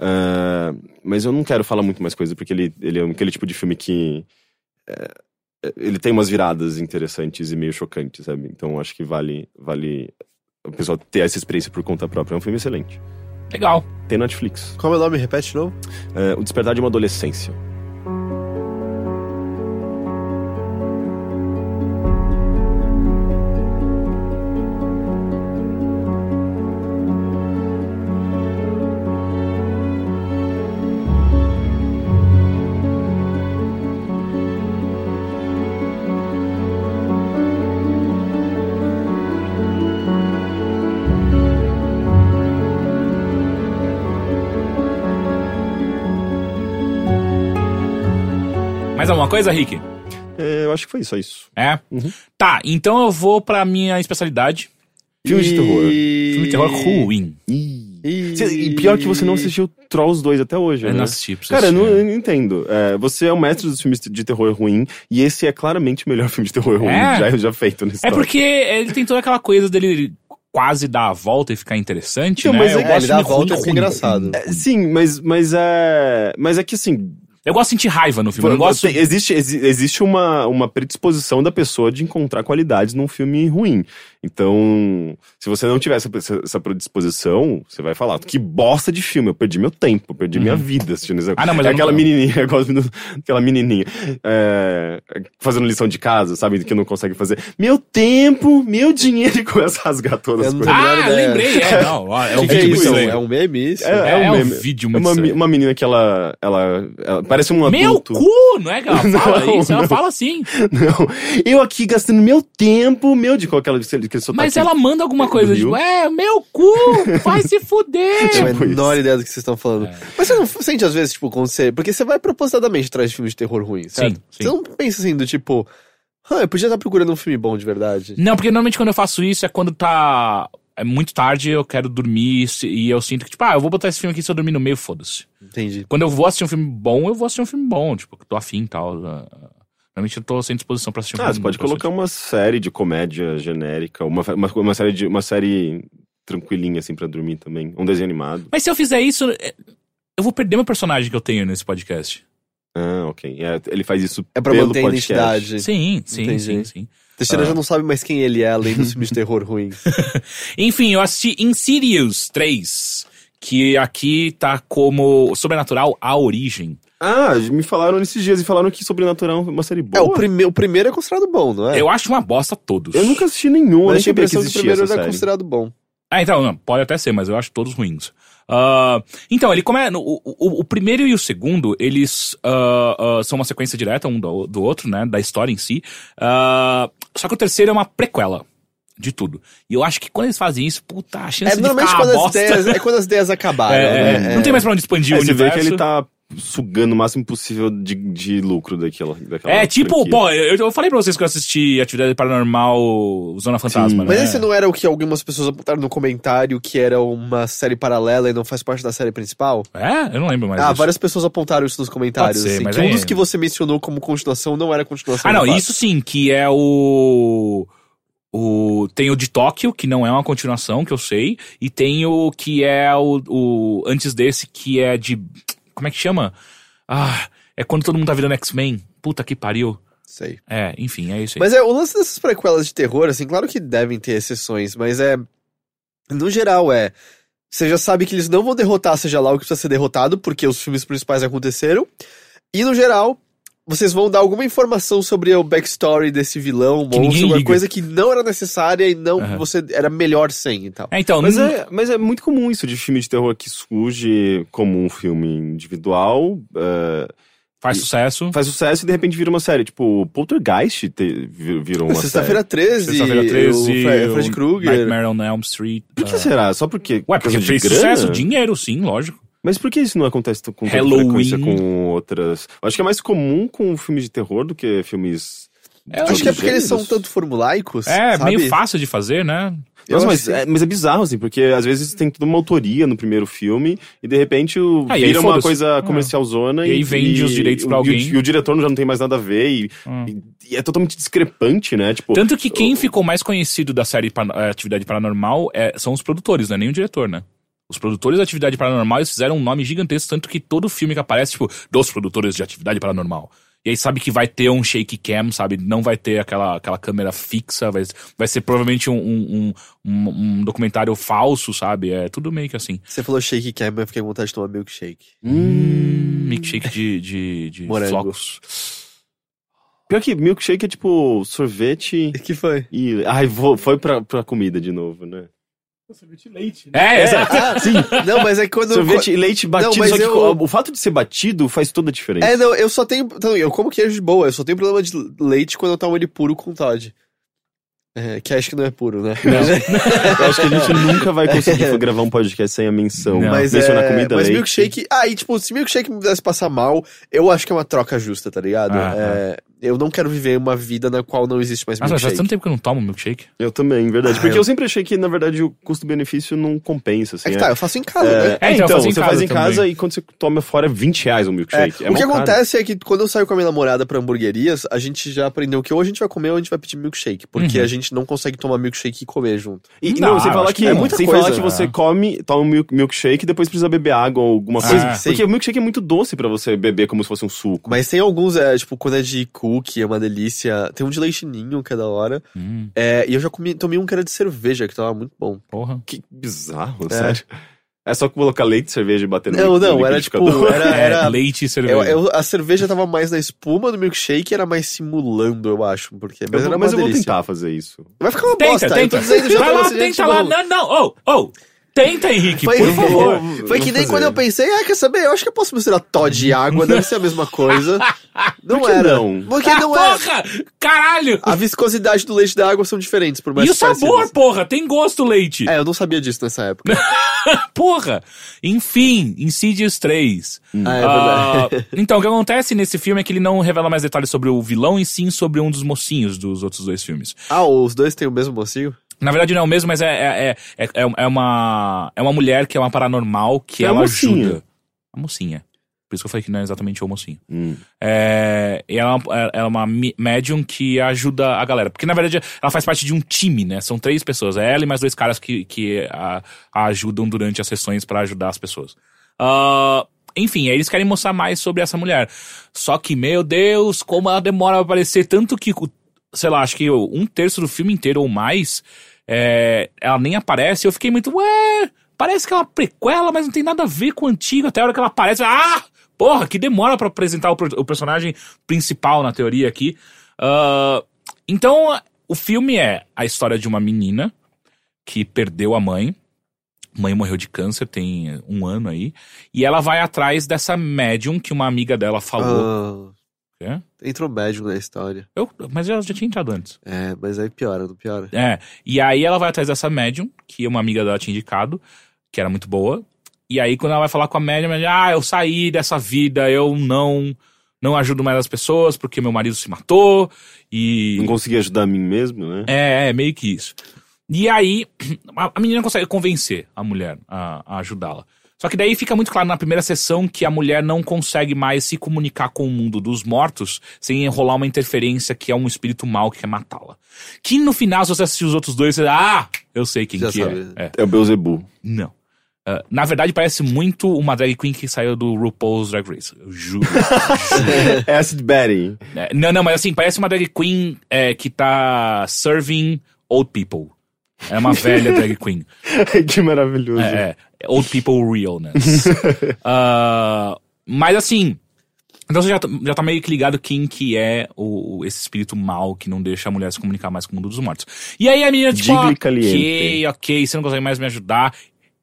[SPEAKER 3] É, mas eu não quero falar muito mais coisa, porque ele, ele é um- aquele tipo de filme que. é, é, ele tem umas viradas interessantes e meio chocantes, sabe? Então eu acho que vale, vale o pessoal ter essa experiência por conta própria. É um filme excelente.
[SPEAKER 2] Legal.
[SPEAKER 3] Tem na Netflix.
[SPEAKER 1] Qual é o nome? Repete de novo?
[SPEAKER 3] É, o Despertar de uma Adolescência.
[SPEAKER 2] Mais alguma coisa, Rick?
[SPEAKER 3] É, eu acho que foi só isso.
[SPEAKER 2] É?
[SPEAKER 3] Uhum.
[SPEAKER 2] Tá, então eu vou pra minha especialidade.
[SPEAKER 3] Filme de terror.
[SPEAKER 2] Filme de terror ruim.
[SPEAKER 3] Ih.
[SPEAKER 1] E...
[SPEAKER 3] Cê- E pior que você não assistiu Trolls 2 até hoje,
[SPEAKER 2] Eu
[SPEAKER 3] né?
[SPEAKER 2] É, não assisti pra
[SPEAKER 3] Cara, eu não,
[SPEAKER 2] assistir.
[SPEAKER 3] eu não entendo. É, você é o mestre dos filmes de terror ruim, e esse é claramente o melhor filme de terror ruim
[SPEAKER 2] É?
[SPEAKER 3] já, já feito nesse
[SPEAKER 2] É porque ele tem toda aquela coisa dele quase dar a volta e ficar interessante,
[SPEAKER 3] Então,
[SPEAKER 2] né?
[SPEAKER 3] mas
[SPEAKER 2] eu
[SPEAKER 3] é-
[SPEAKER 2] gosto
[SPEAKER 1] ele dá a
[SPEAKER 2] de filme
[SPEAKER 1] volta e
[SPEAKER 2] ruim,
[SPEAKER 1] fica engraçado. É
[SPEAKER 3] Sim, mas, mas é. Mas é que assim.
[SPEAKER 2] Eu gosto de sentir raiva no filme. Tipo, Eu não
[SPEAKER 3] tem-
[SPEAKER 2] gosto
[SPEAKER 3] assim, existe exi- existe uma, uma predisposição da pessoa de encontrar qualidades num filme ruim. Então, se você não tiver essa, essa- essa predisposição, você vai falar: que bosta de filme, eu perdi meu tempo, eu perdi minha vida assistindo isso.
[SPEAKER 2] Ah, não, mas
[SPEAKER 3] é
[SPEAKER 2] eu não-
[SPEAKER 3] aquela menininha, eu gosto muito daquela menininha é, fazendo lição de casa, sabe? Que não consegue fazer. Meu tempo, meu dinheiro, e começa a rasgar todas
[SPEAKER 1] Eu
[SPEAKER 3] as
[SPEAKER 1] não
[SPEAKER 3] coisas.
[SPEAKER 2] Ah,
[SPEAKER 1] Melhor ideia.
[SPEAKER 2] lembrei. É, não, ó, é um
[SPEAKER 1] Que que é
[SPEAKER 2] vídeo muito
[SPEAKER 1] isso?
[SPEAKER 2] estranho.
[SPEAKER 1] É um meme isso?
[SPEAKER 3] É.
[SPEAKER 2] É,
[SPEAKER 3] um
[SPEAKER 2] um
[SPEAKER 3] meme.
[SPEAKER 2] vídeo
[SPEAKER 3] É
[SPEAKER 2] muito
[SPEAKER 3] uma, me-
[SPEAKER 2] estranho.
[SPEAKER 3] uma menina que ela, ela, ela parece um
[SPEAKER 2] Meu
[SPEAKER 3] adulto.
[SPEAKER 2] cu! Não é que ela fala
[SPEAKER 3] Não,
[SPEAKER 2] isso? Ela
[SPEAKER 3] não.
[SPEAKER 2] fala assim.
[SPEAKER 3] Não. Eu aqui gastando meu tempo, meu de qualquer aquele sotaque.
[SPEAKER 2] Mas ela manda alguma coisa,
[SPEAKER 3] Viu?
[SPEAKER 2] tipo, é, meu cu! Vai se
[SPEAKER 1] Eu
[SPEAKER 2] fuder!
[SPEAKER 1] tenho a
[SPEAKER 3] Tipo
[SPEAKER 1] menor
[SPEAKER 3] isso.
[SPEAKER 1] ideia do que vocês estão falando. Mas você não sente às vezes, tipo, quando você. Porque você vai propositadamente atrás de filmes de terror ruim, certo?
[SPEAKER 2] Sim, sim.
[SPEAKER 3] Então-
[SPEAKER 1] Você não pensa assim do tipo. Ah, eu podia estar procurando um filme bom de verdade.
[SPEAKER 2] Não, porque normalmente quando eu faço isso é quando tá. É muito tarde, eu quero dormir se- e eu sinto que, tipo, ah, eu vou botar esse filme aqui se eu dormir no meio, foda-se.
[SPEAKER 1] Entendi.
[SPEAKER 2] Quando eu vou assistir um filme bom, eu vou assistir um filme bom, tipo, que tô afim e tal. ah, ah. Normalmente eu tô sem disposição pra assistir um
[SPEAKER 3] Ah,
[SPEAKER 2] filme
[SPEAKER 3] você pode
[SPEAKER 2] pra
[SPEAKER 3] colocar uma série de comédia genérica, uma, uma, uma série de uma série tranquilinha assim pra dormir também, um desenho animado.
[SPEAKER 2] Mas se eu fizer isso, é, eu vou perder meu personagem que eu tenho nesse podcast.
[SPEAKER 3] Ah, OK. É, ele faz isso
[SPEAKER 1] É pra
[SPEAKER 3] pelo
[SPEAKER 1] manter a
[SPEAKER 3] podcast.
[SPEAKER 1] identidade.
[SPEAKER 2] Sim, sim,
[SPEAKER 1] Entendi.
[SPEAKER 2] sim, sim.
[SPEAKER 1] Teixeira
[SPEAKER 3] Ah.
[SPEAKER 1] já não sabe mais quem ele é, além dos filmes de terror ruins.
[SPEAKER 2] Enfim, eu assisti Insidious 3. que aqui tá como Sobrenatural A Origem.
[SPEAKER 3] Ah, me falaram nesses dias e falaram que Sobrenatural é uma série
[SPEAKER 1] É,
[SPEAKER 3] boa.
[SPEAKER 1] o, prime o primeiro é considerado bom, não é?
[SPEAKER 2] Eu acho uma bosta todos.
[SPEAKER 3] Eu nunca assisti nenhum, eu
[SPEAKER 1] Mas
[SPEAKER 3] nem
[SPEAKER 1] eu tinha a
[SPEAKER 3] tinha que
[SPEAKER 1] impressão que o
[SPEAKER 3] existia
[SPEAKER 1] primeiro
[SPEAKER 3] essa
[SPEAKER 1] era
[SPEAKER 3] série.
[SPEAKER 1] considerado bom.
[SPEAKER 2] Ah, então, não, pode até ser, mas eu acho todos ruins. Ah, então, ele começa. O, o, o primeiro e o segundo, eles ah, ah, são uma sequência direta um do, do outro, né? Da história em si. Ah, só que o terceiro é uma prequela de tudo. E eu acho que quando eles fazem isso, puta, a chance
[SPEAKER 1] É
[SPEAKER 2] de ficar
[SPEAKER 1] normalmente
[SPEAKER 2] uma
[SPEAKER 1] quando as,
[SPEAKER 2] bosta.
[SPEAKER 1] ideias, é quando as ideias acabaram,
[SPEAKER 2] É,
[SPEAKER 1] né?
[SPEAKER 2] é,
[SPEAKER 1] É.
[SPEAKER 2] Não tem mais pra onde expandir o
[SPEAKER 3] É, você vê
[SPEAKER 2] universo.
[SPEAKER 3] que ele tá sugando o máximo possível de, de lucro daquela, daquela
[SPEAKER 1] Então,
[SPEAKER 2] É tipo,
[SPEAKER 3] franquia.
[SPEAKER 2] pô, eu, eu falei pra vocês que eu assisti Atividade Paranormal Zona Fantasma, né?
[SPEAKER 1] Mas esse não era o que algumas pessoas apontaram no comentário que era uma série paralela e não faz parte da série principal?
[SPEAKER 2] É? Eu não lembro mais.
[SPEAKER 1] ah,
[SPEAKER 2] disso.
[SPEAKER 1] várias pessoas apontaram isso nos comentários.
[SPEAKER 2] Pode ser,
[SPEAKER 1] assim,
[SPEAKER 2] mas
[SPEAKER 1] que um
[SPEAKER 2] aí-
[SPEAKER 1] dos que você mencionou como continuação não era continuação.
[SPEAKER 2] Ah, não,
[SPEAKER 1] de fato.
[SPEAKER 2] isso sim, que é o. O, tem o de Tóquio, que não é uma continuação, que eu sei, e tem o que é o, o antes desse, que é de. Como é que chama? Ah, é quando todo mundo tá virando X-Men. Puta que pariu.
[SPEAKER 1] Sei.
[SPEAKER 2] É, enfim, é isso aí.
[SPEAKER 1] Mas é, o lance dessas prequelas de terror, assim, claro que devem ter exceções, mas é. No geral, é. Você já sabe que eles não vão derrotar, seja lá o que precisa ser derrotado, porque os filmes principais aconteceram. E no geral, vocês vão dar alguma informação sobre o backstory desse vilão,
[SPEAKER 2] Que ninguém
[SPEAKER 1] monstro, alguma
[SPEAKER 2] liga.
[SPEAKER 1] coisa que não era necessária e não
[SPEAKER 2] Aham.
[SPEAKER 1] você era melhor sem e tal.
[SPEAKER 2] É, então,
[SPEAKER 3] Mas
[SPEAKER 2] não-
[SPEAKER 3] é, mas é muito comum isso de filme de terror que surge como um filme individual, eh,
[SPEAKER 2] faz sucesso.
[SPEAKER 3] faz sucesso e de repente vira uma série. Tipo, Poltergeist te, vir- virou uma série.
[SPEAKER 1] Sexta-feira 13,
[SPEAKER 2] Sexta-feira 13.
[SPEAKER 1] o Fre-
[SPEAKER 2] o
[SPEAKER 1] Fred Krueger.
[SPEAKER 2] Nightmare on Elm Street.
[SPEAKER 3] Por que
[SPEAKER 1] É.
[SPEAKER 2] ah.
[SPEAKER 3] será? Só porque.
[SPEAKER 2] Ué,
[SPEAKER 3] por
[SPEAKER 2] porque
[SPEAKER 3] causa de
[SPEAKER 2] fez
[SPEAKER 3] grana?
[SPEAKER 2] sucesso, dinheiro, sim, lógico.
[SPEAKER 3] Mas por que isso não acontece com tanta
[SPEAKER 2] Halloween.
[SPEAKER 3] frequência com outras? Eu Acho que é mais comum com filmes de terror do que filmes.
[SPEAKER 2] É,
[SPEAKER 1] Acho que é porque eles são
[SPEAKER 3] Gêneros.
[SPEAKER 1] tanto formulaicos.
[SPEAKER 2] É,
[SPEAKER 1] sabe?
[SPEAKER 2] meio fácil de fazer, né?
[SPEAKER 1] Eu
[SPEAKER 3] Nossa,
[SPEAKER 1] acho
[SPEAKER 3] mas,
[SPEAKER 1] que-
[SPEAKER 3] é, mas é bizarro, assim, porque às vezes tem toda uma autoria no primeiro filme e de repente o,
[SPEAKER 2] Ah, e aí
[SPEAKER 3] vira uma
[SPEAKER 2] foda-se.
[SPEAKER 3] coisa comercialzona
[SPEAKER 2] E aí vende os direitos pra
[SPEAKER 3] e o-
[SPEAKER 2] alguém.
[SPEAKER 3] E o, diretor já não tem mais nada a ver e,
[SPEAKER 2] Hum.
[SPEAKER 3] e- e é totalmente discrepante, né? Tipo,
[SPEAKER 2] Tanto que quem ficou mais conhecido da série Pan- eh, Atividade Paranormal é- são os produtores, não é nem o diretor, né? Os produtores da Atividade Paranormal eles fizeram um nome gigantesco, tanto que todo filme que aparece, tipo, dos produtores de Atividade Paranormal. E aí sabe que vai ter um shake cam, sabe? Não vai ter aquela, aquela câmera fixa, vai, vai ser provavelmente um, um, um- um- um documentário falso, sabe? É tudo meio que assim.
[SPEAKER 1] Você falou shake cam, eu fiquei com vontade de tomar milkshake.
[SPEAKER 3] hum,
[SPEAKER 2] Milkshake de, de, de
[SPEAKER 1] Morango.
[SPEAKER 2] flocos.
[SPEAKER 3] pior que milkshake é tipo sorvete
[SPEAKER 1] O que foi?
[SPEAKER 3] e. Ai, vou- foi pra, pra comida de novo, né?
[SPEAKER 2] É, exato.
[SPEAKER 1] Ah, sim. Não, mas é que quando.
[SPEAKER 3] Sorvete e leite batido,
[SPEAKER 1] mas
[SPEAKER 3] só que
[SPEAKER 1] eu-
[SPEAKER 3] co- o fato de ser batido faz toda a diferença.
[SPEAKER 1] É, não, eu só tenho. então, eu como queijo de boa, eu só tenho problema de leite quando eu tomo ele puro com Todd. É, que acho que não é puro, né? Mas,
[SPEAKER 3] Eu acho que a gente nunca vai conseguir gravar um podcast sem a menção.
[SPEAKER 2] Não.
[SPEAKER 1] É. mas
[SPEAKER 3] Mencionar
[SPEAKER 1] é,
[SPEAKER 3] comida,
[SPEAKER 1] mas
[SPEAKER 3] leite.
[SPEAKER 1] milkshake. Ah, e tipo, se milkshake me pudesse passar mal, eu acho que é uma troca justa, tá ligado?
[SPEAKER 2] Ah,
[SPEAKER 1] É, Eu não quero viver uma vida na qual não existe mais
[SPEAKER 2] Nossa, mas faz
[SPEAKER 1] milkshake.
[SPEAKER 2] tanto tempo que eu não tomo milkshake.
[SPEAKER 3] Eu também, verdade.
[SPEAKER 1] Ah,
[SPEAKER 3] Porque
[SPEAKER 1] eu-
[SPEAKER 3] eu sempre achei que, na verdade, o custo-benefício não compensa, assim.
[SPEAKER 1] É que
[SPEAKER 3] é-
[SPEAKER 1] tá, eu faço em casa, né?
[SPEAKER 3] É,
[SPEAKER 2] É,
[SPEAKER 3] é,
[SPEAKER 2] então,
[SPEAKER 3] então,
[SPEAKER 2] faz em
[SPEAKER 3] você
[SPEAKER 2] casa
[SPEAKER 3] faz em casa
[SPEAKER 2] também.
[SPEAKER 3] e quando você toma fora é 20 reais um milkshake.
[SPEAKER 1] É,
[SPEAKER 3] É
[SPEAKER 1] o que
[SPEAKER 3] mó caro.
[SPEAKER 1] acontece é que quando eu saio com a minha namorada pra hamburguerias, a gente já aprendeu que ou a gente vai comer ou a gente vai pedir milkshake. Porque
[SPEAKER 2] Uhum.
[SPEAKER 1] a gente não consegue tomar milkshake e comer junto.
[SPEAKER 3] E,
[SPEAKER 2] Não,
[SPEAKER 3] não, sem
[SPEAKER 2] eu
[SPEAKER 3] falar
[SPEAKER 2] acho
[SPEAKER 3] que,
[SPEAKER 2] que é
[SPEAKER 1] muita
[SPEAKER 3] sem
[SPEAKER 1] coisa.
[SPEAKER 3] falar que você come, toma um milk- milkshake e depois precisa beber água ou alguma
[SPEAKER 2] Ah,
[SPEAKER 3] coisa.
[SPEAKER 1] sim.
[SPEAKER 3] Porque o milkshake é muito doce pra você beber como se fosse um suco.
[SPEAKER 1] Mas tem alguns, é, tipo, quando é de cookie, é uma delícia. Tem um de leite ninho, que é da hora.
[SPEAKER 2] Hum,
[SPEAKER 1] É, e eu já comi, tomei um que era de cerveja, que tava muito bom.
[SPEAKER 2] porra.
[SPEAKER 3] Que bizarro,
[SPEAKER 1] É.
[SPEAKER 3] sério. É só colocar leite, cerveja e bater no
[SPEAKER 1] Não,
[SPEAKER 3] liqui-
[SPEAKER 1] não,
[SPEAKER 3] no
[SPEAKER 1] era tipo.
[SPEAKER 3] liquidificador.
[SPEAKER 1] Era.
[SPEAKER 2] É,
[SPEAKER 1] era
[SPEAKER 2] leite e cerveja.
[SPEAKER 1] eu- eu- a cerveja tava mais na espuma do milkshake e era mais simulando, eu acho. Porque, mas
[SPEAKER 3] Eu vou-
[SPEAKER 1] era
[SPEAKER 3] mas
[SPEAKER 1] mais
[SPEAKER 3] eu vou
[SPEAKER 1] delícia.
[SPEAKER 3] tentar fazer isso.
[SPEAKER 1] Vai ficar uma
[SPEAKER 2] Tenta,
[SPEAKER 1] bosta, eu
[SPEAKER 2] tenta.
[SPEAKER 1] tô dizendo já
[SPEAKER 2] Vai
[SPEAKER 1] pra
[SPEAKER 2] lá,
[SPEAKER 1] você, gente, tipo,
[SPEAKER 2] tenta lá.
[SPEAKER 1] não-
[SPEAKER 2] Não, não. Oh, oh. Tenta, Henrique,
[SPEAKER 1] Foi,
[SPEAKER 2] por favor.
[SPEAKER 1] foi que nem quando eu pensei, ah, quer saber? Eu acho que eu posso misturar Todd e água, deve ser a mesma coisa. Não
[SPEAKER 3] Por que
[SPEAKER 1] era.
[SPEAKER 3] não?
[SPEAKER 1] Porque não
[SPEAKER 2] ah,
[SPEAKER 1] é. Ah,
[SPEAKER 2] porra! Caralho!
[SPEAKER 1] A viscosidade do leite e da água são diferentes, por mais
[SPEAKER 2] E o
[SPEAKER 1] que
[SPEAKER 2] sabor,
[SPEAKER 1] parecidas.
[SPEAKER 2] porra? Tem gosto leite.
[SPEAKER 1] É, eu não sabia disso nessa época.
[SPEAKER 2] Porra! Enfim, Insidious 3.
[SPEAKER 1] ah, é verdade.
[SPEAKER 2] Ah, então, o que acontece nesse filme é que ele não revela mais detalhes sobre o vilão e sim sobre um dos mocinhos dos outros dois filmes.
[SPEAKER 1] Ah, os dois têm o mesmo mocinho?
[SPEAKER 2] Na verdade, não é o mesmo, mas é, é, é, é, é uma, é uma mulher que é uma paranormal que
[SPEAKER 3] É a
[SPEAKER 2] ela
[SPEAKER 3] mocinha.
[SPEAKER 2] ajuda. A mocinha. Por isso que eu falei que não é exatamente o mocinho.
[SPEAKER 3] Hum.
[SPEAKER 2] É, e ela, ela é uma mi- médium que ajuda a galera. Porque, na verdade, ela faz parte de um time, né? São três pessoas. É ela e mais dois caras que, que a, a ajudam durante as sessões pra ajudar as pessoas. Ah, enfim, aí eles querem mostrar mais sobre essa mulher. Só que, meu Deus, como ela demora pra aparecer. Tanto que, o- sei lá, acho que um terço do filme inteiro ou mais, é, ela nem aparece. Eu fiquei muito, ué, Parece que é uma prequela, mas não tem nada a ver com o antigo. Até a hora que ela aparece. Ah! Porra, que demora pra apresentar o, pro- o personagem principal na teoria aqui. Ah, então, o filme é a história de uma menina que perdeu a mãe. Mãe morreu de câncer, tem um ano aí. E ela vai atrás dessa médium que uma amiga dela falou.
[SPEAKER 1] Ah,
[SPEAKER 2] É?
[SPEAKER 1] Entrou médico na história.
[SPEAKER 2] Eu, mas ela já tinha entrado antes.
[SPEAKER 1] É, mas aí piora, não piora.
[SPEAKER 2] É. E aí ela vai atrás dessa médium, que uma amiga dela tinha indicado, que era muito boa. E aí quando ela vai falar com a médium, ela diz, ah, eu saí dessa vida, eu não não ajudo mais as pessoas porque meu marido se matou e
[SPEAKER 3] Não consegui ajudar a mim mesmo, né?
[SPEAKER 2] é, é, meio que isso. E aí, a a menina consegue convencer a mulher a, a ajudá-la. Só que daí fica muito claro na primeira sessão que a mulher não consegue mais se comunicar com o mundo dos mortos sem enrolar uma interferência que é um espírito mau que quer matá-la. Que no final, se você assistir os outros dois, você ah, eu sei quem
[SPEAKER 1] Já
[SPEAKER 2] que é.
[SPEAKER 1] sabe.
[SPEAKER 2] é.
[SPEAKER 3] É o Beuzebu.
[SPEAKER 2] Não. Ah, na verdade, parece muito uma drag queen que saiu do RuPaul's Drag Race. Eu juro.
[SPEAKER 3] É Acid Betty.
[SPEAKER 2] É, não, não, mas assim, parece uma drag queen é, que tá serving old people. É uma velha drag queen.
[SPEAKER 3] que maravilhoso.
[SPEAKER 2] É, é, old people realness. Ah, mas assim. Então você já, tá- já tá meio que ligado quem que é o, o- esse espírito mal que não deixa a mulher se comunicar mais com o mundo dos mortos. E aí a menina, tipo,
[SPEAKER 3] Digli
[SPEAKER 2] ok,
[SPEAKER 3] caliente.
[SPEAKER 2] ok, você não consegue mais me ajudar.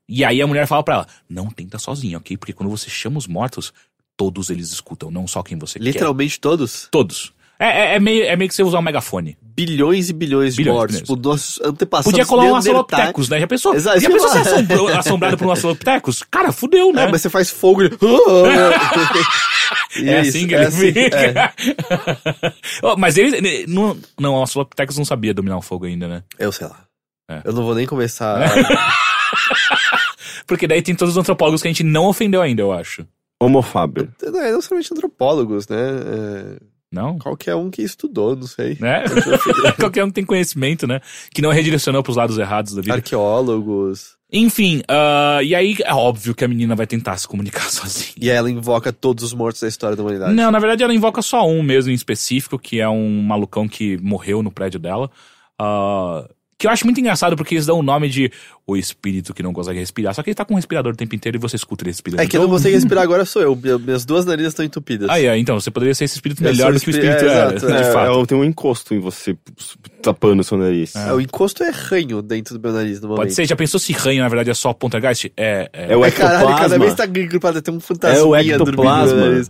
[SPEAKER 2] E aí a mulher fala pra ela, não tenta sozinha, ok? Porque quando você chama os mortos, todos eles escutam, não só quem você quer.
[SPEAKER 1] Literalmente todos?
[SPEAKER 2] Todos. É, é- é meio, é meio que você usar um megafone.
[SPEAKER 1] Bilhões e bilhões de
[SPEAKER 2] Bilhões
[SPEAKER 1] mortos.
[SPEAKER 2] mesmo.
[SPEAKER 1] Tipo, nossos antepassados.
[SPEAKER 2] Podia colar um
[SPEAKER 1] Neandertais-
[SPEAKER 2] Asoloptecos, né? Já pensou?
[SPEAKER 1] Exato,
[SPEAKER 2] já
[SPEAKER 1] sei
[SPEAKER 2] pensou
[SPEAKER 1] lá.
[SPEAKER 2] ser assombro- assombrado por um Asoloptecos? Cara, fudeu, né?
[SPEAKER 1] É, mas você faz fogo e.
[SPEAKER 2] É
[SPEAKER 1] Isso,
[SPEAKER 2] assim que ele
[SPEAKER 1] é assim, é.
[SPEAKER 2] fica. Oh, mas ele. ele- Não, não, o Asoloptecos não sabia dominar o fogo ainda, né?
[SPEAKER 1] Eu sei lá.
[SPEAKER 2] É.
[SPEAKER 1] Eu não vou nem começar.
[SPEAKER 2] Porque daí tem todos os antropólogos que a gente não ofendeu ainda, eu acho.
[SPEAKER 3] Homofaber.
[SPEAKER 1] não, é não somente antropólogos, né?
[SPEAKER 2] Não?
[SPEAKER 1] É, qualquer um que estudou, não sei.
[SPEAKER 2] Né? Qualquer um que tem conhecimento, né? Que não redirecionou pros lados errados da vida.
[SPEAKER 1] Arqueólogos.
[SPEAKER 2] Enfim, ah, e aí é óbvio que a menina vai tentar se comunicar sozinha.
[SPEAKER 1] E aí ela invoca todos os mortos da história da humanidade.
[SPEAKER 2] Não, na verdade ela invoca só um mesmo em específico, que é um malucão que morreu no prédio dela. Ah, que eu acho muito engraçado porque eles dão o nome de o espírito que não consegue respirar. Só que ele tá com um respirador o tempo inteiro e você escuta ele respirando.
[SPEAKER 1] É que eu não consigo respirar agora sou eu. Minha- Minhas duas narinas estão entupidas.
[SPEAKER 2] Ah, é, então você poderia ser esse espírito
[SPEAKER 1] Eu
[SPEAKER 2] melhor
[SPEAKER 1] sou
[SPEAKER 2] do que o
[SPEAKER 1] espi- é,
[SPEAKER 2] espírito é,
[SPEAKER 1] exato,
[SPEAKER 2] de
[SPEAKER 3] é,
[SPEAKER 2] fato.
[SPEAKER 3] ela tem um encosto em você tapando seu nariz.
[SPEAKER 1] É, o encosto é ranho dentro do meu nariz no momento.
[SPEAKER 2] Pode ser, já pensou se ranho na verdade é só poltergeist? É, é,
[SPEAKER 3] É o
[SPEAKER 1] É, caralho, cada vez
[SPEAKER 3] ectoplasma.
[SPEAKER 1] tá agrupado, tem um fantasma
[SPEAKER 3] É o ectoplasma.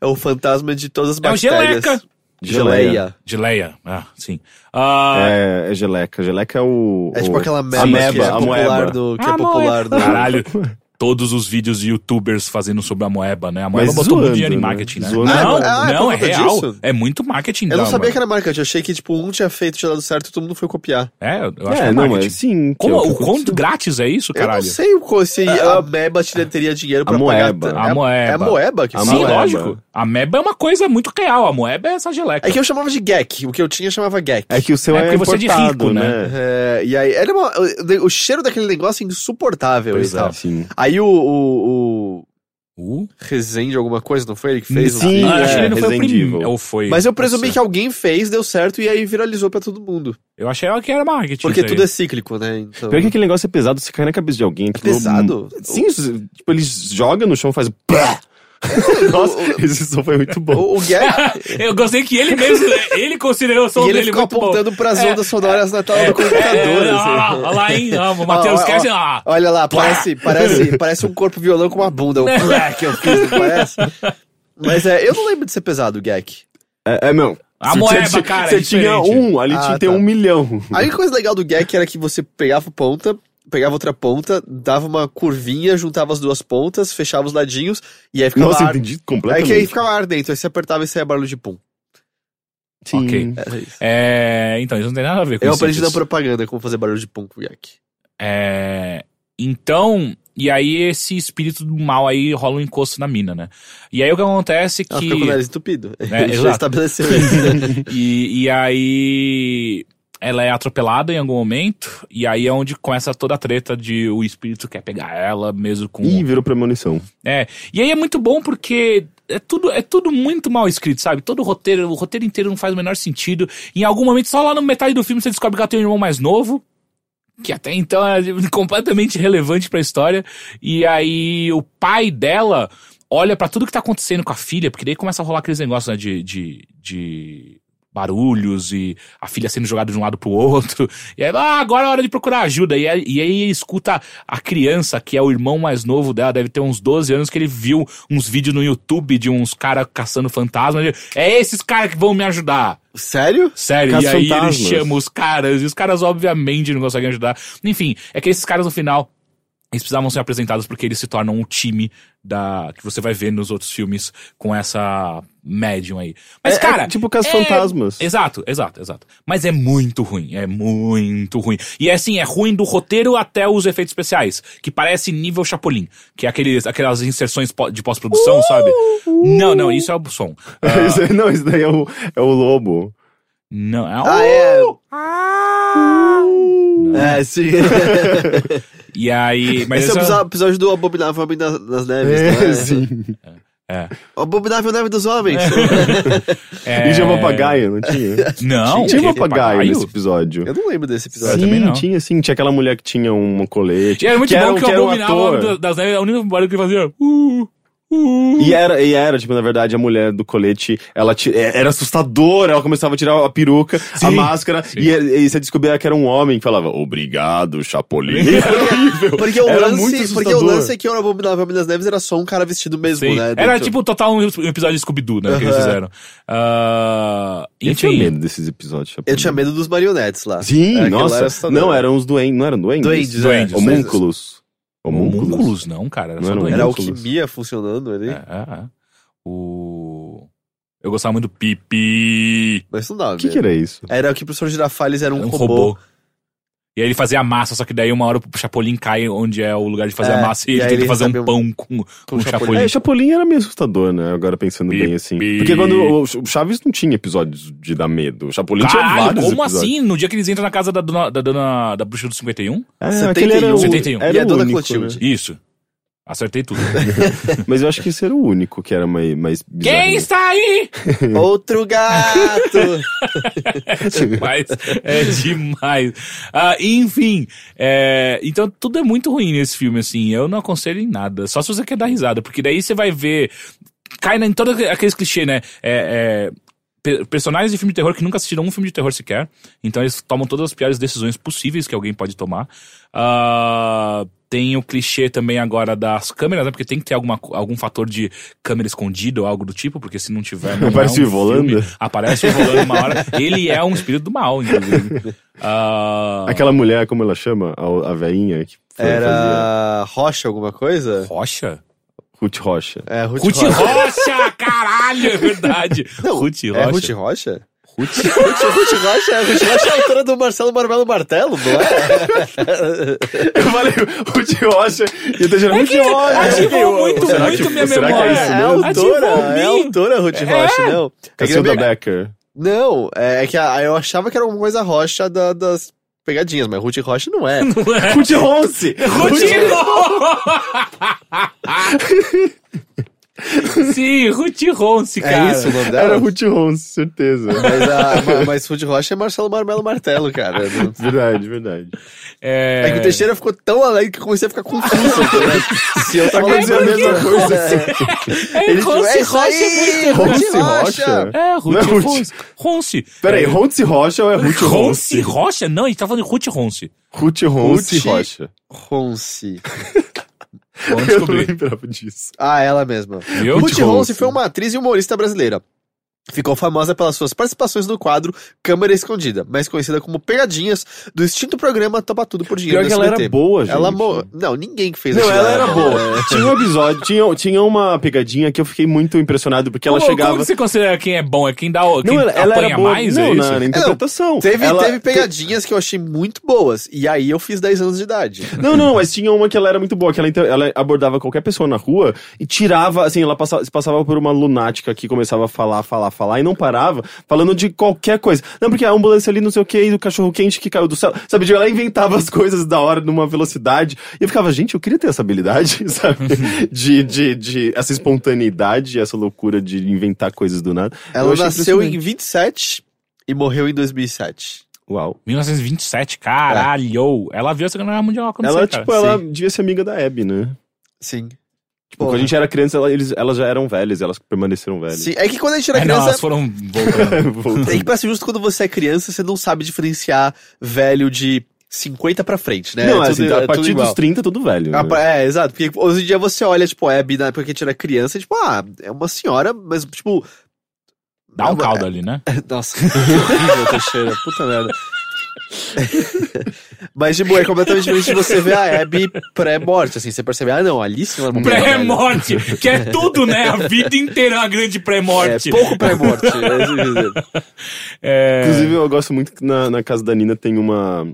[SPEAKER 1] É o fantasma de todas as
[SPEAKER 2] É o
[SPEAKER 1] bactérias.
[SPEAKER 2] geleca.
[SPEAKER 3] Geleia.
[SPEAKER 2] de Leia. Ah, sim. Ah,
[SPEAKER 3] É, é geleca. Geleca é o...
[SPEAKER 1] É
[SPEAKER 3] o-
[SPEAKER 1] tipo aquela meba,
[SPEAKER 3] ameba,
[SPEAKER 1] que é
[SPEAKER 3] a
[SPEAKER 1] popular
[SPEAKER 3] moeba.
[SPEAKER 1] no... Que é
[SPEAKER 2] A Ah, moeba.
[SPEAKER 1] popular no...
[SPEAKER 2] Caralho, todos os vídeos de youtubers fazendo sobre a Moeba, né? A Moeba
[SPEAKER 3] Mas
[SPEAKER 2] botou muito
[SPEAKER 3] zoando,
[SPEAKER 2] dinheiro em
[SPEAKER 3] né?
[SPEAKER 2] marketing, né?
[SPEAKER 3] Zoando.
[SPEAKER 2] Não,
[SPEAKER 1] Ah, é por
[SPEAKER 2] não, é
[SPEAKER 1] conta
[SPEAKER 2] real.
[SPEAKER 1] disso?
[SPEAKER 2] É muito marketing
[SPEAKER 1] Eu
[SPEAKER 2] da
[SPEAKER 1] não sabia
[SPEAKER 2] Moeba.
[SPEAKER 1] que era marketing, eu achei que tipo, um tinha feito, tinha dado certo, todo mundo foi copiar.
[SPEAKER 2] É, eu acho que
[SPEAKER 3] É,
[SPEAKER 2] é
[SPEAKER 3] não,
[SPEAKER 2] marketing.
[SPEAKER 3] mas sim. que
[SPEAKER 2] Como,
[SPEAKER 3] é que
[SPEAKER 2] o quanto
[SPEAKER 3] aconteceu.
[SPEAKER 2] grátis é isso,
[SPEAKER 1] assim, Eu não
[SPEAKER 2] caralho?
[SPEAKER 1] sei o co- se a, Meba te- teria dinheiro pra
[SPEAKER 3] É, a
[SPEAKER 1] pagar...
[SPEAKER 3] moeba.
[SPEAKER 1] t-
[SPEAKER 2] A
[SPEAKER 1] é-
[SPEAKER 2] moeba.
[SPEAKER 1] É a Moeba que
[SPEAKER 3] A
[SPEAKER 1] fala.
[SPEAKER 2] Sim,
[SPEAKER 3] moeba.
[SPEAKER 2] lógico. A Meba é uma coisa muito real. A Moeba é essa geleca.
[SPEAKER 1] É que eu chamava de Gek, o que eu tinha eu chamava Gek.
[SPEAKER 3] É que o seu
[SPEAKER 2] É
[SPEAKER 3] é,
[SPEAKER 2] porque você é de
[SPEAKER 3] importado,
[SPEAKER 2] rico, né?
[SPEAKER 3] né?
[SPEAKER 1] É, e aí, era uma- o, o cheiro daquele negócio é insuportável
[SPEAKER 2] Pois
[SPEAKER 1] e tal.
[SPEAKER 3] Sim.
[SPEAKER 1] Aí o, o, o
[SPEAKER 2] Uh.
[SPEAKER 1] Rezende alguma coisa, não foi ele que fez?
[SPEAKER 3] Sim,
[SPEAKER 1] Um-
[SPEAKER 2] Ah, acho que ele
[SPEAKER 3] é,
[SPEAKER 2] não foi o
[SPEAKER 3] Resident
[SPEAKER 2] primeiro.
[SPEAKER 3] Evil.
[SPEAKER 2] Ou foi.
[SPEAKER 1] Mas eu presumi
[SPEAKER 2] Nossa.
[SPEAKER 1] que alguém fez, deu certo e aí viralizou pra todo mundo.
[SPEAKER 2] Eu achei que era marketing.
[SPEAKER 1] Porque
[SPEAKER 2] isso aí.
[SPEAKER 1] tudo é cíclico, né? Então,
[SPEAKER 3] Pior que aquele negócio é pesado, se cai na cabeça de alguém.
[SPEAKER 1] é
[SPEAKER 3] aquilo-
[SPEAKER 1] pesado.
[SPEAKER 3] Sim, isso- tipo, ele joga no chão e faz... pá. Nossa, esse som foi muito bom.
[SPEAKER 1] O, o Gek,
[SPEAKER 2] Eu gostei que ele mesmo, né, ele considerou o
[SPEAKER 1] é
[SPEAKER 2] som
[SPEAKER 1] e ele
[SPEAKER 2] dele é
[SPEAKER 1] ficou
[SPEAKER 2] muito bom.
[SPEAKER 1] apontando pras ondas sonoras na tela do
[SPEAKER 2] É,
[SPEAKER 1] computador.
[SPEAKER 2] é,
[SPEAKER 1] assim.
[SPEAKER 2] ah, olha lá, hein? Ah, o Matheus
[SPEAKER 1] Ah, ó,
[SPEAKER 2] esquece. Ah,
[SPEAKER 1] Olha lá, parece, parece, parece um corpo violão com uma bunda. Um plá que eu fiz, não parece? Mas é, eu não lembro de ser pesado, o Gek.
[SPEAKER 3] É, é meu.
[SPEAKER 2] A
[SPEAKER 3] Você
[SPEAKER 2] moeba,
[SPEAKER 3] tinha-
[SPEAKER 2] cara, é
[SPEAKER 3] Você tinha
[SPEAKER 2] diferente.
[SPEAKER 3] um, ali
[SPEAKER 1] Ah,
[SPEAKER 3] tinha que ter
[SPEAKER 1] tá.
[SPEAKER 3] um milhão.
[SPEAKER 1] Aí a coisa legal do Gek era que você pegava a ponta, pegava outra ponta, dava uma curvinha, juntava as duas pontas, fechava os ladinhos e aí ficava
[SPEAKER 3] Nossa, eu
[SPEAKER 1] ar.
[SPEAKER 3] entendi
[SPEAKER 1] É
[SPEAKER 3] completamente.
[SPEAKER 1] que aí ficava ar dentro, aí você apertava e saía barulho de pum.
[SPEAKER 3] Sim.
[SPEAKER 2] Ok.
[SPEAKER 1] Era isso.
[SPEAKER 2] É, então, isso não tem nada a ver com
[SPEAKER 1] Eu
[SPEAKER 2] isso.
[SPEAKER 1] aprendi na
[SPEAKER 2] disso.
[SPEAKER 1] propaganda como fazer barulho de pum com o Gek.
[SPEAKER 2] É, então, e aí esse espírito do mal aí rola um encosto na mina, né? E aí o que acontece é
[SPEAKER 1] Ela ficou com o
[SPEAKER 2] que.
[SPEAKER 1] nariz entupido.
[SPEAKER 2] É,
[SPEAKER 1] A gente já
[SPEAKER 2] exato.
[SPEAKER 1] estabeleceu isso. né?
[SPEAKER 2] E, e aí ela é atropelada em algum momento, e aí é onde começa toda a treta de o espírito quer pegar ela, mesmo com.
[SPEAKER 3] Ih, virou premonição.
[SPEAKER 2] É, e aí é muito bom porque é tudo, é tudo muito mal escrito, sabe? Todo o roteiro, o roteiro inteiro não faz o menor sentido. Em algum momento, só lá no metade do filme, você descobre que ela tem um irmão mais novo. que até então era completamente relevante pra história. E aí o pai dela olha pra tudo que tá acontecendo com a filha, porque daí começa a rolar aqueles negócios né, de, de, de barulhos e a filha sendo jogada de um lado pro outro. E aí, ah, agora é hora de procurar ajuda. E aí, e aí ele escuta a criança, que é o irmão mais novo dela, deve ter uns 12 anos, que ele viu uns vídeos no YouTube de uns caras caçando fantasma. Ele, é esses caras que vão me ajudar.
[SPEAKER 1] Sério?
[SPEAKER 2] Sério,
[SPEAKER 3] Caça
[SPEAKER 2] e aí ele
[SPEAKER 3] fantasmas.
[SPEAKER 2] chama os caras, e os caras obviamente não conseguem ajudar. Enfim, é que esses caras no final, eles precisavam ser apresentados porque eles se tornam um time da que você vai ver nos outros filmes com essa médium aí. Mas,
[SPEAKER 3] É- é
[SPEAKER 2] cara.
[SPEAKER 3] tipo com as
[SPEAKER 2] é-
[SPEAKER 3] fantasmas.
[SPEAKER 2] Exato, exato, exato. Mas é muito ruim, é muito ruim. E é assim, é ruim do roteiro até os efeitos especiais, que parece nível Chapolin, que é aqueles, aquelas inserções po- de pós-produção, sabe? Não, não, isso é o som. Ah,
[SPEAKER 3] Isso aí- não, isso daí é o, é o lobo.
[SPEAKER 2] não, é.
[SPEAKER 1] Ah, é.
[SPEAKER 3] Ah,
[SPEAKER 2] Ah. Não.
[SPEAKER 1] É, sim.
[SPEAKER 2] E aí. Mas
[SPEAKER 1] Esse é o
[SPEAKER 2] essa-
[SPEAKER 1] episódio- episódio do Abominável Homem das, das Neves,
[SPEAKER 3] é
[SPEAKER 1] né?
[SPEAKER 2] É.
[SPEAKER 1] O Abominável Neve dos Homens.
[SPEAKER 2] É.
[SPEAKER 3] E tinha um papagaio, não tinha?
[SPEAKER 2] Não,
[SPEAKER 3] tinha
[SPEAKER 2] que
[SPEAKER 3] um papagaio, nesse episódio.
[SPEAKER 1] Eu não lembro desse episódio.
[SPEAKER 2] Eu
[SPEAKER 3] sim,
[SPEAKER 2] também não.
[SPEAKER 3] tinha sim. Tinha aquela mulher que tinha um colete.
[SPEAKER 2] E era muito
[SPEAKER 3] que
[SPEAKER 2] bom
[SPEAKER 3] um-
[SPEAKER 2] que eu
[SPEAKER 3] era um
[SPEAKER 2] abominava o
[SPEAKER 3] ator.
[SPEAKER 2] homem da- das neves, a única barulho que ele fazia. Uh, uh.
[SPEAKER 3] E era, e era, tipo, na verdade, a mulher do colete, ela ti- é- era assustadora, ela começava a tirar a peruca, a
[SPEAKER 2] Sim,
[SPEAKER 3] máscara, e, e você descobria que era um homem que falava, obrigado, Chapolin. Era horrível.
[SPEAKER 1] Porque o,
[SPEAKER 3] era
[SPEAKER 1] lance,
[SPEAKER 3] muito
[SPEAKER 1] porque
[SPEAKER 3] assustador.
[SPEAKER 1] o lance é que o Abominável Homem das Neves era só um cara vestido mesmo,
[SPEAKER 2] Sim.
[SPEAKER 1] né?
[SPEAKER 2] Era
[SPEAKER 1] Dentro-
[SPEAKER 2] tipo total um episódio de Scooby-Doo, né? Que eles
[SPEAKER 1] Aham.
[SPEAKER 2] fizeram. Ah,
[SPEAKER 3] Eu tinha
[SPEAKER 2] enfim.
[SPEAKER 3] medo desses episódios, Chapolin.
[SPEAKER 1] Eu tinha medo dos marionetes lá.
[SPEAKER 3] Sim,
[SPEAKER 1] Aquilo
[SPEAKER 3] nossa.
[SPEAKER 1] era assustador.
[SPEAKER 3] não, eram os duendes, não eram duendes?
[SPEAKER 1] Duendes,
[SPEAKER 2] Duendes,
[SPEAKER 1] é.
[SPEAKER 3] Homúnculos. Homúnculos.
[SPEAKER 2] Homúnculos, um não, cara. Era
[SPEAKER 3] Não
[SPEAKER 2] só
[SPEAKER 3] era um-
[SPEAKER 2] doente.
[SPEAKER 1] Era
[SPEAKER 3] Homúnculos.
[SPEAKER 1] alquimia funcionando ali.
[SPEAKER 2] É, é, é. O. Eu gostava muito do Pipi.
[SPEAKER 1] Mas não dava.
[SPEAKER 3] O que, que
[SPEAKER 1] mesmo.
[SPEAKER 3] era isso?
[SPEAKER 1] era? o que o professor Girafales era um,
[SPEAKER 2] Era
[SPEAKER 1] robô.
[SPEAKER 2] E aí ele fazia a massa, só que daí uma hora o Chapolin cai onde é o lugar de fazer
[SPEAKER 1] É,
[SPEAKER 2] a massa
[SPEAKER 1] e
[SPEAKER 2] e, ele
[SPEAKER 1] aí
[SPEAKER 2] tenta
[SPEAKER 1] ele
[SPEAKER 2] fazer
[SPEAKER 1] recebe
[SPEAKER 2] um
[SPEAKER 1] um-
[SPEAKER 2] pão com, com o Chapolin.
[SPEAKER 3] É, Chapolin era meio assustador, né? Agora pensando
[SPEAKER 2] Pi-
[SPEAKER 3] bem assim.
[SPEAKER 2] pi-
[SPEAKER 3] Porque quando o o Chaves não tinha episódios de dar medo. O Chapolin tinha
[SPEAKER 2] Caralho,
[SPEAKER 3] vários
[SPEAKER 2] como
[SPEAKER 3] episódios.
[SPEAKER 2] assim? No dia que eles entram na casa da dona, da dona da bruxa do 51?
[SPEAKER 3] É,
[SPEAKER 1] 71.
[SPEAKER 3] aquele era o,
[SPEAKER 2] 71.
[SPEAKER 3] Era
[SPEAKER 1] E a
[SPEAKER 3] o
[SPEAKER 1] Dona
[SPEAKER 3] único,
[SPEAKER 1] Clotilde.
[SPEAKER 2] Isso. Acertei tudo.
[SPEAKER 3] né? Mas eu acho que esse era o único que era mais, mais bizarro.
[SPEAKER 2] Quem está aí?
[SPEAKER 1] Outro gato!
[SPEAKER 2] Mas é demais. Ah, enfim, é, então tudo é muito ruim nesse filme, assim. Eu não aconselho em nada. Só se você quer dar risada, porque daí você vai ver. Cai em todos aqueles clichês, né? É, é, pe- personagens de filme de terror que nunca assistiram um filme de terror sequer. Então eles tomam todas as piores decisões possíveis que alguém pode tomar. Ah, tem o clichê também agora das câmeras, né? Porque tem que ter alguma, co- algum fator de câmera escondida ou algo do tipo, porque se não tiver. Não
[SPEAKER 3] Aparece
[SPEAKER 2] é
[SPEAKER 3] o Volanda.
[SPEAKER 2] filme. Aparece o Volanda uma hora. Ele é um espírito do mal, inclusive. Ah,
[SPEAKER 3] Aquela mulher, como ela chama? A, a veinha que foi fazer-
[SPEAKER 1] Era Rocha alguma coisa?
[SPEAKER 2] Rocha?
[SPEAKER 3] Ruth Rocha.
[SPEAKER 1] É, Ruth,
[SPEAKER 2] Ruth
[SPEAKER 1] Rocha.
[SPEAKER 2] Rocha! Caralho, é verdade.
[SPEAKER 1] Não,
[SPEAKER 2] Ruth Rocha.
[SPEAKER 1] É Ruth Rocha?
[SPEAKER 2] Ruth-
[SPEAKER 1] Ruth, Ruth Rocha? é- Ruth Rocha é a autora do Marcelo Marmelo Martelo, não é?
[SPEAKER 3] Eu falei Ruth Rocha e eu tô gerando Ruth Rocha.
[SPEAKER 2] É ativou muito,
[SPEAKER 3] será
[SPEAKER 2] muito
[SPEAKER 3] que,
[SPEAKER 2] minha
[SPEAKER 3] será que é
[SPEAKER 2] memória.
[SPEAKER 3] isso
[SPEAKER 1] a
[SPEAKER 3] mesmo?
[SPEAKER 2] Ativou
[SPEAKER 1] autora,
[SPEAKER 2] o
[SPEAKER 1] é a
[SPEAKER 2] mim.
[SPEAKER 1] autora Ruth
[SPEAKER 2] É.
[SPEAKER 1] Rocha, não. É que na
[SPEAKER 3] Cacilda
[SPEAKER 1] minha-
[SPEAKER 3] Becker.
[SPEAKER 1] Não, é, é que a- eu achava que era alguma coisa rocha da- das pegadinhas, mas Ruth Rocha não é.
[SPEAKER 3] Ruth Ronce.
[SPEAKER 2] Ruth Sim, Ruth Ronce, cara.
[SPEAKER 1] é isso o nome dela?
[SPEAKER 3] Era Ruth Ronce, certeza.
[SPEAKER 1] Mas, a, ma- mas Ruth Rocha é Marcelo Marmelo Martelo, cara.
[SPEAKER 3] verdade, verdade.
[SPEAKER 2] É...
[SPEAKER 1] É que o Teixeira ficou tão alegre que eu comecei a ficar confuso. né? Se eu tava
[SPEAKER 3] Quer dizer é a
[SPEAKER 1] dizendo
[SPEAKER 3] mesma coisa.
[SPEAKER 2] É,
[SPEAKER 1] Ele
[SPEAKER 2] Ronce
[SPEAKER 1] falou, "É isso
[SPEAKER 2] Rocha
[SPEAKER 1] aí,
[SPEAKER 2] é muito
[SPEAKER 1] Ronce
[SPEAKER 3] Ronce Rocha.
[SPEAKER 1] Rocha.
[SPEAKER 2] É,
[SPEAKER 3] Não é
[SPEAKER 2] Ruth
[SPEAKER 3] Ruth.
[SPEAKER 2] Ronce. Ronce.
[SPEAKER 3] Peraí,
[SPEAKER 2] É,
[SPEAKER 3] Ronce Rocha ou é Ruth
[SPEAKER 2] Ronce
[SPEAKER 3] Ronce?
[SPEAKER 2] Rocha? Não, a gente tá falando de Ruth Ronce.
[SPEAKER 3] Ruth Ronce
[SPEAKER 1] Ruth-
[SPEAKER 3] Rocha.
[SPEAKER 1] Ronce.
[SPEAKER 2] Vamos
[SPEAKER 3] Eu não
[SPEAKER 2] descobrir.
[SPEAKER 3] lembrava disso.
[SPEAKER 1] Ah, ela mesma.
[SPEAKER 2] Viu?
[SPEAKER 1] Ruth
[SPEAKER 3] Ronce.
[SPEAKER 1] Ronce foi uma atriz e humorista brasileira. Ficou famosa pelas suas participações no quadro Câmara Escondida, mais conhecida como Pegadinhas, do extinto programa Topa Tudo por Dinheiro
[SPEAKER 3] Pior
[SPEAKER 1] do
[SPEAKER 3] que ela era
[SPEAKER 1] SBT.
[SPEAKER 3] boa, gente.
[SPEAKER 1] Ela mo... Não, ninguém que fez
[SPEAKER 3] Não,
[SPEAKER 1] aquilo
[SPEAKER 3] ela era boa.
[SPEAKER 1] É.
[SPEAKER 3] Tinha um episódio, tinha, tinha uma pegadinha que eu fiquei muito impressionado, porque
[SPEAKER 1] Então
[SPEAKER 3] ela
[SPEAKER 2] Como-
[SPEAKER 3] chegava.
[SPEAKER 2] Como você considera quem é bom? É quem dá o- quem
[SPEAKER 3] Não, ela, ela
[SPEAKER 2] apanha
[SPEAKER 3] era boa
[SPEAKER 2] mais?
[SPEAKER 3] não,
[SPEAKER 2] é isso?
[SPEAKER 3] na, na interpretação.
[SPEAKER 1] Teve,
[SPEAKER 3] Ela-
[SPEAKER 1] teve pegadinhas que eu achei muito boas. E aí eu fiz 10 anos de idade.
[SPEAKER 3] Não, não, mas tinha uma que ela era muito boa, que ela, inter- ela abordava qualquer pessoa na rua e tirava, assim, ela passava, se passava por uma lunática que começava a falar, falar, falar e não parava, falando de qualquer coisa. Não, porque a ambulância ali, não sei o que, do cachorro quente que caiu do céu, sabe? Ela inventava as coisas da hora numa velocidade e eu ficava, gente, eu queria ter essa habilidade, sabe? De, de, de essa espontaneidade, essa loucura de inventar coisas do nada. Eu
[SPEAKER 1] Ela
[SPEAKER 3] achei
[SPEAKER 1] nasceu
[SPEAKER 3] impressionante.
[SPEAKER 1] em 27 e morreu em 2007.
[SPEAKER 3] Uau.
[SPEAKER 2] 1927, caralho! Ela viu a Segunda Guerra Mundial acontecer,
[SPEAKER 3] Ela,
[SPEAKER 2] assim, cara.
[SPEAKER 3] tipo, ela devia ser amiga da Abby, né?
[SPEAKER 1] Sim.
[SPEAKER 3] Tipo, quando a gente era criança, ela- eles- elas já eram velhas, elas permaneceram velhas.
[SPEAKER 1] Sim, é que quando a gente era
[SPEAKER 2] É, não,
[SPEAKER 1] criança.
[SPEAKER 2] elas foram voltando.
[SPEAKER 3] Voltando.
[SPEAKER 1] É que pra ser justo, quando você é criança, você não sabe diferenciar velho de 50 pra frente, né?
[SPEAKER 3] não,
[SPEAKER 1] É
[SPEAKER 3] é
[SPEAKER 1] tudo-
[SPEAKER 3] assim,
[SPEAKER 1] é
[SPEAKER 3] a
[SPEAKER 1] tudo
[SPEAKER 3] partir
[SPEAKER 1] igual.
[SPEAKER 3] dos 30, tudo velho.
[SPEAKER 1] Ah,
[SPEAKER 3] né?
[SPEAKER 1] pra- É, exato. Porque hoje em dia você olha, tipo, a Abby, na época que a gente era criança, e, tipo, ah, é uma senhora, mas, tipo.
[SPEAKER 2] Dá um
[SPEAKER 1] é-
[SPEAKER 2] caldo ali, né?
[SPEAKER 1] Nossa, que horrível, Teixeira. Puta merda. Mas, tipo, é completamente diferente de você ver a Abby pré-morte, assim. Você percebe, ah, não, ali sim ela é uma mulher velha.
[SPEAKER 2] Pré-morte, que é tudo, né? A vida inteira é uma grande pré-morte.
[SPEAKER 1] É, pouco pré-morte. é isso que eu quis dizer.
[SPEAKER 2] É,
[SPEAKER 3] Inclusive, eu gosto muito que na, na casa da Nina tem uma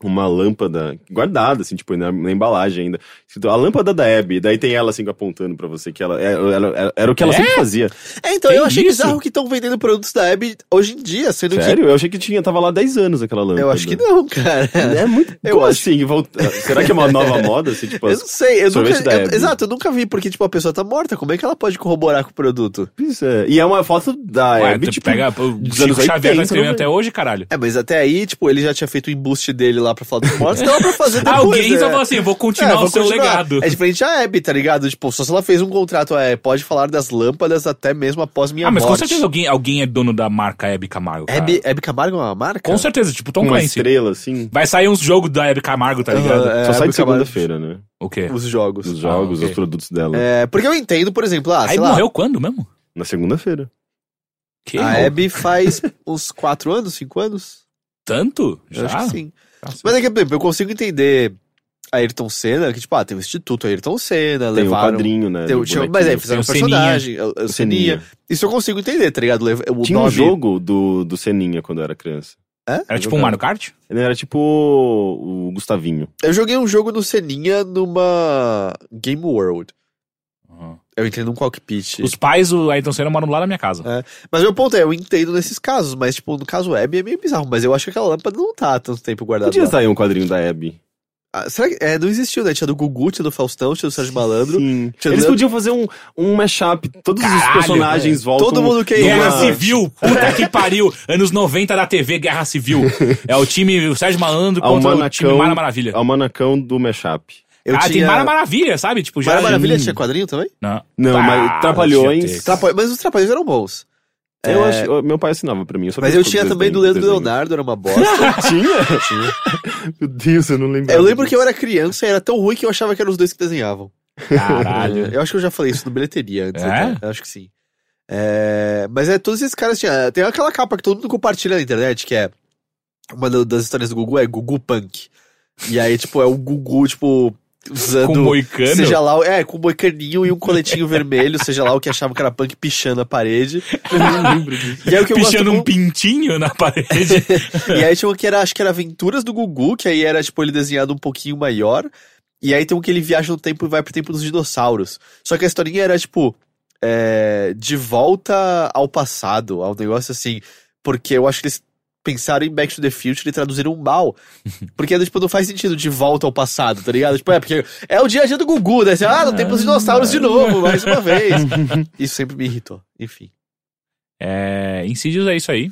[SPEAKER 3] uma lâmpada guardada, assim, tipo, na, na embalagem ainda. Escrito, A lâmpada da Abby. Daí tem ela, assim, apontando pra você, que ela, é- ela- ela- era o que ela
[SPEAKER 2] É?
[SPEAKER 3] sempre fazia.
[SPEAKER 1] É, então,
[SPEAKER 2] Tem
[SPEAKER 1] eu achei
[SPEAKER 2] isso?
[SPEAKER 1] bizarro que estão vendendo produtos da Abby hoje em dia, sendo
[SPEAKER 3] Sério? Eu achei que tinha, tava lá 10 anos aquela
[SPEAKER 1] que.
[SPEAKER 3] lâmpada.
[SPEAKER 1] Eu acho que não, cara.
[SPEAKER 3] É muito...
[SPEAKER 1] Eu
[SPEAKER 3] Como
[SPEAKER 1] acho-
[SPEAKER 3] assim? Volta- Será que é uma nova moda, assim, tipo...
[SPEAKER 1] Eu não sei, eu
[SPEAKER 3] sorvete
[SPEAKER 1] nunca.
[SPEAKER 3] da
[SPEAKER 1] eu-
[SPEAKER 3] Abby.
[SPEAKER 1] exato, eu nunca vi, porque, tipo, a pessoa tá morta. Como é que ela pode corroborar com o produto?
[SPEAKER 3] Isso é. E é uma foto da
[SPEAKER 2] Ué,
[SPEAKER 3] Abby,
[SPEAKER 2] tu
[SPEAKER 3] tipo...
[SPEAKER 2] pega o
[SPEAKER 3] dos
[SPEAKER 2] Chico
[SPEAKER 3] anos
[SPEAKER 2] Xavier
[SPEAKER 3] 80,
[SPEAKER 2] tá escrevendo
[SPEAKER 3] não
[SPEAKER 2] até hoje, caralho.
[SPEAKER 1] É, mas até aí, tipo, ele já tinha feito o embuste dele lá pra falar dos mortos, então é pra fazer depois,
[SPEAKER 2] Alguém
[SPEAKER 1] né?
[SPEAKER 2] só fala assim, eu vou continuar
[SPEAKER 1] É,
[SPEAKER 2] o
[SPEAKER 1] vou
[SPEAKER 2] seu
[SPEAKER 1] continuar.
[SPEAKER 2] legado.
[SPEAKER 1] É diferente da Abby, tá ligado? Tipo, só se ela fez um contrato, é, pode falar das lâmpadas até mesmo após minha
[SPEAKER 2] ah, mas
[SPEAKER 1] morte.
[SPEAKER 2] com certeza alguém, alguém é dono da marca Hebe Camargo, cara.
[SPEAKER 1] Abby, Abby Camargo é uma marca?
[SPEAKER 2] Com certeza, tipo Tom
[SPEAKER 3] Uma
[SPEAKER 2] Clancy.
[SPEAKER 3] estrela, assim.
[SPEAKER 2] Vai sair uns jogos da Hebe Camargo, tá ligado?
[SPEAKER 1] Aham, é,
[SPEAKER 3] Só sai
[SPEAKER 1] Abby Camargo.
[SPEAKER 3] de segunda-feira, né?
[SPEAKER 2] O quê?
[SPEAKER 1] Os jogos.
[SPEAKER 3] Os jogos,
[SPEAKER 2] Ah, ok.
[SPEAKER 3] os produtos dela.
[SPEAKER 1] É, porque eu entendo, por exemplo, ah, sei
[SPEAKER 2] Aí
[SPEAKER 1] lá,
[SPEAKER 2] morreu quando mesmo?
[SPEAKER 3] Na segunda-feira.
[SPEAKER 2] Que
[SPEAKER 1] a Abby faz uns 4 anos, 5 anos?
[SPEAKER 2] tanto?
[SPEAKER 1] Eu
[SPEAKER 2] Já?
[SPEAKER 1] acho que sim.
[SPEAKER 2] Nossa.
[SPEAKER 1] Mas é que, por exemplo, eu consigo entender a Ayrton Senna, que tipo, ah, tem o Instituto Ayrton Senna,
[SPEAKER 3] Tem o
[SPEAKER 1] levaram...
[SPEAKER 3] quadrinho, né?
[SPEAKER 1] tem o-
[SPEAKER 3] do
[SPEAKER 1] tinha- mas
[SPEAKER 3] bonequinho.
[SPEAKER 1] é, fizeram um
[SPEAKER 2] Tem o Seninha.
[SPEAKER 1] personagem, o, o Seninha. Isso eu consigo entender, tá ligado? Le- O
[SPEAKER 3] Tinha um
[SPEAKER 1] nome-
[SPEAKER 3] jogo do, do Seninha quando eu era criança.
[SPEAKER 2] Era tipo um Mario Kart?
[SPEAKER 3] Ele era tipo o Gustavinho.
[SPEAKER 1] Eu joguei um jogo no Seninha numa Game World.
[SPEAKER 2] Uhum.
[SPEAKER 1] Eu entendo um cockpit.
[SPEAKER 2] Os pais do Ayrton Senna moram lá na minha casa.
[SPEAKER 1] É. Mas meu ponto é, eu entendo nesses casos, mas tipo, no caso web é meio bizarro, mas eu acho que aquela lâmpada não tá há tanto tempo guardada.
[SPEAKER 3] Podia
[SPEAKER 1] lá.
[SPEAKER 3] sair um quadrinho da Abby.
[SPEAKER 1] Ah, será que é, não existiu, né? Tinha do Gugu, tinha do Faustão, tinha do Sérgio Malandro.
[SPEAKER 3] Sim.
[SPEAKER 1] Tinha
[SPEAKER 3] Eles
[SPEAKER 1] dado-
[SPEAKER 3] podiam fazer um, um mashup. Todos os
[SPEAKER 2] Caralho,
[SPEAKER 3] personagens voltam.
[SPEAKER 1] Todo mundo que- assim,
[SPEAKER 3] numa-
[SPEAKER 2] Guerra
[SPEAKER 1] Uma-
[SPEAKER 2] Civil, puta que pariu. Anos 90 da TV, Guerra Civil. É o time o Sérgio Malandro
[SPEAKER 1] um
[SPEAKER 2] contra o time
[SPEAKER 3] Almanacão.
[SPEAKER 2] Mara Maravilha.
[SPEAKER 3] Ao manacão do mashup.
[SPEAKER 1] Eu
[SPEAKER 2] ah, tem
[SPEAKER 1] tinha-
[SPEAKER 2] Mara Maravilha, sabe? Tipo, já...
[SPEAKER 1] Mara Maravilha tinha quadrinho também?
[SPEAKER 2] Não,
[SPEAKER 3] Não,
[SPEAKER 2] Ah,
[SPEAKER 3] mas Trapalhões-
[SPEAKER 2] tinha ter.
[SPEAKER 1] Trapa- Mas os trapalhões eram bons.
[SPEAKER 3] Eu acho, eu- meu pai assinava pra mim. só
[SPEAKER 1] É. Mas
[SPEAKER 3] vi
[SPEAKER 1] eu
[SPEAKER 3] os
[SPEAKER 1] tinha
[SPEAKER 3] desenhos-
[SPEAKER 1] também do Leandro
[SPEAKER 3] desenhos.
[SPEAKER 1] Leonardo, era uma bosta.
[SPEAKER 3] Tinha? Meu Deus, eu não lembro.
[SPEAKER 1] eu lembro que eu era criança e era tão ruim que eu achava que eram os dois que desenhavam.
[SPEAKER 2] Caralho.
[SPEAKER 1] Eu acho que eu já falei isso no bilheteria antes.
[SPEAKER 2] É?
[SPEAKER 1] até. Eu acho que sim. É, mas é, todos esses caras tinham. Tem aquela capa que todo mundo compartilha na internet, que é. Uma do- das histórias do Gugu é Gugu Punk. E aí, tipo, é o Gugu, tipo,
[SPEAKER 2] Com
[SPEAKER 1] usando.
[SPEAKER 2] moicano.
[SPEAKER 1] Seja lá, o- é, com um boicaninho e um coletinho vermelho, seja lá o que achava que era punk pichando a parede.
[SPEAKER 3] Eu não lembro disso.
[SPEAKER 1] E aí o que eu gosto
[SPEAKER 2] pichando um
[SPEAKER 1] muito-
[SPEAKER 2] pintinho na parede.
[SPEAKER 1] E aí tinha um que era, acho que era Aventuras do Gugu, que aí era, tipo, ele desenhado um pouquinho maior. E aí tem um que ele viaja no tempo e vai pro tempo dos dinossauros. Só que a historinha era, tipo, é, de volta ao passado, ao negócio assim. Porque eu acho que eles pensaram em Back to the Future e traduziram mal. Porque, tipo, não faz sentido de volta ao passado, tá ligado? Tipo, é porque é o dia a dia do Gugu, né? Você, ah, no tempo dos dinossauros de novo, mais uma vez. Isso sempre me irritou. Enfim.
[SPEAKER 2] É, Insidious é isso aí.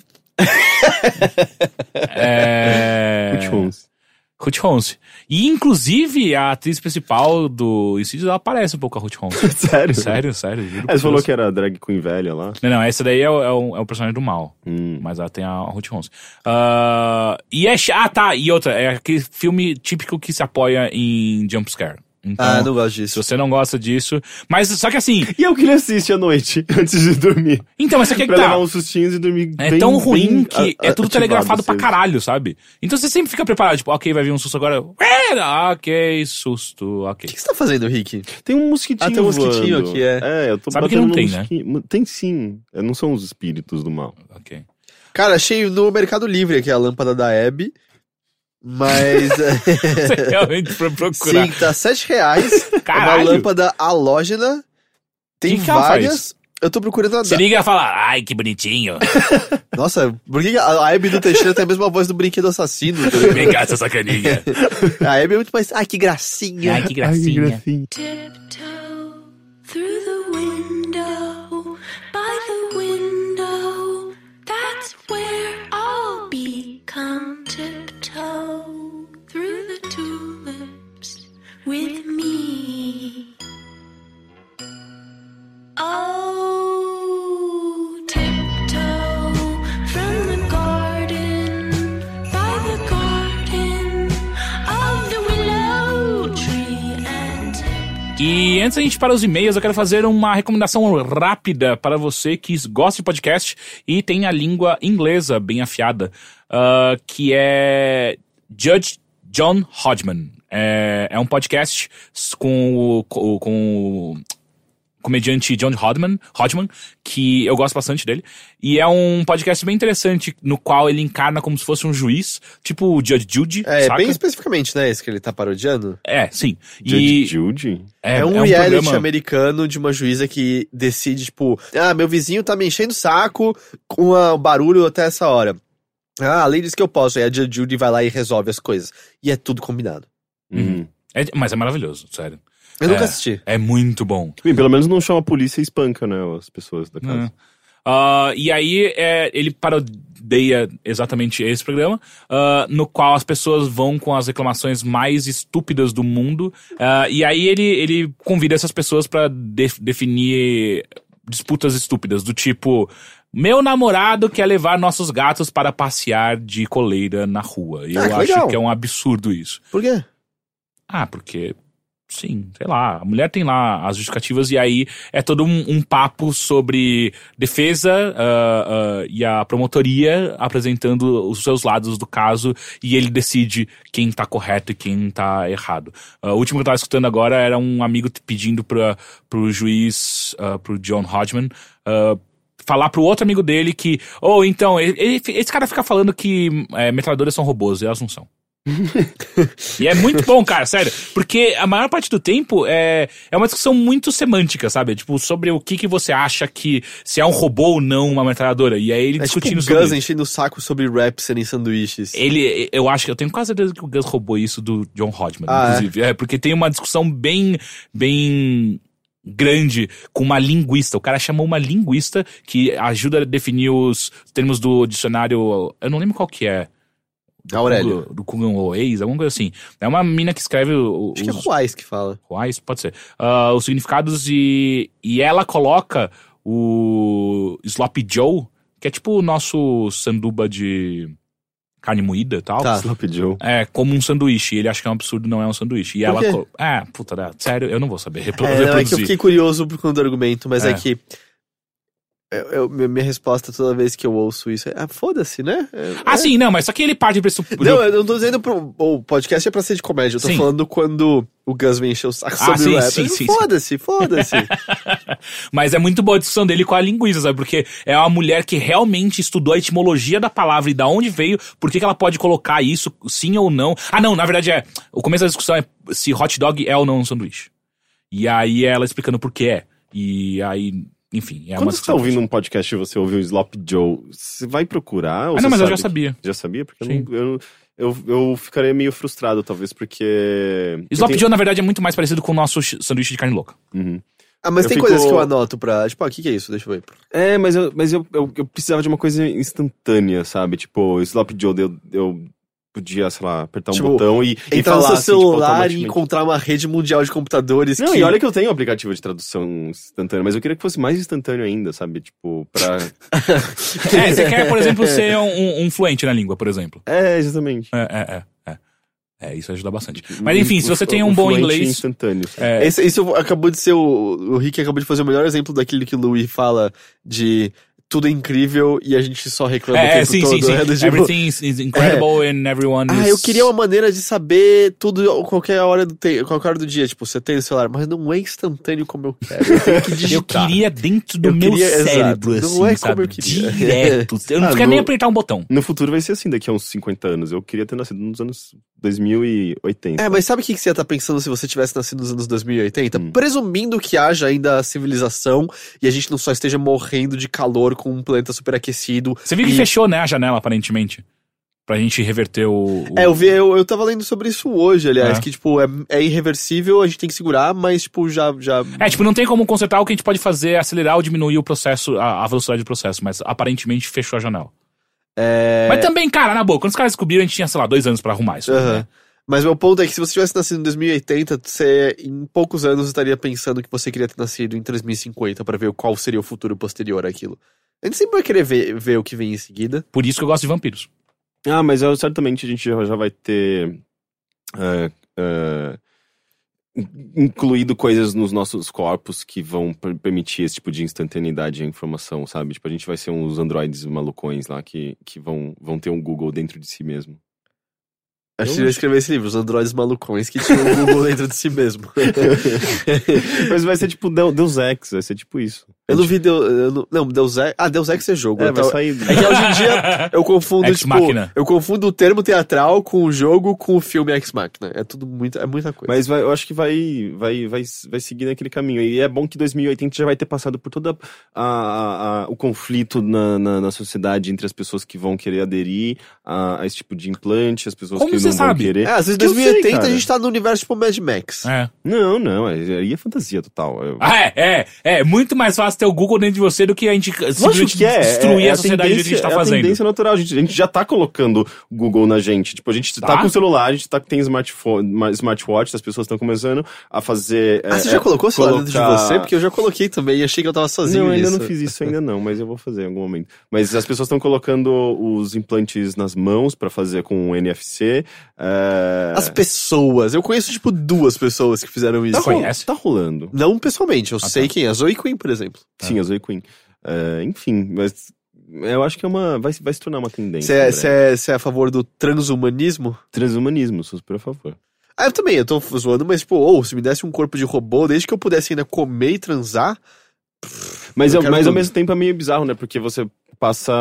[SPEAKER 2] é...
[SPEAKER 3] Putz, Holmes.
[SPEAKER 2] Ruth Holmes. E, inclusive, a atriz principal do Insidious, ela parece um pouco a Ruth Holmes.
[SPEAKER 3] Sério?
[SPEAKER 2] sério, sério. juro por
[SPEAKER 3] Aí você falou
[SPEAKER 2] Deus.
[SPEAKER 3] que era drag queen velha lá.
[SPEAKER 2] Não, não, essa daí é o, é o- é o personagem do mal.
[SPEAKER 3] Hum.
[SPEAKER 2] Mas ela tem a Ruth Holmes. Ah, e é... chi- Ah, tá. E outra. É aquele filme típico que se apoia em jumpscare. Então,
[SPEAKER 1] Ah, não gosto
[SPEAKER 2] se
[SPEAKER 1] disso.
[SPEAKER 2] você não gosta disso... Mas, só que assim...
[SPEAKER 3] E é o que ele assiste à noite, antes de dormir.
[SPEAKER 2] Então, mas aqui é que
[SPEAKER 3] pra
[SPEAKER 2] tá.
[SPEAKER 3] levar uns sustinhos e dormir
[SPEAKER 2] É
[SPEAKER 3] bem-
[SPEAKER 2] tão
[SPEAKER 3] bem
[SPEAKER 2] ruim que
[SPEAKER 3] a-
[SPEAKER 2] é
[SPEAKER 3] a-
[SPEAKER 2] tudo
[SPEAKER 3] ativado,
[SPEAKER 2] telegrafado pra
[SPEAKER 3] assim.
[SPEAKER 2] caralho, sabe? Então você sempre fica preparado, tipo, ok, vai vir um susto agora. Ué, ah, ok, susto,
[SPEAKER 1] O
[SPEAKER 2] ok.
[SPEAKER 1] que você tá fazendo, Rick?
[SPEAKER 3] Tem um mosquitinho
[SPEAKER 1] Ah, tem um mosquitinho
[SPEAKER 3] voando.
[SPEAKER 1] aqui, é.
[SPEAKER 3] É, eu tô
[SPEAKER 2] Sabe que
[SPEAKER 3] batendo
[SPEAKER 2] não
[SPEAKER 3] no
[SPEAKER 2] tem, né?
[SPEAKER 3] mosquitinho. Tem sim. É, Não são os espíritos do mal.
[SPEAKER 2] ok.
[SPEAKER 1] Cara, achei no Mercado Livre aqui a lâmpada da Abby. Mas. eh,
[SPEAKER 2] Você realmente foi procurar.
[SPEAKER 1] sim, tá R$ 7 reais.
[SPEAKER 2] Caralho.
[SPEAKER 1] Uma lâmpada halógena. Tem
[SPEAKER 2] Que que ela
[SPEAKER 1] várias. Eu tô procurando a
[SPEAKER 2] Você
[SPEAKER 1] da...
[SPEAKER 2] liga e fala, ai, que bonitinho.
[SPEAKER 1] Nossa, por que que a a Abby do Teixeira tem a mesma voz do brinquedo assassino?
[SPEAKER 2] Vem cá, essa sacaninha.
[SPEAKER 1] A Abby é muito mais. Ai, que gracinha.
[SPEAKER 2] Ai, que gracinha.
[SPEAKER 4] Tiptoe through the window, by the window. That's where I'll become with me. Oh, tiptoe from the garden, by the garden of the willow tree and
[SPEAKER 2] E antes da gente ir para os e-mails, eu quero fazer uma recomendação rápida para você que gosta de podcast e tem a língua inglesa bem afiada, ah, que é Judge John Hodgman. É, é um podcast com o- com o- com o comediante John Hodgman, Hodgman, que eu gosto bastante dele. E é um podcast bem interessante, no qual ele encarna como se fosse um juiz, tipo o Judge Judy,
[SPEAKER 1] É,
[SPEAKER 2] saca?
[SPEAKER 1] bem especificamente, né? Esse que ele tá parodiando.
[SPEAKER 2] É, sim.
[SPEAKER 3] Judge
[SPEAKER 2] E
[SPEAKER 3] Judy?
[SPEAKER 1] É, um, reality
[SPEAKER 2] programa-
[SPEAKER 1] americano de uma juíza que decide, tipo, ah, meu vizinho tá me enchendo o saco com ah, o barulho até essa hora. Ah, a lei diz que eu posso. Aí a Judge Judy vai lá e resolve as coisas. E é tudo combinado.
[SPEAKER 3] Uhum.
[SPEAKER 2] É- mas é maravilhoso, sério.
[SPEAKER 1] Eu
[SPEAKER 2] É.
[SPEAKER 1] nunca assisti.
[SPEAKER 2] É muito bom.
[SPEAKER 3] Bem, pelo menos não chama a polícia e espanca, né? As pessoas da
[SPEAKER 2] Hum.
[SPEAKER 1] É.
[SPEAKER 3] casa.
[SPEAKER 2] Ah, e aí é, ele parodeia exatamente esse programa, ah, no qual as pessoas vão com as reclamações mais estúpidas do mundo. ah, e aí ele, ele convida essas pessoas pra def- definir disputas estúpidas, do tipo. Meu namorado quer levar nossos gatos para passear de coleira na rua. Eu
[SPEAKER 1] Ah, que
[SPEAKER 2] acho
[SPEAKER 1] legal.
[SPEAKER 2] que é um absurdo isso.
[SPEAKER 1] Por quê?
[SPEAKER 2] Ah, porque. Sim, sei lá. A mulher tem lá as justificativas e aí é todo um, um papo sobre defesa ah, ah, e a promotoria apresentando os seus lados do caso e ele decide quem tá correto e quem tá errado. Ah, o último que eu tava escutando agora era um amigo t- pedindo pra, pro juiz, ah, pro John Hodgman, ah, falar pro outro amigo dele que, ou então, e- e- esse cara fica falando que é, metralhadoras são robôs e elas não são. E é muito bom, cara, sério. Porque a maior parte do tempo é, é uma discussão muito semântica, sabe? Tipo, sobre o que, que você acha que se é um robô ou não uma metralhadora. E aí ele
[SPEAKER 1] É tipo
[SPEAKER 2] discutindo
[SPEAKER 1] o
[SPEAKER 2] sobre. É,
[SPEAKER 1] Guns enchendo o saco sobre rap serem sanduíches.
[SPEAKER 2] Ele, eu acho que eu tenho quase certeza que o Gus roubou isso do John Hodgman,
[SPEAKER 1] Ah, é?
[SPEAKER 2] inclusive. É, porque tem uma discussão bem, bem grande com uma linguista. O cara chamou uma linguista que ajuda a definir os termos do dicionário. Eu não lembro qual que é.
[SPEAKER 1] Aurélio.
[SPEAKER 2] Do Kungan Oasis, alguma coisa assim. É uma mina que escreve o-
[SPEAKER 1] Acho que é
[SPEAKER 2] os-
[SPEAKER 1] Ruais que fala.
[SPEAKER 2] Quais? Pode ser. Ah, os significados e, e ela coloca o Sloppy Joe, que é tipo o nosso sanduba de carne moída e tal.
[SPEAKER 1] Tá.
[SPEAKER 3] Sloppy Joe.
[SPEAKER 2] É, como um sanduíche. E Ele acha que é um absurdo, não é um sanduíche. E
[SPEAKER 1] Por
[SPEAKER 2] ela.
[SPEAKER 1] quê?
[SPEAKER 2] co- É, puta, né? sério, eu não vou saber repro-
[SPEAKER 1] É, não, é que eu
[SPEAKER 2] reproduzir.
[SPEAKER 1] fiquei curioso por conta do argumento, mas é,
[SPEAKER 2] É.
[SPEAKER 1] que. eu- eu- minha minha resposta toda vez que eu ouço isso é: ah, foda-se, né? É,
[SPEAKER 2] Ah, sim, não, mas só que ele parte de pressuposto.
[SPEAKER 1] Não, eu não tô dizendo pro. O podcast é pra ser de comédia. Eu tô
[SPEAKER 2] um- Sim.
[SPEAKER 1] falando quando o Gus me encheu o saco
[SPEAKER 2] Ah,
[SPEAKER 1] sobre
[SPEAKER 2] sim,
[SPEAKER 1] o rap.
[SPEAKER 2] sim,
[SPEAKER 1] Eu-
[SPEAKER 2] sim, sim.
[SPEAKER 1] foda-se, foda-se.
[SPEAKER 2] Mas é muito boa a discussão dele com a linguista, sabe? Porque é uma mulher que realmente estudou a etimologia da palavra e da onde veio, por que, que ela pode colocar isso, sim ou não. Ah, não, na verdade é. O começo da discussão é se hot dog é ou não um sanduíche. E aí ela explicando por que é. E aí, enfim, é uma
[SPEAKER 3] Quando você tá
[SPEAKER 2] discussão.
[SPEAKER 3] ouvindo um podcast e você ouve o Sloppy Joe, você vai procurar? ou
[SPEAKER 2] Ah,
[SPEAKER 3] você
[SPEAKER 2] não, mas eu já
[SPEAKER 3] sabe
[SPEAKER 2] sabia.
[SPEAKER 3] que- Já sabia? Porque eu,
[SPEAKER 2] Sim.
[SPEAKER 3] não- eu, eu, eu ficaria meio frustrado, talvez, porque...
[SPEAKER 2] Slop
[SPEAKER 3] eu
[SPEAKER 2] Joe, na verdade, é muito mais parecido com o nosso ch- sanduíche de carne louca.
[SPEAKER 3] tenho- Uhum.
[SPEAKER 1] ah, mas
[SPEAKER 3] Eu
[SPEAKER 1] tem
[SPEAKER 3] fico-
[SPEAKER 1] coisas que eu anoto pra. Tipo, ah, o que, que é isso? Deixa eu ver.
[SPEAKER 3] É, mas, eu, mas eu, eu, eu precisava de uma coisa instantânea, sabe? Tipo, Sloppy Joe, eu, eu podia, sei lá, apertar um
[SPEAKER 1] Tipo,
[SPEAKER 3] botão e, e
[SPEAKER 1] Entrar no seu
[SPEAKER 3] falar assim, tipo,
[SPEAKER 1] celular e
[SPEAKER 3] automaticamente.
[SPEAKER 1] encontrar uma rede mundial de computadores
[SPEAKER 3] Não,
[SPEAKER 1] que.
[SPEAKER 3] e olha que eu tenho um aplicativo de tradução instantânea, mas eu queria que fosse mais instantâneo ainda, sabe? Tipo, pra.
[SPEAKER 2] É, você quer, por exemplo, ser um- um, um fluente na língua, por exemplo.
[SPEAKER 3] é, exatamente.
[SPEAKER 2] É, é, é. É, é isso ajuda bastante. Mas enfim, se você tem um bom
[SPEAKER 3] fluente
[SPEAKER 2] inglês.
[SPEAKER 3] instantâneo. sabe?
[SPEAKER 2] É,
[SPEAKER 1] Esse, isso acabou de ser o. O Rick acabou de fazer o melhor exemplo daquilo que o Louis fala de tudo é incrível e a gente só reclama o
[SPEAKER 2] É,
[SPEAKER 1] tempo
[SPEAKER 2] sim,
[SPEAKER 1] todo.
[SPEAKER 2] sim, sim.
[SPEAKER 1] né? Do tipo,
[SPEAKER 2] Everything is is incredible and everyone is...
[SPEAKER 1] Ah, eu queria uma maneira de saber tudo qualquer hora do te... qualquer hora do dia. Tipo, você tem o celular, mas não é instantâneo como eu quero. Eu tenho que
[SPEAKER 2] Eu
[SPEAKER 1] digitar.
[SPEAKER 2] queria dentro do
[SPEAKER 1] Eu
[SPEAKER 2] meu
[SPEAKER 1] queria- exato.
[SPEAKER 2] cérebro,
[SPEAKER 1] Não
[SPEAKER 2] assim,
[SPEAKER 1] é como
[SPEAKER 2] sabe?
[SPEAKER 1] eu queria.
[SPEAKER 2] Direto. Eu não
[SPEAKER 3] Ah,
[SPEAKER 2] quero
[SPEAKER 3] no-
[SPEAKER 2] nem apertar um botão.
[SPEAKER 3] No futuro vai ser assim, daqui a uns 50 anos. Eu queria ter nascido nos anos 2080.
[SPEAKER 1] É, mas sabe o que que você ia estar pensando se você tivesse nascido nos anos 2080?
[SPEAKER 3] Hum.
[SPEAKER 1] Presumindo que haja ainda a civilização e a gente não só esteja morrendo de calor com um planeta superaquecido.
[SPEAKER 2] Você viu que
[SPEAKER 1] E-
[SPEAKER 2] fechou, né, a janela, aparentemente. Pra gente reverter o... o-
[SPEAKER 1] É, eu vi, eu, eu tava lendo sobre isso hoje, aliás,
[SPEAKER 2] É.
[SPEAKER 1] que, tipo, é, é irreversível, a gente tem que segurar, mas, tipo, já. já...
[SPEAKER 2] É, tipo, não tem como consertar o que a gente pode fazer, é acelerar ou diminuir o processo, a, a velocidade do processo, mas aparentemente fechou a janela.
[SPEAKER 1] É...
[SPEAKER 2] Mas também, cara, na boa, quando os caras descobriram, a gente tinha, sei lá, dois anos pra arrumar isso.
[SPEAKER 1] Aham.
[SPEAKER 2] né?
[SPEAKER 1] Mas meu ponto é que se você tivesse nascido em 2080, você em poucos anos estaria pensando que você queria ter nascido em 3050 pra ver qual seria o futuro posterior àquilo. A gente sempre vai querer ver, ver o que vem em seguida.
[SPEAKER 2] Por isso que eu gosto de vampiros.
[SPEAKER 3] Ah, mas eu, certamente a gente já, já vai ter ah, ah, in- incluído coisas nos nossos corpos que vão per- permitir esse tipo de instantaneidade à informação, sabe? Tipo, a gente vai ser uns androides malucões lá que, que vão, vão ter um Google dentro de si mesmo.
[SPEAKER 1] Acho que eu ia escrever esse livro, Os Androides Malucões, que tinham o Google dentro de si mesmo.
[SPEAKER 3] mas vai ser tipo Deu- Deus Ex, vai ser tipo isso.
[SPEAKER 1] Eu não vi Deus. Eu não, não, Deus Ex. Ah, Deus Ex é jogo.
[SPEAKER 3] É,
[SPEAKER 1] eu
[SPEAKER 3] vai
[SPEAKER 1] tava-
[SPEAKER 3] sair...
[SPEAKER 1] É que hoje em dia eu confundo,
[SPEAKER 2] Ex
[SPEAKER 1] tipo,
[SPEAKER 2] Machina.
[SPEAKER 1] eu confundo o termo teatral com o jogo com o filme Ex Machina. É tudo muito, é muita coisa.
[SPEAKER 3] Mas vai- eu acho que vai, vai, vai, vai seguir naquele caminho. E é bom que 2080 já vai ter passado por todo o conflito na, na, na sociedade entre as pessoas que vão querer aderir a, a esse tipo de implante, as pessoas
[SPEAKER 2] Como
[SPEAKER 3] que
[SPEAKER 2] você
[SPEAKER 3] não
[SPEAKER 2] sabe?
[SPEAKER 3] vão querer.
[SPEAKER 1] é, às vezes em
[SPEAKER 3] que eu sei,
[SPEAKER 1] 2080 a
[SPEAKER 3] cara.
[SPEAKER 1] gente tá no universo tipo Mad Max.
[SPEAKER 2] É.
[SPEAKER 3] Não, não, aí aí é fantasia total. Eu-
[SPEAKER 2] Ah, é, é, é. Muito mais fácil ter o Google dentro de você do que a gente simplesmente destruir
[SPEAKER 3] é
[SPEAKER 2] a sociedade que a gente
[SPEAKER 3] tendência-
[SPEAKER 2] tá
[SPEAKER 3] É a
[SPEAKER 2] fazendo.
[SPEAKER 3] tendência natural. A gente, a gente já tá colocando o Google na gente. Tipo, a gente tá,
[SPEAKER 2] Tá?
[SPEAKER 3] com o celular, a gente tá, tem smartphone, ma- smartwatch, as pessoas estão começando a fazer.
[SPEAKER 1] Ah,
[SPEAKER 3] é,
[SPEAKER 1] você já
[SPEAKER 3] é,
[SPEAKER 1] colocou o celular dentro de
[SPEAKER 3] colocar-
[SPEAKER 1] você? Porque eu já coloquei também e achei que eu tava sozinho
[SPEAKER 3] Não, ainda
[SPEAKER 1] nisso.
[SPEAKER 3] não fiz isso, ainda não, mas eu vou fazer em algum momento. Mas as pessoas estão colocando os implantes nas mãos pra fazer com o NFC. é,
[SPEAKER 1] As pessoas, eu conheço tipo duas pessoas que fizeram isso.
[SPEAKER 3] tá, rol-
[SPEAKER 2] conhece?
[SPEAKER 3] tá rolando.
[SPEAKER 1] Não pessoalmente, eu
[SPEAKER 2] Ah,
[SPEAKER 1] sei
[SPEAKER 2] tá.
[SPEAKER 1] quem é. Zoe Queen, por exemplo.
[SPEAKER 3] Sim, a Zoe Queen. É, enfim, mas eu acho que é uma. Vai, se- vai se tornar uma tendência.
[SPEAKER 1] Você é,
[SPEAKER 3] né?
[SPEAKER 1] cê é- cê é a favor do transhumanismo?
[SPEAKER 3] Transhumanismo, sou super a favor.
[SPEAKER 1] Ah, eu também, eu tô zoando, mas tipo, ou se me desse um corpo de robô, desde que eu pudesse ainda comer e transar,
[SPEAKER 3] Mas,
[SPEAKER 1] Eu
[SPEAKER 3] ao-
[SPEAKER 1] quero
[SPEAKER 3] mas ao
[SPEAKER 1] tudo.
[SPEAKER 3] mesmo tempo é meio bizarro, né? Porque você passa.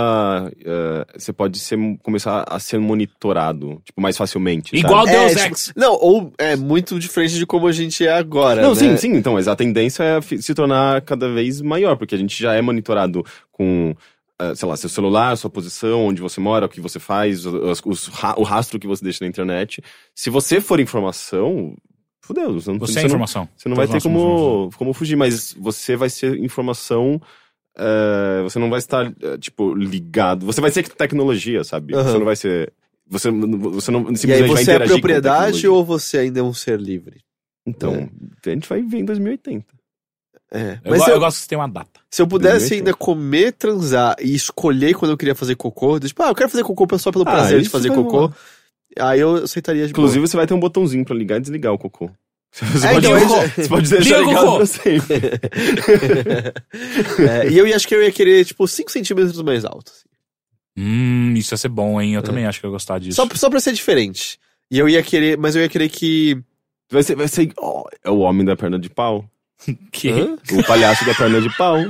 [SPEAKER 3] é, você pode ser, começar a ser monitorado, tipo, mais facilmente. sabe?
[SPEAKER 2] Igual
[SPEAKER 1] É,
[SPEAKER 2] Deus
[SPEAKER 1] tipo,
[SPEAKER 2] Ex.
[SPEAKER 1] Não, ou é muito diferente de como a gente é agora.
[SPEAKER 3] Não,
[SPEAKER 1] né?
[SPEAKER 3] sim, sim. Então, mas a tendência é fi- se tornar cada vez maior, porque a gente já é monitorado com, ah, sei lá, seu celular, sua posição, onde você mora, o que você faz, o- as- os ra- o rastro que você deixa na internet. Se você for informação, fudeu. Você não,
[SPEAKER 2] Você
[SPEAKER 3] você
[SPEAKER 2] é
[SPEAKER 3] não-
[SPEAKER 2] informação.
[SPEAKER 3] você não vai
[SPEAKER 2] Todos
[SPEAKER 3] ter
[SPEAKER 2] nós somos informação.
[SPEAKER 3] como, como fugir, mas você vai ser informação. eh, você não vai estar, eh, tipo, ligado. Você vai ser tecnologia, sabe?
[SPEAKER 1] Aham.
[SPEAKER 3] Você não vai ser. Você, você não simplesmente
[SPEAKER 1] E aí
[SPEAKER 3] vai
[SPEAKER 1] você é
[SPEAKER 3] interagir com
[SPEAKER 1] propriedade
[SPEAKER 3] tecnologia.
[SPEAKER 1] ou É. você ainda é um ser livre?
[SPEAKER 3] Então, a gente vai ver em 2080.
[SPEAKER 1] É.
[SPEAKER 2] Eu,
[SPEAKER 1] Mas
[SPEAKER 2] go-
[SPEAKER 1] se
[SPEAKER 2] eu
[SPEAKER 1] eu,
[SPEAKER 2] gosto que tem uma data.
[SPEAKER 1] se eu pudesse
[SPEAKER 3] 2080.
[SPEAKER 1] ainda comer, transar e escolher quando eu queria fazer cocô, tipo, ah, eu quero fazer cocô só pelo
[SPEAKER 3] Ah,
[SPEAKER 1] prazer de
[SPEAKER 3] isso
[SPEAKER 1] fazer
[SPEAKER 3] vai
[SPEAKER 1] cocô,
[SPEAKER 3] rolar.
[SPEAKER 1] aí eu aceitaria de boa.
[SPEAKER 3] Inclusive, você vai ter um botãozinho pra ligar e desligar o cocô. Você,
[SPEAKER 1] É,
[SPEAKER 3] pode,
[SPEAKER 1] então,
[SPEAKER 3] deixar-
[SPEAKER 1] esse-
[SPEAKER 3] você pode deixar
[SPEAKER 2] Liga o
[SPEAKER 3] ligado
[SPEAKER 2] cocô!
[SPEAKER 3] pra sempre.
[SPEAKER 1] É, e eu ia- acho que eu ia querer, tipo, 5 centímetros mais alto. assim.
[SPEAKER 2] Hum, isso ia ser bom, hein? Eu também acho que eu ia gostar disso.
[SPEAKER 1] Só, só pra ser diferente. E eu ia querer, mas eu ia querer que.
[SPEAKER 3] Vai ser, vai ser ó, é o homem da perna de pau.
[SPEAKER 2] que...
[SPEAKER 3] O palhaço da perna de pau.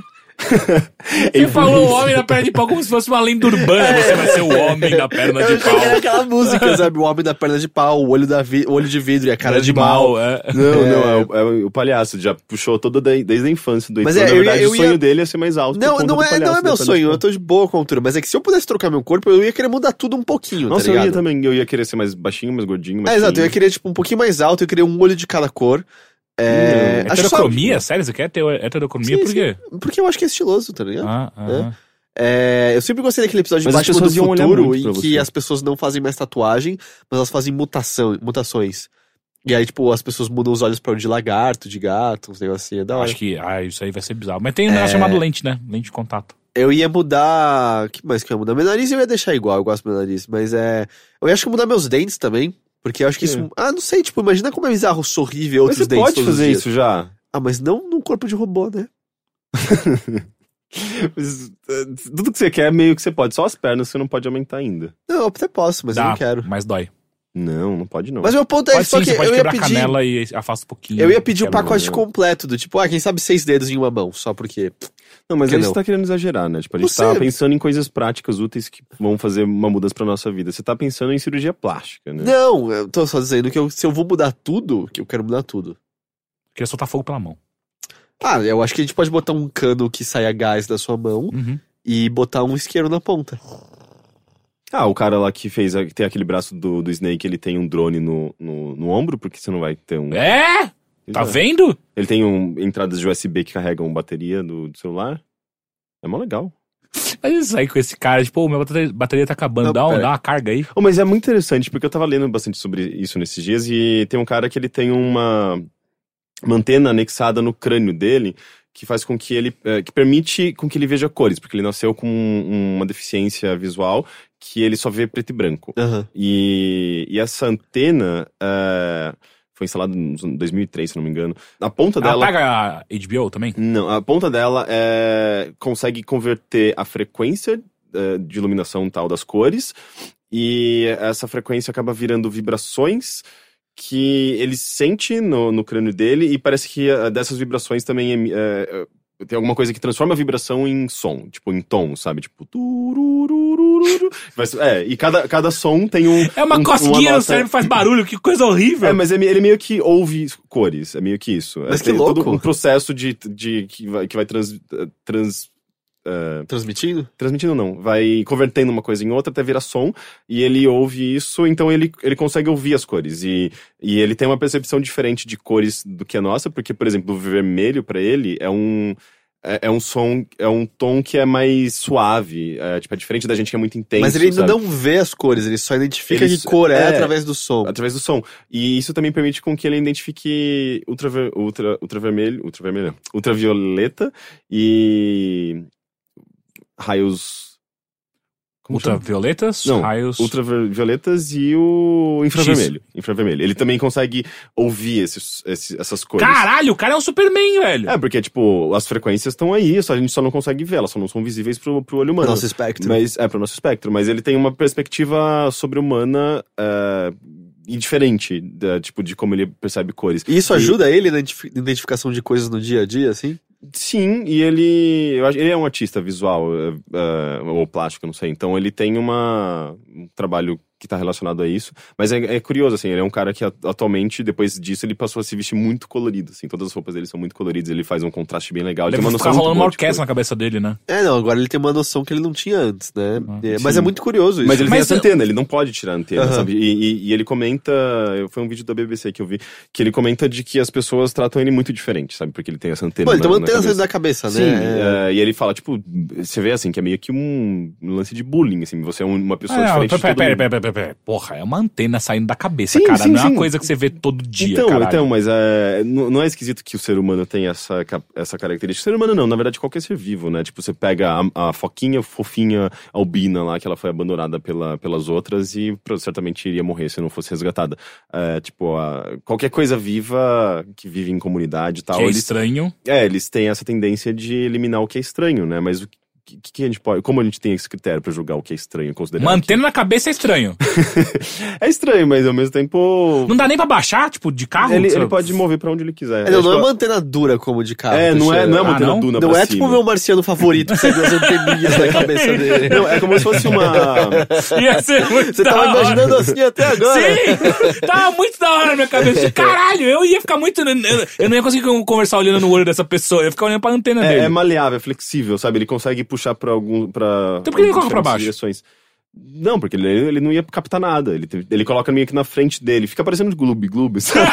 [SPEAKER 2] Você falou o homem da perna de pau como se fosse uma lenda urbana. Você vai ser o homem da perna
[SPEAKER 1] Eu
[SPEAKER 2] de
[SPEAKER 1] achei que era
[SPEAKER 2] pau.
[SPEAKER 1] aquela música, sabe? O homem da perna de pau, o olho, da vi- o olho de vidro e a cara de, mal.
[SPEAKER 2] é.
[SPEAKER 3] Não, não, é o, é o palhaço. Já puxou toda de- desde a infância do
[SPEAKER 1] Mas
[SPEAKER 3] Heitor.
[SPEAKER 1] é,
[SPEAKER 3] Na
[SPEAKER 1] eu ia-
[SPEAKER 3] verdade,
[SPEAKER 1] eu
[SPEAKER 3] o sonho
[SPEAKER 1] ia-
[SPEAKER 3] dele é ser mais alto. por
[SPEAKER 1] Não,
[SPEAKER 3] conta
[SPEAKER 1] não
[SPEAKER 3] do
[SPEAKER 1] é,
[SPEAKER 3] palhaço
[SPEAKER 1] não é
[SPEAKER 3] da
[SPEAKER 1] meu
[SPEAKER 3] perna de
[SPEAKER 1] sonho,
[SPEAKER 3] pau.
[SPEAKER 1] eu tô de boa com a altura, mas é que se eu pudesse trocar meu corpo, eu ia querer mudar tudo um pouquinho,
[SPEAKER 3] Nossa,
[SPEAKER 1] tá
[SPEAKER 3] eu
[SPEAKER 1] ligado?
[SPEAKER 3] ia também. Eu ia querer ser mais baixinho, mais gordinho, mais
[SPEAKER 1] Ah, exato, eu
[SPEAKER 3] fininho.
[SPEAKER 1] ia querer, tipo, um pouquinho mais alto, eu queria um olho de cada cor. É, acho só-
[SPEAKER 2] Heterocromia? Sério, você quer ter heterocromia?
[SPEAKER 1] Sim,
[SPEAKER 2] Por quê?
[SPEAKER 1] porque eu acho que é estiloso, tá ligado?
[SPEAKER 2] Ah, ah, ah.
[SPEAKER 1] É, eu sempre gostei daquele episódio de
[SPEAKER 3] Mas as
[SPEAKER 1] Batman do
[SPEAKER 3] pessoas iam olhar
[SPEAKER 1] Futuro
[SPEAKER 3] muito pra
[SPEAKER 1] em que
[SPEAKER 3] você.
[SPEAKER 1] as pessoas não fazem mais tatuagem, mas elas fazem mutação, mutações. E aí, tipo, as pessoas mudam os olhos pra olho de lagarto, de gato, uns negócios assim, é da hora.
[SPEAKER 2] Acho que, ah, isso aí vai ser bizarro. Mas
[SPEAKER 1] É.
[SPEAKER 2] tem um negócio chamado lente, né? Lente de contato.
[SPEAKER 1] Eu ia mudar. O que mais que eu ia mudar? Meu nariz eu ia deixar igual, eu gosto do meu nariz. Mas é. Eu acho que eu ia mudar meus dentes também. Porque eu acho que
[SPEAKER 3] Por quê?
[SPEAKER 1] isso. Ah, não sei, tipo, imagina como é bizarro sorrir e ver outros
[SPEAKER 3] Mas você
[SPEAKER 1] dentes.
[SPEAKER 3] pode
[SPEAKER 1] todos os
[SPEAKER 3] fazer
[SPEAKER 1] dias.
[SPEAKER 3] isso já.
[SPEAKER 1] Ah, mas não num corpo de robô, né?
[SPEAKER 3] Mas, eh, Tudo que você quer, meio que você pode. Só as pernas você não pode aumentar ainda.
[SPEAKER 1] Não, eu até posso, mas eu não quero.
[SPEAKER 2] mas dói.
[SPEAKER 3] Não, não pode não.
[SPEAKER 1] Mas meu ponto é
[SPEAKER 2] Pode
[SPEAKER 1] só
[SPEAKER 2] sim,
[SPEAKER 1] que
[SPEAKER 2] você pode
[SPEAKER 1] eu ia
[SPEAKER 2] quebrar a
[SPEAKER 1] pedir.
[SPEAKER 2] canela e afasta um pouquinho.
[SPEAKER 1] Eu ia pedir o
[SPEAKER 2] Quebra-
[SPEAKER 1] pacote completo, do tipo, ah, quem sabe seis dedos em uma mão, só porque.
[SPEAKER 3] Não, mas
[SPEAKER 1] Que
[SPEAKER 3] aí
[SPEAKER 1] não?
[SPEAKER 3] você tá querendo exagerar, né? Tipo, a gente
[SPEAKER 1] Você-
[SPEAKER 3] tá pensando em coisas práticas, úteis, que vão fazer uma mudança pra nossa vida. Você tá pensando em cirurgia plástica,
[SPEAKER 2] É.
[SPEAKER 3] né?
[SPEAKER 1] Não, eu tô só dizendo que eu- se eu vou mudar tudo, que eu quero mudar tudo.
[SPEAKER 2] Queria soltar fogo pela mão.
[SPEAKER 1] Ah, eu acho que a gente pode botar um cano que saia gás da sua mão
[SPEAKER 2] Uhum.
[SPEAKER 1] e botar um isqueiro na ponta.
[SPEAKER 3] Ah, o cara lá que fez, a- que tem aquele braço do, do Snake, ele tem um drone no, no, no ombro, porque você não vai ter um...
[SPEAKER 2] É? Tá vendo?
[SPEAKER 3] Ele tem um, entradas de USB que carregam bateria do, do celular. É mó legal.
[SPEAKER 2] Mas isso sair com esse cara, tipo, ô, minha bateria, bateria tá acabando,
[SPEAKER 1] Não,
[SPEAKER 2] dá, um,
[SPEAKER 1] pera.
[SPEAKER 2] dá uma carga aí.
[SPEAKER 3] Oh, mas é muito interessante, porque eu tava lendo bastante sobre isso nesses dias, e tem um cara que ele tem uma, uma antena anexada no crânio dele, que faz com que ele. eh, que permite com que ele veja cores, porque ele nasceu com um- uma deficiência visual que ele só vê preto e branco.
[SPEAKER 1] Aham.
[SPEAKER 3] E, e essa antena eh, foi instalada em 2003, se não me engano. A ponta
[SPEAKER 2] Ela
[SPEAKER 3] dela.
[SPEAKER 2] paga a HBO também?
[SPEAKER 3] Não, a ponta dela é, consegue converter a frequência eh, de iluminação tal das cores e essa frequência acaba virando vibrações que ele sente no, no crânio dele e parece que eh, dessas vibrações também emi- eh, eh, tem alguma coisa que transforma a vibração em som, tipo em tom, sabe? Tipo turururururu. Mas, é, e cada, cada som tem um
[SPEAKER 2] É uma
[SPEAKER 3] um-
[SPEAKER 2] cosquinha
[SPEAKER 3] nota-
[SPEAKER 2] no cérebro, faz barulho, que coisa horrível.
[SPEAKER 3] é, mas ele, ele meio que ouve cores, é meio que isso.
[SPEAKER 1] Mas
[SPEAKER 3] é,
[SPEAKER 1] que
[SPEAKER 3] tem
[SPEAKER 1] louco.
[SPEAKER 3] todo um processo de, de que vai, que vai trans, trans-
[SPEAKER 2] É.
[SPEAKER 1] Transmitindo?
[SPEAKER 3] transmitindo não, vai convertendo uma coisa em outra até virar som, e ele ouve isso, então ele, ele consegue ouvir as cores, e, e ele tem uma percepção diferente de cores do que a nossa, porque, por exemplo, o vermelho pra ele é um... É é um som, é um tom que é mais suave, é, tipo, é diferente da gente que é muito intenso.
[SPEAKER 1] Mas ele ainda um
[SPEAKER 3] sabe?
[SPEAKER 1] não vê as cores, ele só identifica
[SPEAKER 3] Ele
[SPEAKER 1] que cor é,
[SPEAKER 3] é.
[SPEAKER 1] através do som.
[SPEAKER 3] através do som. E isso também permite com que ele identifique ultraver, ultra, ultravermelho, ultravermelho, não, ultravioleta e raios como chama?
[SPEAKER 2] Ultravioletas,
[SPEAKER 3] Não,
[SPEAKER 2] raios.
[SPEAKER 3] ultravioletas e o infravermelho. Infravermelho. Ele também consegue ouvir esses, esses- essas cores.
[SPEAKER 2] Caralho, o cara é um Superman, velho.
[SPEAKER 3] É, porque, tipo, as frequências estão aí, só, a gente só não consegue ver, elas só não são visíveis pro, pro olho humano.
[SPEAKER 1] Nosso espectro.
[SPEAKER 3] Mas é pro nosso espectro, mas ele tem uma perspectiva sobre-humana é, e diferente, da- tipo, de como ele percebe cores.
[SPEAKER 1] E isso
[SPEAKER 3] E-
[SPEAKER 1] ajuda ele na identifi- identificação de coisas no dia a dia, assim?
[SPEAKER 3] Sim, e ele. eu acho- ele é um artista visual, é, é, ou plástico, não sei. Então ele tem uma, um trabalho que está relacionado a isso. Mas é, é curioso, assim, ele é um cara que a- atualmente, depois disso, ele passou a se vestir muito colorido. Assim, todas as roupas dele são muito coloridas, ele faz um contraste bem legal. Ele tem
[SPEAKER 2] Deve
[SPEAKER 3] uma
[SPEAKER 2] ficar
[SPEAKER 3] noção muito
[SPEAKER 2] rolando uma
[SPEAKER 3] boa,
[SPEAKER 2] orquestra
[SPEAKER 3] tipo,
[SPEAKER 2] na cabeça dele, né?
[SPEAKER 1] É, não, agora ele tem uma noção que ele não tinha antes, né? É, mas
[SPEAKER 3] Ah, sim.
[SPEAKER 1] é muito curioso isso.
[SPEAKER 3] Mas ele
[SPEAKER 2] Mas
[SPEAKER 3] tem essa
[SPEAKER 2] eu-
[SPEAKER 3] antena, ele não pode tirar a antena,
[SPEAKER 1] Aham.
[SPEAKER 3] sabe? E, e- e ele comenta. Foi um vídeo da BBC que eu vi, que ele comenta de que as pessoas tratam ele muito diferente, sabe? Porque ele tem essa antena.
[SPEAKER 1] Pô, ele
[SPEAKER 3] na-
[SPEAKER 1] tem uma
[SPEAKER 3] na
[SPEAKER 1] antena
[SPEAKER 3] cabeça.
[SPEAKER 1] saindo da cabeça,
[SPEAKER 3] Sim,
[SPEAKER 1] né?
[SPEAKER 3] é, e ele fala, tipo, você vê assim, que é meio que um lance de bullying, assim, você é um- uma pessoa
[SPEAKER 2] Ah, não,
[SPEAKER 3] diferente
[SPEAKER 2] pera,
[SPEAKER 3] de todo
[SPEAKER 2] pera, pera,
[SPEAKER 3] mundo.
[SPEAKER 2] pera, pera, pera. Porra, é uma antena saindo da cabeça,
[SPEAKER 3] Sim,
[SPEAKER 2] cara.
[SPEAKER 3] sim,
[SPEAKER 2] não é uma
[SPEAKER 3] sim.
[SPEAKER 2] coisa que você vê todo dia,
[SPEAKER 3] então,
[SPEAKER 2] caralho.
[SPEAKER 3] então, mas é, não não é esquisito que o ser humano tenha essa, ca- essa característica. Ser humano não, na verdade qualquer ser vivo, né? Tipo, você pega a, a foquinha fofinha albina lá, que ela foi abandonada pela, pelas outras e pro- certamente iria morrer se não fosse resgatada. É, tipo, a- qualquer coisa viva que vive em comunidade e tal,
[SPEAKER 2] que é
[SPEAKER 3] eles
[SPEAKER 2] estranho.
[SPEAKER 3] É, eles têm essa tendência de eliminar o que é estranho, né? Mas o que, que a gente pode. Como a gente tem esse critério pra julgar o que é estranho e considerar?
[SPEAKER 2] Uma antena na cabeça é estranho.
[SPEAKER 3] que- É estranho, mas ao mesmo tempo.
[SPEAKER 2] Não dá nem pra baixar, tipo, de carro.
[SPEAKER 3] ele,
[SPEAKER 2] sei
[SPEAKER 3] ele
[SPEAKER 2] lá.
[SPEAKER 3] pode mover pra onde ele quiser.
[SPEAKER 1] É, não, não é
[SPEAKER 3] tipo,
[SPEAKER 1] uma antena dura como de carro.
[SPEAKER 3] é, não é,
[SPEAKER 1] Teixeira.
[SPEAKER 3] não é uma
[SPEAKER 2] Ah,
[SPEAKER 3] antena
[SPEAKER 2] não?
[SPEAKER 3] duna
[SPEAKER 1] Não
[SPEAKER 3] pra
[SPEAKER 1] é
[SPEAKER 3] cima.
[SPEAKER 1] tipo o meu marciano favorito, que sai duas anteninhas na cabeça dele.
[SPEAKER 3] Não, é como se fosse uma.
[SPEAKER 2] Ia ser muito
[SPEAKER 1] Você
[SPEAKER 2] da
[SPEAKER 1] tava
[SPEAKER 2] hora.
[SPEAKER 1] imaginando assim até agora?
[SPEAKER 2] Sim! Tava muito da hora na minha cabeça. Caralho, eu ia ficar muito. Eu não ia conseguir conversar olhando no olho dessa pessoa. Eu ia ficar olhando pra antena
[SPEAKER 3] É,
[SPEAKER 2] dele.
[SPEAKER 3] é maleável, é flexível, sabe? Ele consegue puxar pra algum. Pra
[SPEAKER 2] Então por que ele coloca pra
[SPEAKER 3] diferentes
[SPEAKER 2] baixo?
[SPEAKER 3] Direções. Não, porque ele, ele não ia captar nada. Ele, te- ele coloca meio que na frente dele. Fica parecendo de Gloob Gloob, sabe?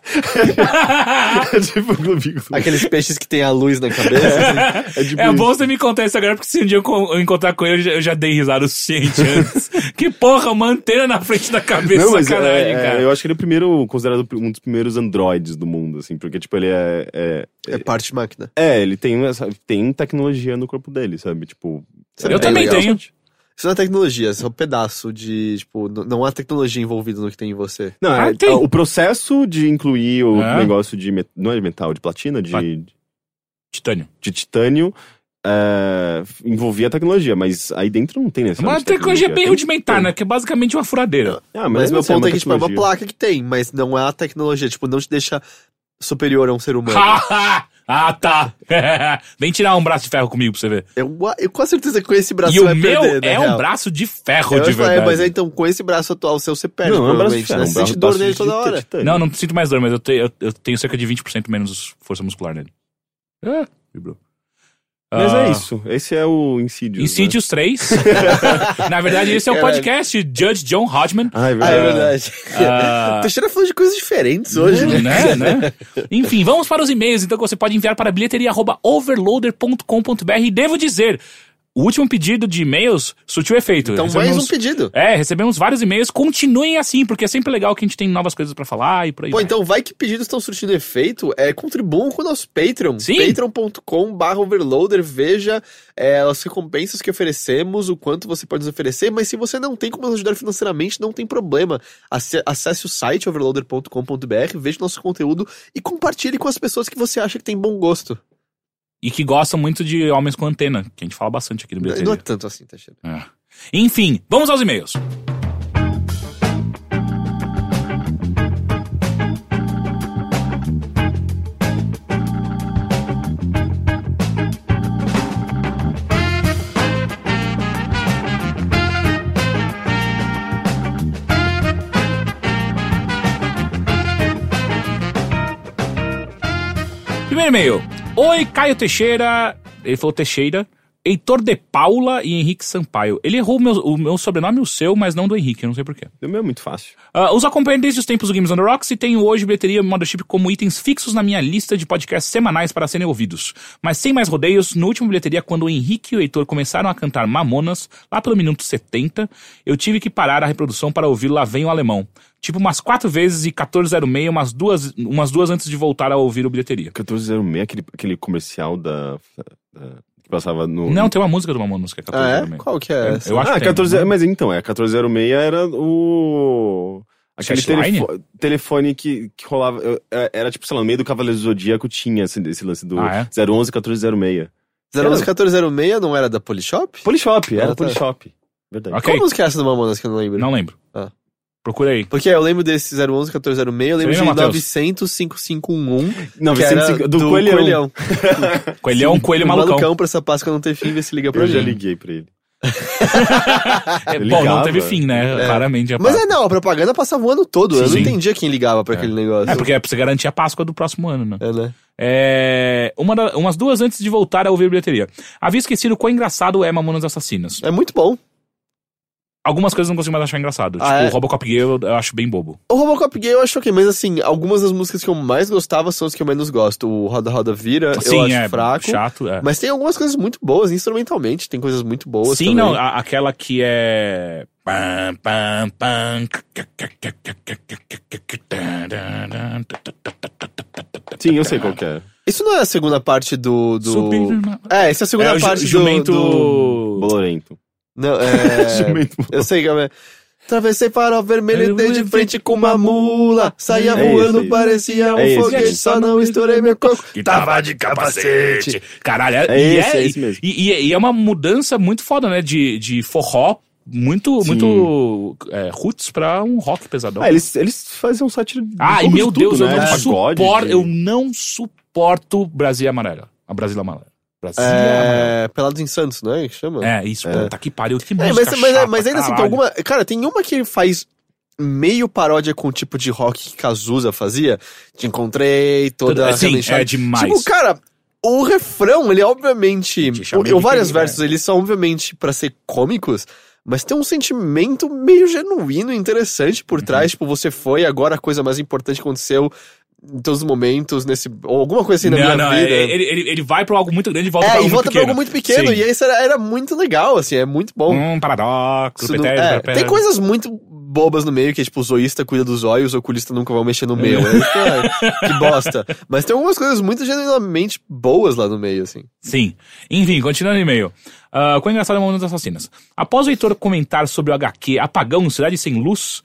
[SPEAKER 3] é tipo Gloob Gloob.
[SPEAKER 1] Aqueles peixes que tem a luz na cabeça. assim.
[SPEAKER 3] É tipo
[SPEAKER 2] É
[SPEAKER 3] isso.
[SPEAKER 2] bom você me contar isso agora, porque se um dia eu co- eu encontrar com ele, eu já, eu já dei risada o suficiente antes. que porra, uma antena na frente da cabeça,
[SPEAKER 3] Não, mas
[SPEAKER 2] sacanagem,
[SPEAKER 3] é, é,
[SPEAKER 2] cara.
[SPEAKER 3] eu acho que ele é o primeiro, considerado um dos primeiros androides do mundo, assim, porque, tipo, ele é. É,
[SPEAKER 1] É parte de máquina.
[SPEAKER 3] é, ele tem, essa- tem tecnologia no corpo dele, sabe? Tipo.
[SPEAKER 1] Sabe
[SPEAKER 2] Eu
[SPEAKER 1] que é
[SPEAKER 2] também
[SPEAKER 1] legal?
[SPEAKER 2] tenho.
[SPEAKER 1] Isso não é tecnologia, isso é um pedaço de, tipo, n- não há tecnologia envolvida no que tem em você.
[SPEAKER 3] Não,
[SPEAKER 2] Ah,
[SPEAKER 3] é-
[SPEAKER 2] tem.
[SPEAKER 3] o processo de incluir o
[SPEAKER 2] É.
[SPEAKER 3] negócio de. met- não é de metal, de platina, de,
[SPEAKER 2] Pla- Titânio.
[SPEAKER 3] de titânio. é, envolvia a tecnologia, mas aí dentro não tem
[SPEAKER 2] Uma
[SPEAKER 3] necessariamente.
[SPEAKER 2] tecnologia bem
[SPEAKER 3] Tem-
[SPEAKER 2] rudimentar, né? Que é basicamente uma furadeira.
[SPEAKER 3] Ah,
[SPEAKER 1] Mas, meu
[SPEAKER 3] assim,
[SPEAKER 1] ponto é que, tipo, é uma
[SPEAKER 3] tecnologia.
[SPEAKER 1] placa que tem, mas não é a tecnologia. Tipo, não te deixa superior a um ser humano.
[SPEAKER 2] ah, tá. Vem tirar um braço de ferro comigo pra você ver.
[SPEAKER 1] Eu, eu com certeza que com esse braço
[SPEAKER 2] e
[SPEAKER 1] você
[SPEAKER 2] o
[SPEAKER 1] vai
[SPEAKER 2] meu
[SPEAKER 1] perder, na
[SPEAKER 2] é
[SPEAKER 1] real.
[SPEAKER 2] um braço de ferro,
[SPEAKER 1] Eu
[SPEAKER 2] de
[SPEAKER 1] ia falar, é,
[SPEAKER 2] verdade.
[SPEAKER 1] mas é, então, com esse braço atual seu, você perde,
[SPEAKER 3] Não, é um braço de
[SPEAKER 1] provavelmente,
[SPEAKER 3] ferro,
[SPEAKER 1] né?
[SPEAKER 3] um
[SPEAKER 1] Você
[SPEAKER 3] braço
[SPEAKER 1] sente dor
[SPEAKER 3] braço
[SPEAKER 1] nele
[SPEAKER 3] de
[SPEAKER 1] toda hora.
[SPEAKER 3] titânio.
[SPEAKER 2] Não, não sinto mais dor, mas eu, te- eu- eu tenho cerca de 20% menos força muscular nele. É, vibrou.
[SPEAKER 3] Mas
[SPEAKER 2] Ah,
[SPEAKER 3] é isso. Esse é o Insidious.
[SPEAKER 2] Insidious 3. Na verdade, esse é o
[SPEAKER 1] Caralho.
[SPEAKER 2] podcast Judge John Hodgman.
[SPEAKER 3] Né?
[SPEAKER 1] Ah,
[SPEAKER 3] Ah, é
[SPEAKER 1] é
[SPEAKER 3] verdade.
[SPEAKER 1] verdade.
[SPEAKER 2] Ah.
[SPEAKER 1] Teixeira falou de coisas diferentes hoje, né?
[SPEAKER 2] Né, né? Enfim, vamos para os e-mails, então, que você pode enviar para bilheteria.overloader.com.br. E devo dizer, o último pedido de e-mails surtiu efeito.
[SPEAKER 1] Então, mais um
[SPEAKER 2] Recebemos-
[SPEAKER 1] pedido.
[SPEAKER 2] É, recebemos vários e-mails. Continuem assim, porque é sempre legal que a gente tem novas coisas pra falar e por aí.
[SPEAKER 1] Pô,
[SPEAKER 2] vai.
[SPEAKER 1] então vai que pedidos estão surtindo efeito, é, contribuam com o nosso Patreon,
[SPEAKER 2] Sim.
[SPEAKER 1] patreon.com overloader, veja é, as recompensas que oferecemos, o quanto você pode nos oferecer, mas se você não tem como nos ajudar financeiramente, não tem problema, Ace- acesse o site overloader.com.br, veja o nosso conteúdo e compartilhe com as pessoas que você acha que tem bom gosto.
[SPEAKER 2] E que gostam muito de homens com antena, que a gente fala bastante aqui no
[SPEAKER 1] Não,
[SPEAKER 2] Bilheteria.
[SPEAKER 1] não é tanto assim, Teixeira.
[SPEAKER 2] É. Enfim, vamos aos e-mails. Primeiro e-mail. Oi, Caio Teixeira. Ele falou Teixeira. Heitor de Paula e Henrique Sampaio. Ele errou o meu, o meu sobrenome e o seu, mas não do Henrique, eu não sei porquê.
[SPEAKER 3] O meu é muito fácil.
[SPEAKER 2] Ah, os acompanho desde os tempos do Games on the Rocks e tenho hoje bilheteria e Mothership como itens fixos na minha lista de podcasts semanais para serem ouvidos. Mas sem mais rodeios, no último bilheteria, quando o Henrique e o Heitor começaram a cantar Mamonas, lá pelo minuto 70, eu tive que parar a reprodução para ouvir Lá Vem o Alemão. Tipo umas quatro vezes e 1406, umas duas, umas duas antes de voltar a ouvir o bilheteria.
[SPEAKER 3] 1406, aquele, aquele comercial da, da- que passava no.
[SPEAKER 2] Não, tem uma música do Mamonas que é
[SPEAKER 1] Ah, é?
[SPEAKER 2] 1406.
[SPEAKER 1] Qual que é essa?
[SPEAKER 2] Eu acho
[SPEAKER 3] ah,
[SPEAKER 2] que tem. né?
[SPEAKER 3] 14, Mas então, é, 1406 era o. Aquele
[SPEAKER 2] Flashline?
[SPEAKER 3] telefone, telefone que, que rolava. eu- é, Era tipo, sei lá, no meio do Cavaleiro do Zodíaco tinha esse, esse lance do
[SPEAKER 2] Ah,
[SPEAKER 3] 011 1406.
[SPEAKER 2] é.
[SPEAKER 1] 01406 não era da Polishop?
[SPEAKER 3] Polishop,
[SPEAKER 1] Ah,
[SPEAKER 3] era
[SPEAKER 1] tá.
[SPEAKER 3] Polishop. Verdade.
[SPEAKER 2] Ok.
[SPEAKER 1] Qual música é essa do Mamonas que eu não lembro?
[SPEAKER 2] Não lembro.
[SPEAKER 1] Ah.
[SPEAKER 2] Procura aí.
[SPEAKER 1] Porque eu lembro desse 011 1406, eu lembro
[SPEAKER 2] lembra,
[SPEAKER 1] de
[SPEAKER 2] Matheus?
[SPEAKER 1] 900 5511,
[SPEAKER 3] Não,
[SPEAKER 1] que era
[SPEAKER 3] 905 do, Coelhão.
[SPEAKER 2] Coelhão, coelho
[SPEAKER 1] Um
[SPEAKER 2] malucão.
[SPEAKER 1] pra essa Páscoa não ter fim, vê se liga pra
[SPEAKER 3] Eu
[SPEAKER 2] Uhum.
[SPEAKER 3] já
[SPEAKER 1] mim.
[SPEAKER 3] liguei pra ele.
[SPEAKER 2] É,
[SPEAKER 3] Ele
[SPEAKER 2] bom, não
[SPEAKER 3] ligava.
[SPEAKER 2] teve fim, né?
[SPEAKER 1] É.
[SPEAKER 2] Claramente. a
[SPEAKER 1] Mas
[SPEAKER 2] Páscoa.
[SPEAKER 1] é, não, a propaganda passava o ano todo. eu
[SPEAKER 2] Sim.
[SPEAKER 1] não entendia quem ligava pra aquele negócio.
[SPEAKER 2] é porque é pra você garantir a Páscoa do próximo ano, né?
[SPEAKER 1] É, né?
[SPEAKER 2] É, uma da- umas duas antes de voltar a ouvir bilheteria. Havia esquecido o quão engraçado é Mamonas Assassinas.
[SPEAKER 1] É muito bom. Algumas
[SPEAKER 2] Algumas coisas eu não consigo mais achar engraçado.
[SPEAKER 1] Ah,
[SPEAKER 2] tipo,
[SPEAKER 1] é?
[SPEAKER 2] o Robocop Gay eu, eu acho bem bobo.
[SPEAKER 1] O Robocop Gay eu acho ok, mas assim, algumas das músicas que eu mais gostava são as que eu menos gosto. O Roda Roda Vira, eu acho
[SPEAKER 2] é
[SPEAKER 1] fraco.
[SPEAKER 2] chato. é.
[SPEAKER 1] Mas tem algumas coisas muito boas, instrumentalmente, tem coisas muito boas.
[SPEAKER 2] Sim,
[SPEAKER 1] também.
[SPEAKER 2] não, a- aquela que é. Pam, pam, pam.
[SPEAKER 3] Sim, eu sei qual que é.
[SPEAKER 1] Isso não é a segunda parte do. do...
[SPEAKER 2] Subir na-
[SPEAKER 1] É, essa é a segunda
[SPEAKER 2] É o ju-
[SPEAKER 1] parte do-
[SPEAKER 2] jumento.
[SPEAKER 1] do.
[SPEAKER 3] Bolorento.
[SPEAKER 1] Não, é.
[SPEAKER 3] Jumento.
[SPEAKER 1] Eu sei como é. Travessei farol vermelho e dei de frente com uma mula. Saía
[SPEAKER 3] um É isso, é
[SPEAKER 1] voando,
[SPEAKER 3] isso.
[SPEAKER 1] parecia um
[SPEAKER 3] É isso,
[SPEAKER 1] foguete,
[SPEAKER 3] gente.
[SPEAKER 1] só não estourei meu coco.
[SPEAKER 2] que tava de capacete. Caralho, é,
[SPEAKER 3] É
[SPEAKER 2] e
[SPEAKER 3] esse,
[SPEAKER 2] é,
[SPEAKER 3] é esse mesmo.
[SPEAKER 2] E, e- e é uma mudança muito foda, né? De, de forró muito,
[SPEAKER 3] Sim.
[SPEAKER 2] muito é, roots pra um rock pesadão.
[SPEAKER 3] Ah, eles, eles faziam sátira de
[SPEAKER 2] Ah, e
[SPEAKER 3] tudo,
[SPEAKER 2] meu
[SPEAKER 3] de
[SPEAKER 2] Deus,
[SPEAKER 3] tudo,
[SPEAKER 2] eu,
[SPEAKER 3] né?
[SPEAKER 2] não
[SPEAKER 3] De pagode,
[SPEAKER 2] suporto,
[SPEAKER 3] de-
[SPEAKER 2] eu não suporto Brasil Amarela. A Brasil Amarela. Brasil Amarela.
[SPEAKER 1] É, Pelados em Santos, não é? Que chama?
[SPEAKER 2] É, isso,
[SPEAKER 3] É.
[SPEAKER 2] puta que pariu, que
[SPEAKER 1] É,
[SPEAKER 2] música
[SPEAKER 1] mas, mas,
[SPEAKER 2] chata,
[SPEAKER 1] mas ainda assim, tem
[SPEAKER 2] caralho.
[SPEAKER 1] alguma. Cara, tem uma que faz meio paródia com o tipo de rock que Cazuza fazia. Te encontrei, toda.
[SPEAKER 2] Toda- Sim,
[SPEAKER 1] remanchada.
[SPEAKER 2] é demais.
[SPEAKER 1] Tipo, cara, o refrão, ele é obviamente.
[SPEAKER 2] Te chamei
[SPEAKER 1] Eu,
[SPEAKER 2] de
[SPEAKER 1] vários
[SPEAKER 2] querido,
[SPEAKER 1] versos, eles são obviamente pra ser cômicos, mas tem um sentimento meio genuíno e interessante
[SPEAKER 2] Uhum.
[SPEAKER 1] por trás. Tipo, você foi, agora a coisa mais importante aconteceu em todos os momentos, nesse. Ou alguma coisa assim na minha
[SPEAKER 2] não, não,
[SPEAKER 1] vida.
[SPEAKER 2] ele, ele, ele vai pra algo muito grande e volta pra
[SPEAKER 1] é,
[SPEAKER 2] algo
[SPEAKER 1] e volta
[SPEAKER 2] muito
[SPEAKER 1] pra
[SPEAKER 2] pequeno.
[SPEAKER 1] algo muito pequeno.
[SPEAKER 2] Sim.
[SPEAKER 1] E isso era, era muito legal, assim, é muito bom.
[SPEAKER 2] Um paradoxo,
[SPEAKER 1] Isso não-
[SPEAKER 2] petério,
[SPEAKER 1] é,
[SPEAKER 2] petério.
[SPEAKER 1] tem coisas muito bobas no meio, que é tipo, o zoísta cuida dos olhos, o oculista nunca vai mexer no meu. que bosta. Mas tem algumas coisas muito genuinamente boas lá no meio, assim.
[SPEAKER 2] Sim. Enfim, continuando o e-mail. Ah, Quão engraçado é o Momento das Assassinas. Após o Heitor comentar sobre o HQ Apagão, Cidade Sem Luz,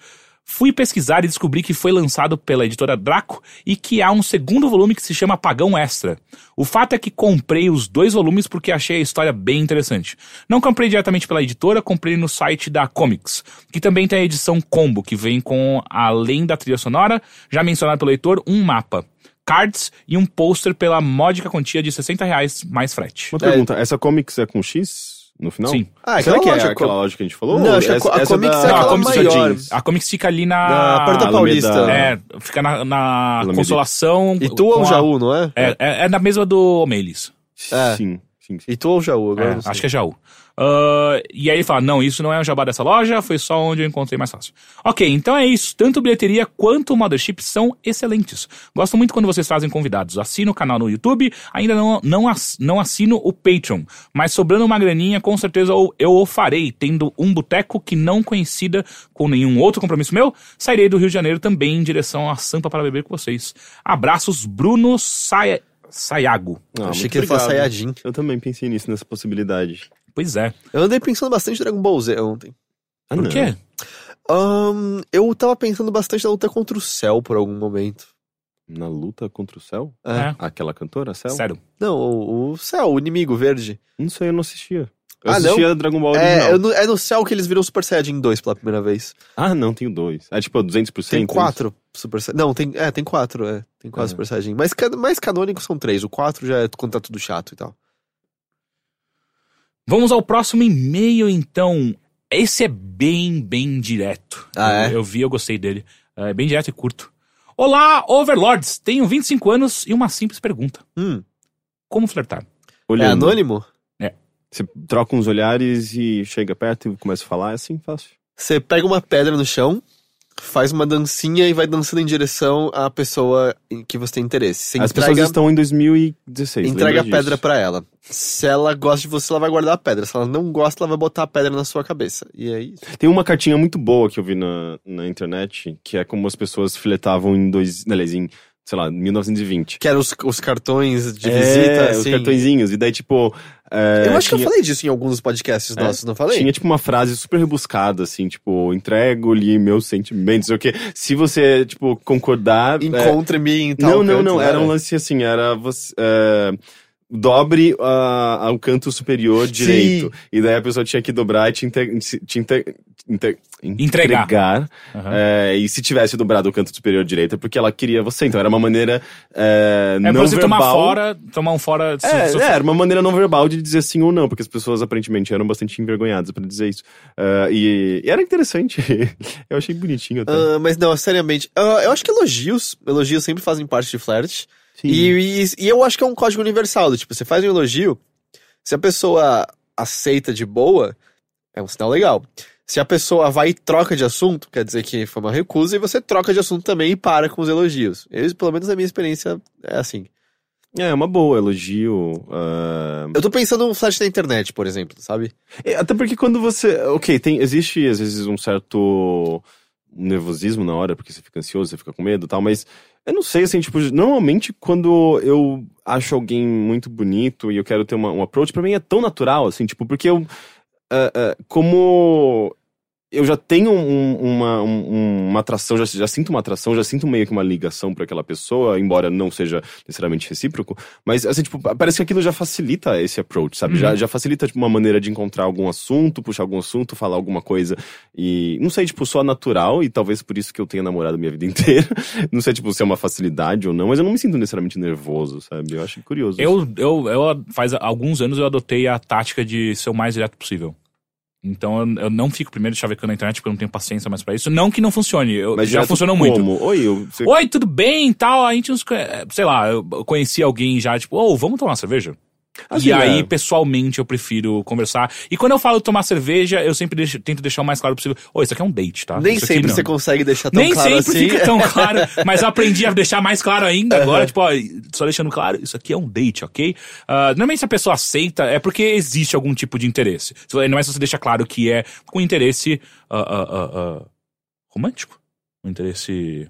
[SPEAKER 2] fui pesquisar e descobri que foi lançado pela editora Draco e que há um segundo volume que se chama Apagão Extra. O fato é que comprei os dois volumes porque achei a história bem interessante. Não comprei diretamente pela editora, comprei no site da Comics, que também tem a edição Combo, que vem com, além da trilha sonora, já mencionado pelo Heitor, um mapa. Cards e um pôster pela módica quantia de R$ 60 reais mais frete.
[SPEAKER 3] Uma pergunta, essa comics é com X no final?
[SPEAKER 2] Sim.
[SPEAKER 1] Ah,
[SPEAKER 3] Será
[SPEAKER 1] aquela
[SPEAKER 3] que é
[SPEAKER 1] lógica-
[SPEAKER 3] aquela lógica que a gente falou?
[SPEAKER 1] Não,
[SPEAKER 3] Ou
[SPEAKER 1] acho que a co- a comics é
[SPEAKER 2] Não, a
[SPEAKER 1] aquela
[SPEAKER 2] Comics é
[SPEAKER 1] maior.
[SPEAKER 3] jeans?
[SPEAKER 2] A Comics fica ali na.
[SPEAKER 1] Na Porta
[SPEAKER 3] no meio
[SPEAKER 1] Paulista.
[SPEAKER 3] da-
[SPEAKER 2] Ah, É, fica na, na
[SPEAKER 3] Alameda.
[SPEAKER 2] consolação.
[SPEAKER 1] E tu ou
[SPEAKER 2] com
[SPEAKER 1] o
[SPEAKER 2] a-
[SPEAKER 1] Jaú, não é?
[SPEAKER 2] É, é, é na mesma do Melis.
[SPEAKER 1] É.
[SPEAKER 3] Ah, Sim. Sim, sim.
[SPEAKER 1] Heitor ou Jaú? Agora
[SPEAKER 2] É,
[SPEAKER 1] eu não sei.
[SPEAKER 2] acho que é Jaú. Ah, e aí ele fala: não, isso não é o jabá dessa loja, foi só onde eu encontrei mais fácil. Ok, então é isso. Tanto bilheteria quanto o Mothership são excelentes. Gosto muito quando vocês fazem convidados. Assino o canal no YouTube, ainda não, não, ass- não assino o Patreon. Mas sobrando uma graninha, com certeza eu, eu o farei, tendo um boteco que não coincida com nenhum outro compromisso meu. Sairei do Rio de Janeiro também em direção a Sampa para beber com vocês. Abraços, Bruno Saia- Sayago.
[SPEAKER 3] Ah,
[SPEAKER 1] Achei
[SPEAKER 3] muito
[SPEAKER 1] que ele fosse
[SPEAKER 3] obrigado.
[SPEAKER 1] Saiyajin.
[SPEAKER 3] Eu também pensei nisso, nessa possibilidade.
[SPEAKER 2] Pois é.
[SPEAKER 1] Eu andei pensando bastante em Dragon Ball Z ontem.
[SPEAKER 3] Ah,
[SPEAKER 2] Por
[SPEAKER 3] não.
[SPEAKER 2] quê?
[SPEAKER 1] Ahn, eu tava pensando bastante na luta contra o céu por algum momento.
[SPEAKER 3] Na luta contra o céu?
[SPEAKER 1] É.
[SPEAKER 2] É.
[SPEAKER 3] Aquela cantora, céu?
[SPEAKER 2] Sério.
[SPEAKER 1] Não, o, o céu, o inimigo verde.
[SPEAKER 3] Não sei, eu não assistia. Eu
[SPEAKER 1] Ah, não?
[SPEAKER 3] assistia Dragon Ball original.
[SPEAKER 1] É, eu no- é no céu que eles viram Super Saiyajin 2 pela primeira vez.
[SPEAKER 3] Ah, não, tenho dois. É tipo 200%?
[SPEAKER 1] Tem
[SPEAKER 3] isso?
[SPEAKER 1] quatro Super Saiyajin. Não, tem, é, tem quatro, é. Tem quatro
[SPEAKER 3] Aham.
[SPEAKER 1] Super Saiyajin. Mas ca- mais canônicos são três. O quatro já é quando tá tudo chato e tal.
[SPEAKER 2] Vamos ao próximo e-mail, então. Esse é bem, bem direto.
[SPEAKER 1] Ah,
[SPEAKER 2] eu,
[SPEAKER 1] é?
[SPEAKER 2] eu vi, eu gostei dele. É bem direto e curto. Olá, Overlords! Tenho 25 anos e uma simples pergunta.
[SPEAKER 1] Hum,
[SPEAKER 2] Como flertar?
[SPEAKER 1] é
[SPEAKER 3] Olhando.
[SPEAKER 1] anônimo?
[SPEAKER 3] Você troca uns olhares e chega perto e começa a falar, é assim, fácil.
[SPEAKER 1] Você pega uma pedra no chão, faz uma dancinha e vai dançando em direção à pessoa em que você tem interesse. Você
[SPEAKER 3] As
[SPEAKER 1] entrega,
[SPEAKER 3] pessoas estão em 2016.
[SPEAKER 1] entrega
[SPEAKER 3] lembra
[SPEAKER 1] a pedra
[SPEAKER 3] disso.
[SPEAKER 1] pra ela. Se ela gosta de você, ela vai guardar a pedra. Se ela não gosta, ela vai botar a pedra na sua cabeça. E é isso.
[SPEAKER 3] Tem uma cartinha muito boa que eu vi na, na internet, que é como as pessoas filetavam em dois. Aliás, em, sei lá, 1920.
[SPEAKER 1] Que eram os, os cartões de
[SPEAKER 3] É,
[SPEAKER 1] visita,
[SPEAKER 3] os
[SPEAKER 1] assim.
[SPEAKER 3] cartõezinhos. E daí, tipo. é,
[SPEAKER 1] Eu acho que eu
[SPEAKER 3] tinha-
[SPEAKER 1] falei disso em alguns podcasts
[SPEAKER 3] É,
[SPEAKER 1] nossos, não falei?
[SPEAKER 3] Tinha, tipo, uma frase super rebuscada, assim, tipo, entrego-lhe meus sentimentos, não sei o quê. Se você, tipo, concordar. é,
[SPEAKER 1] Encontre-me em tal
[SPEAKER 3] Não, não,
[SPEAKER 1] canto,
[SPEAKER 3] não. Era um
[SPEAKER 1] né?
[SPEAKER 3] lance assim, era você. é, Dobre ah, ao canto superior direito. E daí a pessoa tinha que dobrar e te, inte- te inte- inte-
[SPEAKER 2] Entregar.
[SPEAKER 3] entregar.
[SPEAKER 2] Aham.
[SPEAKER 3] É, e se tivesse dobrado o canto superior direito, é porque ela queria você. Então era uma maneira é,
[SPEAKER 2] É, pra
[SPEAKER 3] não
[SPEAKER 2] você
[SPEAKER 3] verbal.
[SPEAKER 2] tomar fora, tomar um fora. se-
[SPEAKER 3] É,
[SPEAKER 2] se-
[SPEAKER 3] é, era uma maneira não verbal de dizer sim ou não, porque as pessoas aparentemente eram bastante envergonhadas pra dizer isso. Ah, e, e era interessante. Eu achei bonitinho até.
[SPEAKER 1] Ah, mas não, seriamente. ah, eu acho que elogios. Elogios sempre fazem parte de flerte.
[SPEAKER 3] Sim.
[SPEAKER 1] E, e, e eu acho que é um código universal. do Tipo, você faz um elogio, se a pessoa aceita de boa, é um sinal legal. Se a pessoa vai e troca de assunto, quer dizer que foi uma recusa, e você troca de assunto também e para com os elogios. Eu, pelo menos na minha experiência é assim.
[SPEAKER 3] É, uma boa, elogio. ah,
[SPEAKER 1] Eu tô pensando um flash na internet, por exemplo, sabe?
[SPEAKER 3] É, Até porque quando você. Ok, tem, existe às vezes um certo nervosismo na hora, porque você fica ansioso, você fica com medo e tal, mas eu não sei, assim, tipo, normalmente quando eu acho alguém muito bonito e eu quero ter uma, um approach, pra mim é tão natural, assim, tipo, porque eu. ah, ah, como. Eu já tenho um- uma, um- uma atração, já, já sinto uma atração, já sinto meio que uma ligação pra aquela pessoa, embora não seja necessariamente recíproco. Mas, assim, tipo, parece que aquilo já facilita esse approach, sabe?
[SPEAKER 2] Uhum.
[SPEAKER 3] Já, já facilita, tipo, uma maneira de encontrar algum assunto, puxar algum assunto, falar alguma coisa. E, não sei, tipo, só natural, e talvez por isso que eu tenha namorado minha vida inteira. Não sei, tipo, se é uma facilidade ou não, mas eu não me sinto necessariamente nervoso, sabe? Eu acho curioso.
[SPEAKER 2] Eu, eu, eu, faz alguns anos eu adotei a tática de ser o mais direto possível. Então eu, eu não fico primeiro chavecando na internet porque eu não tenho paciência mais pra isso. Não que não funcione, eu,
[SPEAKER 3] mas
[SPEAKER 2] já
[SPEAKER 3] direto
[SPEAKER 2] funcionou muito.
[SPEAKER 3] como? Oi, eu... você-
[SPEAKER 2] Oi, tudo bem e tal? A gente nos. conhe- eh, Sei lá, eu conheci alguém já, tipo, ô, vamos tomar uma cerveja?
[SPEAKER 3] Assim,
[SPEAKER 2] e aí,
[SPEAKER 3] é.
[SPEAKER 2] pessoalmente, eu prefiro conversar. E quando eu falo tomar cerveja, eu sempre deixo- tento deixar o mais claro possível. Ô, isso aqui é um date, tá?
[SPEAKER 1] Nem
[SPEAKER 2] Isso aqui
[SPEAKER 1] sempre
[SPEAKER 2] não.
[SPEAKER 1] você consegue deixar tão
[SPEAKER 2] Nem
[SPEAKER 1] claro
[SPEAKER 2] sempre
[SPEAKER 1] assim.
[SPEAKER 2] fica tão claro, mas eu aprendi a deixar mais claro ainda agora, tipo, ó, só deixando claro, isso aqui é um date, ok? Ah, normalmente se a pessoa aceita, é porque existe algum tipo de interesse. Se- Não é se você deixa claro que é com interesse ah, ah, ah, ah, romântico? Um interesse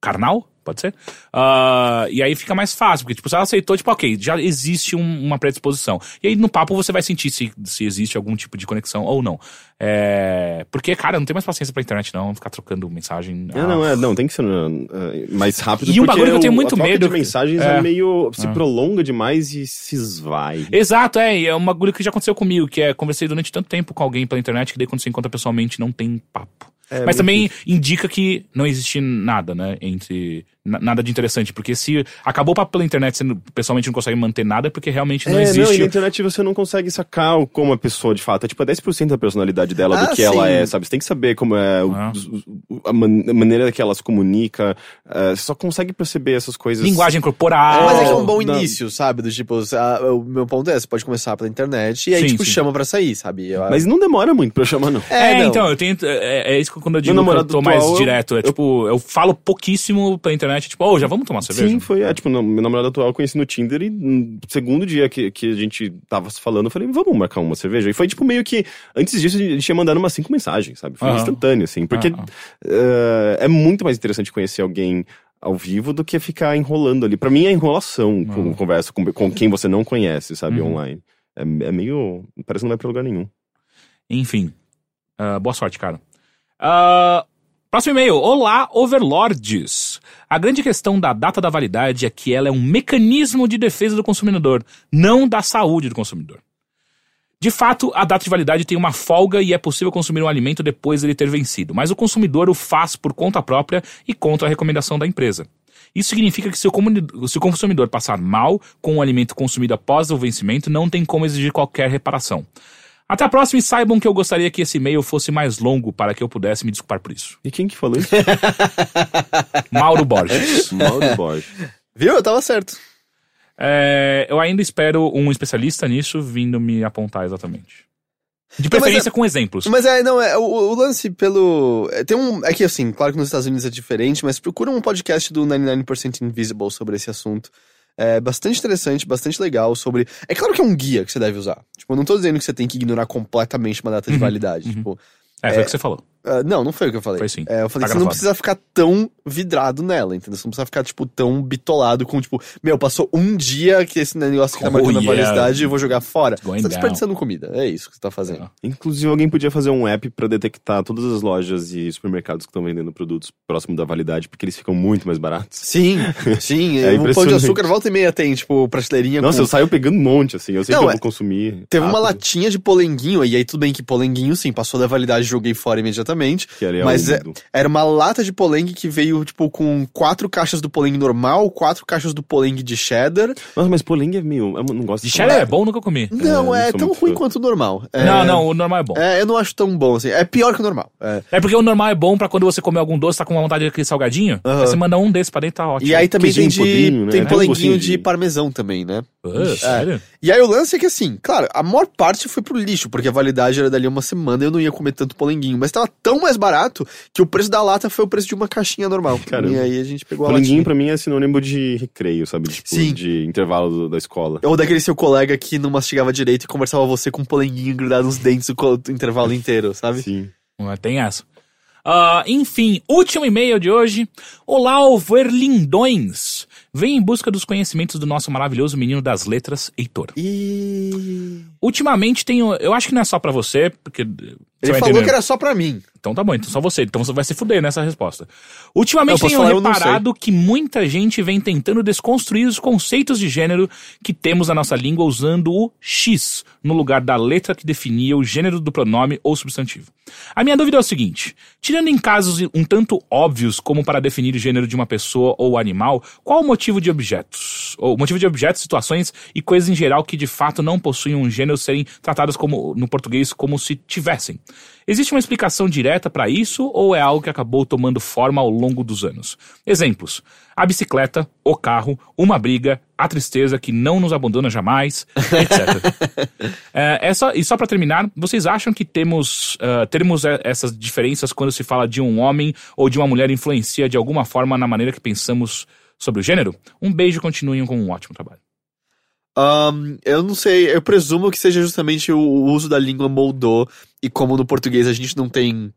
[SPEAKER 2] carnal? Pode ser? Ah, e aí fica mais fácil, porque tipo, se ela aceitou, tipo, ok, já existe um- uma predisposição. E aí no papo você vai sentir se, se existe algum tipo de conexão ou não. É, porque, cara, não tem mais paciência pra internet, não, ficar trocando mensagem. Ah.
[SPEAKER 3] É, não, é, não, tem que ser uh, uh, mais rápido.
[SPEAKER 2] E um
[SPEAKER 3] porque
[SPEAKER 2] bagulho que eu tenho
[SPEAKER 3] o-
[SPEAKER 2] muito
[SPEAKER 3] a troca
[SPEAKER 2] medo-
[SPEAKER 3] de mensagens
[SPEAKER 2] é.
[SPEAKER 3] é, meio... Se
[SPEAKER 2] É.
[SPEAKER 3] prolonga demais e se esvai.
[SPEAKER 2] Exato, é, e é um bagulho que já aconteceu comigo, que é conversei durante tanto tempo com alguém pela internet que daí quando você encontra pessoalmente não tem papo.
[SPEAKER 1] É,
[SPEAKER 2] Mas também indica que não existe nada, né, entre na- nada de interessante. Porque se acabou o papo pela internet, você não- pessoalmente não consegue manter nada, porque realmente não
[SPEAKER 3] é, não, e
[SPEAKER 2] existe.
[SPEAKER 3] na internet você não consegue sacar o- como a pessoa de fato é. Tipo, é 10% da personalidade dela,
[SPEAKER 1] Ah,
[SPEAKER 3] do que
[SPEAKER 1] sim.
[SPEAKER 3] ela é, sabe? Você tem que saber como é o-
[SPEAKER 2] Ah.
[SPEAKER 3] os- os- a, man- a maneira que ela se comunica. é, você só consegue perceber essas coisas.
[SPEAKER 2] Linguagem corporal.
[SPEAKER 1] Mas é que é um bom
[SPEAKER 3] não.
[SPEAKER 1] início, sabe? Do tipo, ah, o meu ponto é, você pode começar pela internet e aí,
[SPEAKER 2] Sim,
[SPEAKER 1] tipo,
[SPEAKER 2] sim.
[SPEAKER 1] chama pra sair, sabe? Eu-
[SPEAKER 3] Mas não demora muito pra eu chamar, não.
[SPEAKER 2] É,
[SPEAKER 1] não.
[SPEAKER 2] então, eu tenho. É, é isso que quando eu digo que eu
[SPEAKER 3] namorado
[SPEAKER 2] tô mais
[SPEAKER 3] atual, eu-
[SPEAKER 2] direto. É tipo, eu falo pouquíssimo pela internet, tipo, ô, já vamos tomar cerveja?
[SPEAKER 3] Sim, foi. É, tipo, no, meu namorado atual eu conheci no Tinder e no segundo dia que, que a gente tava se falando, eu falei, vamos marcar uma cerveja. E foi, tipo, meio que. Antes disso, a gente tinha mandado umas cinco mensagens, sabe? Foi
[SPEAKER 2] Aham.
[SPEAKER 3] instantâneo, assim. Porque
[SPEAKER 2] Aham.
[SPEAKER 3] eh, é muito mais interessante conhecer alguém ao vivo do que ficar enrolando ali. Pra mim é enrolação com
[SPEAKER 2] Aham.
[SPEAKER 3] conversa com, com quem você não conhece, sabe?
[SPEAKER 2] Uhum.
[SPEAKER 3] Online. É, é meio. Parece que não vai pra lugar nenhum.
[SPEAKER 2] Enfim. Ah, boa sorte, cara. Ah, próximo e-mail. Olá, Overlords. A grande questão da data da validade é que ela é um mecanismo de defesa do consumidor, não da saúde do consumidor. De fato, a data de validade tem uma folga e é possível consumir um alimento depois dele ter vencido, mas o consumidor o faz por conta própria e contra a recomendação da empresa. Isso significa que se o, comuni- se o consumidor passar mal com o alimento consumido após o vencimento, não tem como exigir qualquer reparação. Até a próxima e saibam que eu gostaria que esse e-mail fosse mais longo para que eu pudesse me desculpar por isso.
[SPEAKER 3] E quem que falou isso?
[SPEAKER 2] Mauro
[SPEAKER 1] É
[SPEAKER 2] Borges.
[SPEAKER 3] Mauro Borges.
[SPEAKER 1] Viu? Eu tava certo.
[SPEAKER 2] É, eu ainda espero um especialista nisso vindo me apontar exatamente. De preferência com exemplos.
[SPEAKER 1] Mas é, não, é, o, o lance pelo. é, tem um. É que assim, claro que nos Estados Unidos é diferente, mas procura um podcast do 99% Invisible sobre esse assunto. É bastante interessante, bastante legal sobre. É claro que é um guia que você deve usar. Tipo, eu não tô dizendo que você tem que ignorar completamente uma data de
[SPEAKER 2] Uhum,
[SPEAKER 1] validade.
[SPEAKER 2] uhum.
[SPEAKER 1] Tipo,
[SPEAKER 2] É, foi o que você falou.
[SPEAKER 1] ah, não, não foi o que eu falei.
[SPEAKER 2] Foi sim.
[SPEAKER 1] É, eu falei
[SPEAKER 2] Tá
[SPEAKER 1] que você não
[SPEAKER 2] gravado.
[SPEAKER 1] precisa ficar tão vidrado nela, entendeu? Você não precisa ficar, tipo, tão bitolado com, tipo, meu, passou um dia que esse negócio que tá
[SPEAKER 2] Oh,
[SPEAKER 1] marcando a
[SPEAKER 2] yeah.
[SPEAKER 1] validade e eu vou jogar fora.
[SPEAKER 2] It's going
[SPEAKER 1] Você tá
[SPEAKER 2] down.
[SPEAKER 1] desperdiçando comida. É isso que você tá fazendo.
[SPEAKER 2] É.
[SPEAKER 3] Inclusive, alguém podia fazer um app pra detectar todas as lojas e supermercados que estão vendendo produtos próximo da validade, porque eles ficam muito mais baratos.
[SPEAKER 1] Sim, sim.
[SPEAKER 3] É
[SPEAKER 1] o pão de
[SPEAKER 3] impressionante.
[SPEAKER 1] açúcar volta e meia tem, tipo, prateleirinha
[SPEAKER 3] Nossa,
[SPEAKER 1] com...
[SPEAKER 3] eu saio pegando um monte, assim. Eu sei
[SPEAKER 1] Não,
[SPEAKER 3] que eu
[SPEAKER 1] é-
[SPEAKER 3] vou consumir.
[SPEAKER 1] Teve uma
[SPEAKER 3] rápido,
[SPEAKER 1] latinha de polenguinho, e aí tudo bem que polenguinho, sim, passou da validade, joguei fora imediatamente.
[SPEAKER 3] que era
[SPEAKER 1] mas
[SPEAKER 3] é
[SPEAKER 1] é-
[SPEAKER 3] úmido.
[SPEAKER 1] Era uma lata de polengue que veio, tipo, com quatro caixas do polengue normal, quatro caixas do polengue de cheddar.
[SPEAKER 3] Nossa, mas polengue é meio. Eu não gosto
[SPEAKER 2] De
[SPEAKER 3] dessa
[SPEAKER 2] cheddar é
[SPEAKER 3] palavra.
[SPEAKER 2] bom, nunca comi.
[SPEAKER 1] Não,
[SPEAKER 3] não
[SPEAKER 1] é,
[SPEAKER 3] sou
[SPEAKER 1] tão
[SPEAKER 3] muito
[SPEAKER 1] ruim
[SPEAKER 3] fã.
[SPEAKER 1] quanto o normal. É-
[SPEAKER 2] Não, não, o normal é bom. É.
[SPEAKER 1] É, eu não acho tão bom assim. É pior que o normal. É.
[SPEAKER 2] porque o normal é bom pra quando você comer algum doce, tá com uma vontade daquele salgadinho.
[SPEAKER 1] Aham.
[SPEAKER 2] aí Você manda um desse pra dentro, tá ótimo.
[SPEAKER 1] E aí também tem, de,
[SPEAKER 3] queijinho podrinho, né?
[SPEAKER 1] tem
[SPEAKER 3] Tem um
[SPEAKER 1] polenguinho
[SPEAKER 3] gostinho
[SPEAKER 1] de
[SPEAKER 3] de-
[SPEAKER 1] parmesão também, né?
[SPEAKER 2] Ah, sério?
[SPEAKER 1] E aí o lance é que assim, claro, a maior parte foi pro lixo, porque a validade era dali uma semana e eu não ia comer tanto polenguinho. Mas tava tão mais barato que o preço da lata foi o preço de uma caixinha normal.
[SPEAKER 3] Caramba.
[SPEAKER 1] E aí a gente pegou a
[SPEAKER 3] Polenguinho
[SPEAKER 1] latinha.
[SPEAKER 3] pra mim é sinônimo de recreio, sabe? Tipo,
[SPEAKER 1] Sim.
[SPEAKER 3] de intervalo do- da escola.
[SPEAKER 1] Ou daquele seu colega que não mastigava direito e conversava você com um polenguinho grudado nos dentes o co- o intervalo inteiro, sabe?
[SPEAKER 3] Sim.
[SPEAKER 2] Ah, Tem essa. Ah, enfim, último e-mail de hoje. Olá, Overlindões! Vem em busca dos conhecimentos do nosso maravilhoso menino das letras, Heitor.
[SPEAKER 1] E.
[SPEAKER 2] Ultimamente tenho. Eu acho que não é só pra você, porque. Ele
[SPEAKER 1] Ele falou que era só pra mim.
[SPEAKER 2] Então tá bom, então só você. Então você vai se fuder nessa resposta. Ultimamente
[SPEAKER 1] Eu posso
[SPEAKER 2] tenho
[SPEAKER 1] falar, eu não
[SPEAKER 2] reparado que muita gente vem tentando desconstruir os conceitos de gênero que temos na nossa língua usando o X no lugar da letra que definia o gênero do pronome ou substantivo. A minha dúvida é o seguinte: tirando em casos um tanto óbvios como para definir o gênero de uma pessoa ou animal, qual o motivo de objetos? Ou motivo de objetos, situações e coisas em geral que de fato não possuem um gênero serem tratadas como no português como se tivessem? Existe uma explicação direta para isso ou é algo que acabou tomando forma ao longo dos anos? Exemplos: a bicicleta, o carro, uma briga, a tristeza que não nos abandona jamais, etc. é, é só- e só para terminar, vocês acham que temos ah, termos eh, essas diferenças quando se fala de um homem ou de uma mulher influencia de alguma forma na maneira que pensamos sobre o gênero? Um beijo e continuem com um ótimo trabalho.
[SPEAKER 1] Ahn, eu não sei, eu presumo que seja justamente o, o uso da língua moldou, e como no português a gente não tem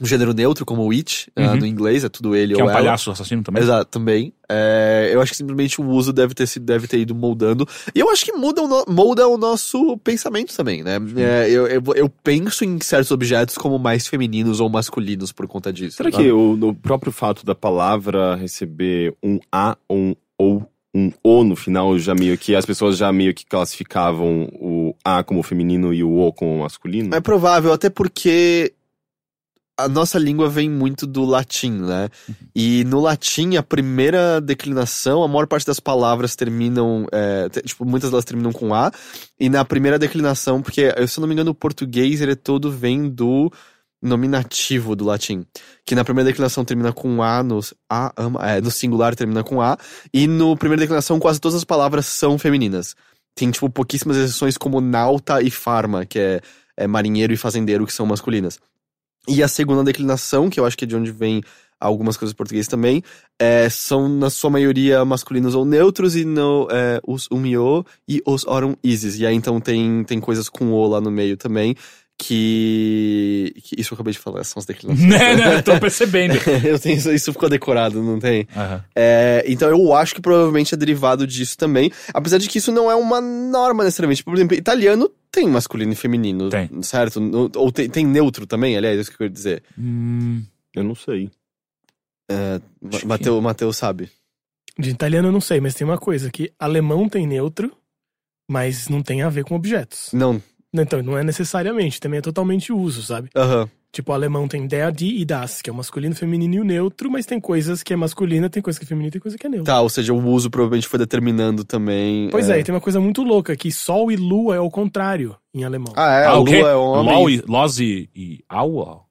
[SPEAKER 1] um gênero neutro, como it, ah,
[SPEAKER 2] Uhum.
[SPEAKER 1] no inglês é tudo ele
[SPEAKER 2] Que é
[SPEAKER 1] ou
[SPEAKER 2] um
[SPEAKER 1] ela.
[SPEAKER 2] palhaço assassino também?
[SPEAKER 1] Exato, também. É, eu acho que simplesmente o uso deve ter, sido, deve ter ido moldando. E eu acho que muda o, no- molda o nosso pensamento também, né? É, eu, eu, eu penso em certos objetos como mais femininos ou masculinos por conta disso.
[SPEAKER 3] Será que o, o próprio fato da palavra receber um A ou um ou um O no final já meio que. As pessoas já meio que classificavam o A como feminino e o O como masculino?
[SPEAKER 1] É provável, até porque. ah, a nossa língua vem muito do latim, né? E no latim, a primeira declinação, a maior parte das palavras terminam. é, te- tipo, muitas delas terminam com A. E na primeira declinação, porque, eu, se eu não me engano, o português ele é todo vem do nominativo do latim. Que na primeira declinação termina com A, no, a, ama, é, no singular termina com A. E no primeira declinação, quase todas as palavras são femininas. Tem, tipo, pouquíssimas exceções como nauta e farma, que é, é marinheiro e fazendeiro, que são masculinas. E a segunda declinação, que eu acho que é de onde vem algumas coisas em português também, é, são na sua maioria masculinos ou neutros, e no, é, os umio e os orum isis. E aí então tem, tem coisas com o lá no meio também, que, que- Isso eu acabei de falar, são as declinações.
[SPEAKER 2] né, né? Eu tô percebendo.
[SPEAKER 1] eu tenho, isso- isso ficou decorado, não tem?
[SPEAKER 2] Aham.
[SPEAKER 1] É, então eu acho que provavelmente é derivado disso também. Apesar de que isso não é uma norma necessariamente. Por exemplo, italiano tem masculino e feminino,
[SPEAKER 2] Tem.
[SPEAKER 1] certo? No- Ou tem, tem neutro também, aliás, é isso que eu queria dizer.
[SPEAKER 2] Hum,
[SPEAKER 3] Eu não sei.
[SPEAKER 1] Ma-
[SPEAKER 2] que-
[SPEAKER 1] Mateu, Mateu sabe.
[SPEAKER 5] De italiano eu não sei, mas tem uma coisa que alemão tem neutro, mas não tem a ver com objetos.
[SPEAKER 1] Não.
[SPEAKER 5] Então, não é necessariamente, também é totalmente uso, sabe?
[SPEAKER 1] Aham.
[SPEAKER 5] Tipo, o alemão tem der, die e das, que é o masculino, feminino e o neutro, mas tem coisas que é masculina, tem coisa que é feminina, tem coisa que é neutra.
[SPEAKER 1] Tá, ou seja, o uso provavelmente foi determinando também.
[SPEAKER 5] Pois é, e tem uma coisa muito louca que sol e lua é o contrário em alemão.
[SPEAKER 1] Ah, é,
[SPEAKER 2] Ah,
[SPEAKER 1] a
[SPEAKER 2] o
[SPEAKER 1] lua
[SPEAKER 2] quê?
[SPEAKER 1] é homem.
[SPEAKER 2] Lol e- Loz e, e Aua?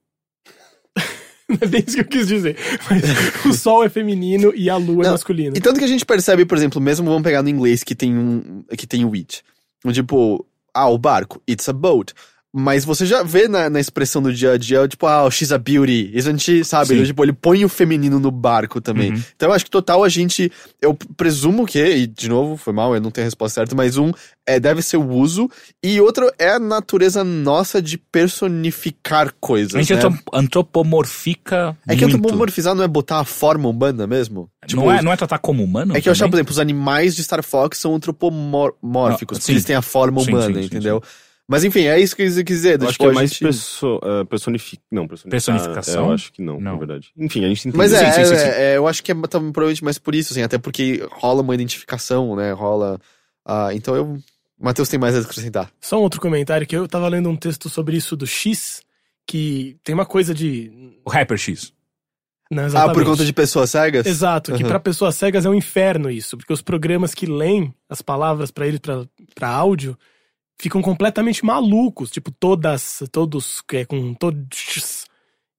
[SPEAKER 5] Não é bem isso que eu quis dizer. Mas o sol é feminino e a lua é
[SPEAKER 1] Não,
[SPEAKER 5] masculina.
[SPEAKER 1] E tanto que a gente percebe, por exemplo, mesmo vamos pegar no inglês que tem um que tem o it. Tipo, ah, o barco, it's a boat. Mas você já vê na, na expressão do dia a dia, tipo, ah, she's a beauty, isn't she? Sabe?
[SPEAKER 2] Sim.
[SPEAKER 1] Ele, tipo, ele põe o feminino no barco também.
[SPEAKER 2] Uhum.
[SPEAKER 1] Então eu acho que total a gente. Eu p- presumo que, e de novo, foi mal, eu não tenho a resposta certa, mas um é, deve ser o uso, e outro é a natureza nossa de personificar coisas.
[SPEAKER 2] A gente
[SPEAKER 1] né?
[SPEAKER 2] antrop- É antropomorfica
[SPEAKER 1] É que
[SPEAKER 2] muito.
[SPEAKER 1] antropomorfizar não é botar a forma humana mesmo? Tipo,
[SPEAKER 2] não, é, não é tratar como humano?
[SPEAKER 1] É que eu achava,
[SPEAKER 2] também?
[SPEAKER 1] por exemplo, os animais de Star Fox são antropomórficos,
[SPEAKER 2] Ah,
[SPEAKER 1] porque
[SPEAKER 2] sim.
[SPEAKER 1] eles têm a forma
[SPEAKER 2] Sim,
[SPEAKER 1] humana,
[SPEAKER 2] sim, sim,
[SPEAKER 1] entendeu? Mas enfim, é isso que eu quis dizer. do
[SPEAKER 3] Eu acho
[SPEAKER 1] tipo,
[SPEAKER 3] que é
[SPEAKER 1] a
[SPEAKER 3] mais
[SPEAKER 1] gente-
[SPEAKER 3] perso, eh, personific... não, personificar-
[SPEAKER 2] Personificação?
[SPEAKER 3] é, Eu acho que não,
[SPEAKER 2] Não.
[SPEAKER 3] na verdade. Enfim, a gente entendeu.
[SPEAKER 1] Mas é,
[SPEAKER 2] Sim, sim, sim,
[SPEAKER 1] é,
[SPEAKER 2] sim.
[SPEAKER 1] é, eu acho que é tam- provavelmente mais por isso, assim, até porque rola uma identificação, né? Rola. ah, então eu. Matheus tem mais a acrescentar. Ah,
[SPEAKER 5] Só um outro comentário que eu tava lendo um texto sobre isso do X, que tem uma coisa de.
[SPEAKER 2] O Rapper X.
[SPEAKER 5] Não,
[SPEAKER 1] Ah, por conta de pessoas cegas?
[SPEAKER 5] Exato, que
[SPEAKER 1] Uhum.
[SPEAKER 5] pra pessoas cegas é um inferno isso, porque os programas que leem as palavras pra eles pra pra áudio ficam completamente malucos, tipo todas, todos é, com todos,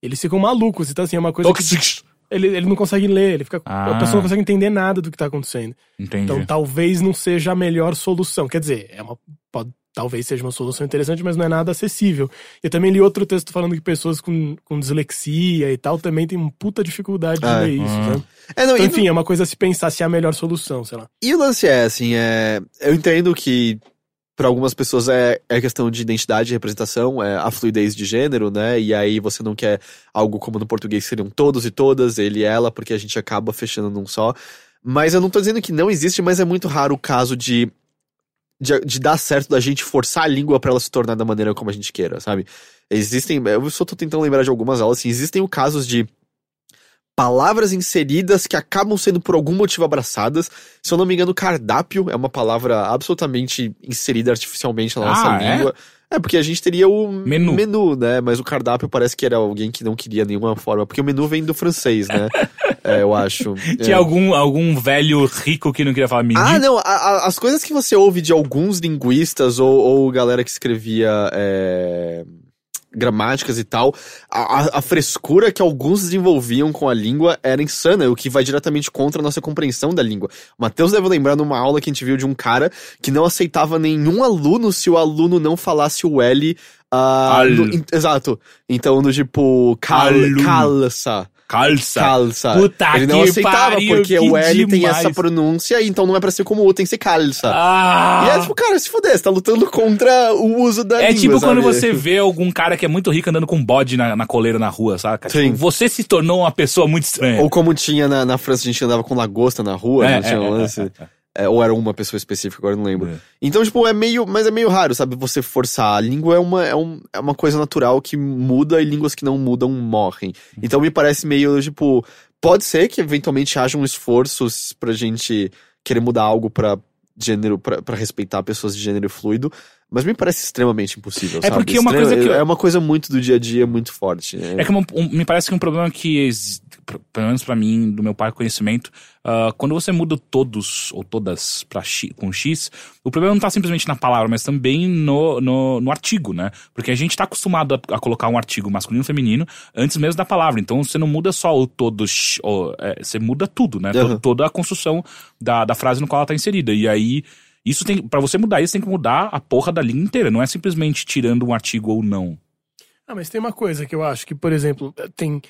[SPEAKER 5] eles ficam malucos, então assim é uma coisa que
[SPEAKER 2] Toxic.
[SPEAKER 5] ele, ele não consegue ler, ele fica
[SPEAKER 2] Ah.
[SPEAKER 5] a pessoa não consegue entender nada do que tá acontecendo.
[SPEAKER 2] Entendi.
[SPEAKER 5] Então talvez não seja a melhor solução. Quer dizer, é uma, pode- talvez seja uma solução interessante, mas não é nada acessível. Eu também li outro texto falando que pessoas com, com dislexia e tal também têm uma puta dificuldade de
[SPEAKER 1] Ah,
[SPEAKER 5] ler isso.
[SPEAKER 2] ah.
[SPEAKER 5] né?
[SPEAKER 1] É, não,
[SPEAKER 5] Então,
[SPEAKER 1] e-
[SPEAKER 5] enfim, é uma coisa a se pensar se é a melhor solução, sei lá.
[SPEAKER 1] E o lance é, assim, é, eu entendo que para algumas pessoas é, é questão de identidade e representação, é a fluidez de gênero, né? E aí você não quer algo como no português seriam todos e todas, ele e ela, porque a gente acaba fechando num só. Mas eu não tô dizendo que não existe, mas é muito raro o caso de. De, de dar certo da gente forçar a língua pra ela se tornar da maneira como a gente queira, sabe? Existem. Eu só tô tentando lembrar de algumas aulas, assim, existem o casos de palavras inseridas que acabam sendo por algum motivo abraçadas. Se eu não me engano, cardápio é uma palavra absolutamente inserida artificialmente na nossa
[SPEAKER 2] Ah, é?
[SPEAKER 1] língua. É? porque a gente teria o
[SPEAKER 2] Menu.
[SPEAKER 1] menu, né? Mas o cardápio parece que era alguém que não queria nenhuma forma, porque o menu vem do francês, né? É, eu acho.
[SPEAKER 2] Tinha algum, algum velho rico que não queria falar menino.
[SPEAKER 1] Ah, não, a- a- as coisas que você ouve de alguns linguistas ou, ou galera que escrevia é, gramáticas e tal, a, a- a frescura que alguns desenvolviam com a língua era insana, o que vai diretamente contra a nossa compreensão da língua. O Matheus deve lembrar numa aula que a gente viu de um cara que não aceitava nenhum aluno se o aluno não falasse o L. ah,
[SPEAKER 2] Al.
[SPEAKER 1] no- in- exato. Então, do tipo, cal,
[SPEAKER 2] Aluno.
[SPEAKER 1] calça.
[SPEAKER 2] Calça.
[SPEAKER 1] Calça.
[SPEAKER 2] Puta
[SPEAKER 1] ele não
[SPEAKER 2] que
[SPEAKER 1] aceitava,
[SPEAKER 2] pariu,
[SPEAKER 1] porque
[SPEAKER 2] que
[SPEAKER 1] o L tem
[SPEAKER 2] demais.
[SPEAKER 1] essa pronúncia, então não é pra ser como U, tem que ser calça.
[SPEAKER 2] Ah!
[SPEAKER 1] E é tipo, cara, se fuder, você tá lutando contra o uso da
[SPEAKER 2] É
[SPEAKER 1] língua,
[SPEAKER 2] tipo quando
[SPEAKER 1] sabe?
[SPEAKER 2] você vê algum cara que é muito rico andando com bode na, na coleira na rua, saca?
[SPEAKER 1] Sim.
[SPEAKER 2] Tipo, você se tornou uma pessoa muito estranha.
[SPEAKER 1] Ou como tinha na, na França, a gente andava com lagosta na rua,
[SPEAKER 2] É,
[SPEAKER 1] não tinha
[SPEAKER 2] é, é,
[SPEAKER 1] lance. É, ou era uma pessoa específica, agora eu não lembro.
[SPEAKER 2] É.
[SPEAKER 1] Então, tipo, é meio. Mas é meio raro, sabe? Você forçar. A língua é uma, é, um, é uma coisa natural que muda e línguas que não mudam morrem.
[SPEAKER 2] Uhum.
[SPEAKER 1] Então me parece meio, tipo. Pode ser que eventualmente um hajam esforços pra gente querer mudar algo pra gênero, pra, pra respeitar pessoas de gênero fluido. Mas me parece extremamente impossível,
[SPEAKER 2] É
[SPEAKER 1] sabe?
[SPEAKER 2] porque é uma
[SPEAKER 1] Extrema-
[SPEAKER 2] coisa que eu-
[SPEAKER 1] É uma coisa muito do dia a dia, muito forte. né?
[SPEAKER 2] É que um- um- me parece que um problema que, ex- pr- pelo menos pra mim, do meu pai conhecimento, ah, quando você muda o todos ou todas pra X, com X, o problema não tá simplesmente na palavra, mas também no, no, no artigo, né? Porque a gente tá acostumado a, a colocar um artigo masculino e feminino antes mesmo da palavra. Então você não muda só o todos, ou, é, você muda tudo, né? To-
[SPEAKER 1] Aham.
[SPEAKER 2] Toda a construção da, da frase no qual ela tá inserida. E aí. Isso tem, para você mudar isso, tem que mudar a porra da linha inteira. Não é simplesmente tirando um artigo ou não.
[SPEAKER 5] Ah, mas tem uma coisa que eu acho que, por exemplo, eh, tem.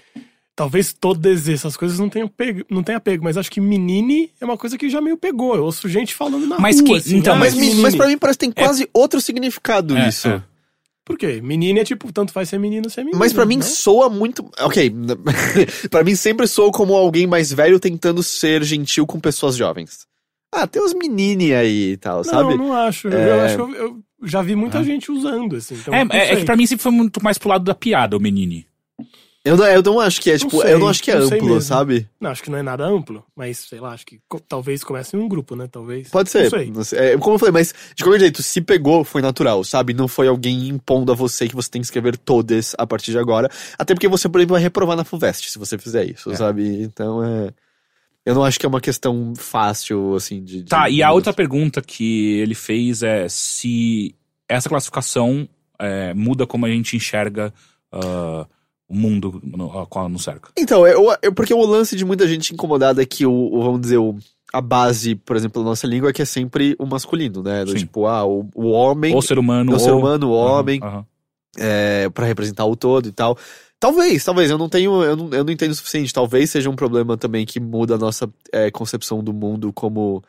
[SPEAKER 5] Talvez todas essas coisas não tenham pego, não tenha pego, mas acho que menine é uma coisa que já meio pegou. Eu ouço gente falando na
[SPEAKER 2] Mas
[SPEAKER 5] rua,
[SPEAKER 2] que-
[SPEAKER 5] assim,
[SPEAKER 2] então,
[SPEAKER 5] ah,
[SPEAKER 1] Mas,
[SPEAKER 2] mas
[SPEAKER 1] me-
[SPEAKER 5] menine.
[SPEAKER 1] mas pra mim parece que tem quase outro significado
[SPEAKER 2] É,
[SPEAKER 1] isso.
[SPEAKER 2] é.
[SPEAKER 5] Por quê? Menine é tipo, tanto faz ser menino ser menino.
[SPEAKER 1] Mas pra mim
[SPEAKER 5] né?
[SPEAKER 1] soa muito. Ok, pra mim sempre soa como alguém mais velho tentando ser gentil com pessoas jovens. Ah, tem uns menine aí e tal, sabe?
[SPEAKER 5] Não, não acho. Eu- Eu
[SPEAKER 1] É.
[SPEAKER 5] acho que eu, eu já vi muita
[SPEAKER 2] Ah.
[SPEAKER 5] gente usando, assim. Então,
[SPEAKER 2] É,
[SPEAKER 5] não
[SPEAKER 2] é, é
[SPEAKER 5] sei.
[SPEAKER 2] que pra mim sempre foi muito mais pro lado da piada, o menine.
[SPEAKER 1] Eu, não, eu não acho que é, tipo,
[SPEAKER 5] sei,
[SPEAKER 1] eu não acho que é
[SPEAKER 5] não sei
[SPEAKER 1] amplo,
[SPEAKER 5] mesmo.
[SPEAKER 1] sabe?
[SPEAKER 5] Não, acho que não é nada amplo, mas sei lá, acho que co- talvez comece em um grupo, né? Talvez.
[SPEAKER 1] Pode ser.
[SPEAKER 5] Não sei.
[SPEAKER 1] não sei. É, como eu falei, mas de qualquer jeito, se pegou, foi natural, sabe? Não foi alguém impondo a você que você tem que escrever todas a partir de agora. Até porque você, por exemplo, vai reprovar na FUVEST se você fizer isso,
[SPEAKER 2] É.
[SPEAKER 1] sabe? Então é. Eu não acho que é uma questão fácil, assim, de. de-
[SPEAKER 2] Tá, e a
[SPEAKER 1] de-
[SPEAKER 2] outra pergunta que ele fez é se essa classificação é, muda como a gente enxerga ah, o mundo no, a qual nos cerca.
[SPEAKER 1] Então, eu, eu- porque o lance de muita gente incomodada é que o, o- vamos dizer, o- a base, por exemplo, da nossa língua é que é sempre o masculino, né? Do
[SPEAKER 2] Sim.
[SPEAKER 1] tipo, ah, o, o homem,
[SPEAKER 2] Ou ser humano,
[SPEAKER 1] o
[SPEAKER 2] ou...
[SPEAKER 1] ser humano, o
[SPEAKER 2] Aham,
[SPEAKER 1] homem,
[SPEAKER 2] aham.
[SPEAKER 1] é, para representar o todo e tal. Talvez, talvez, eu não tenho, eu não, eu não entendo o suficiente. Talvez seja um problema também que muda a nossa é, concepção do mundo como,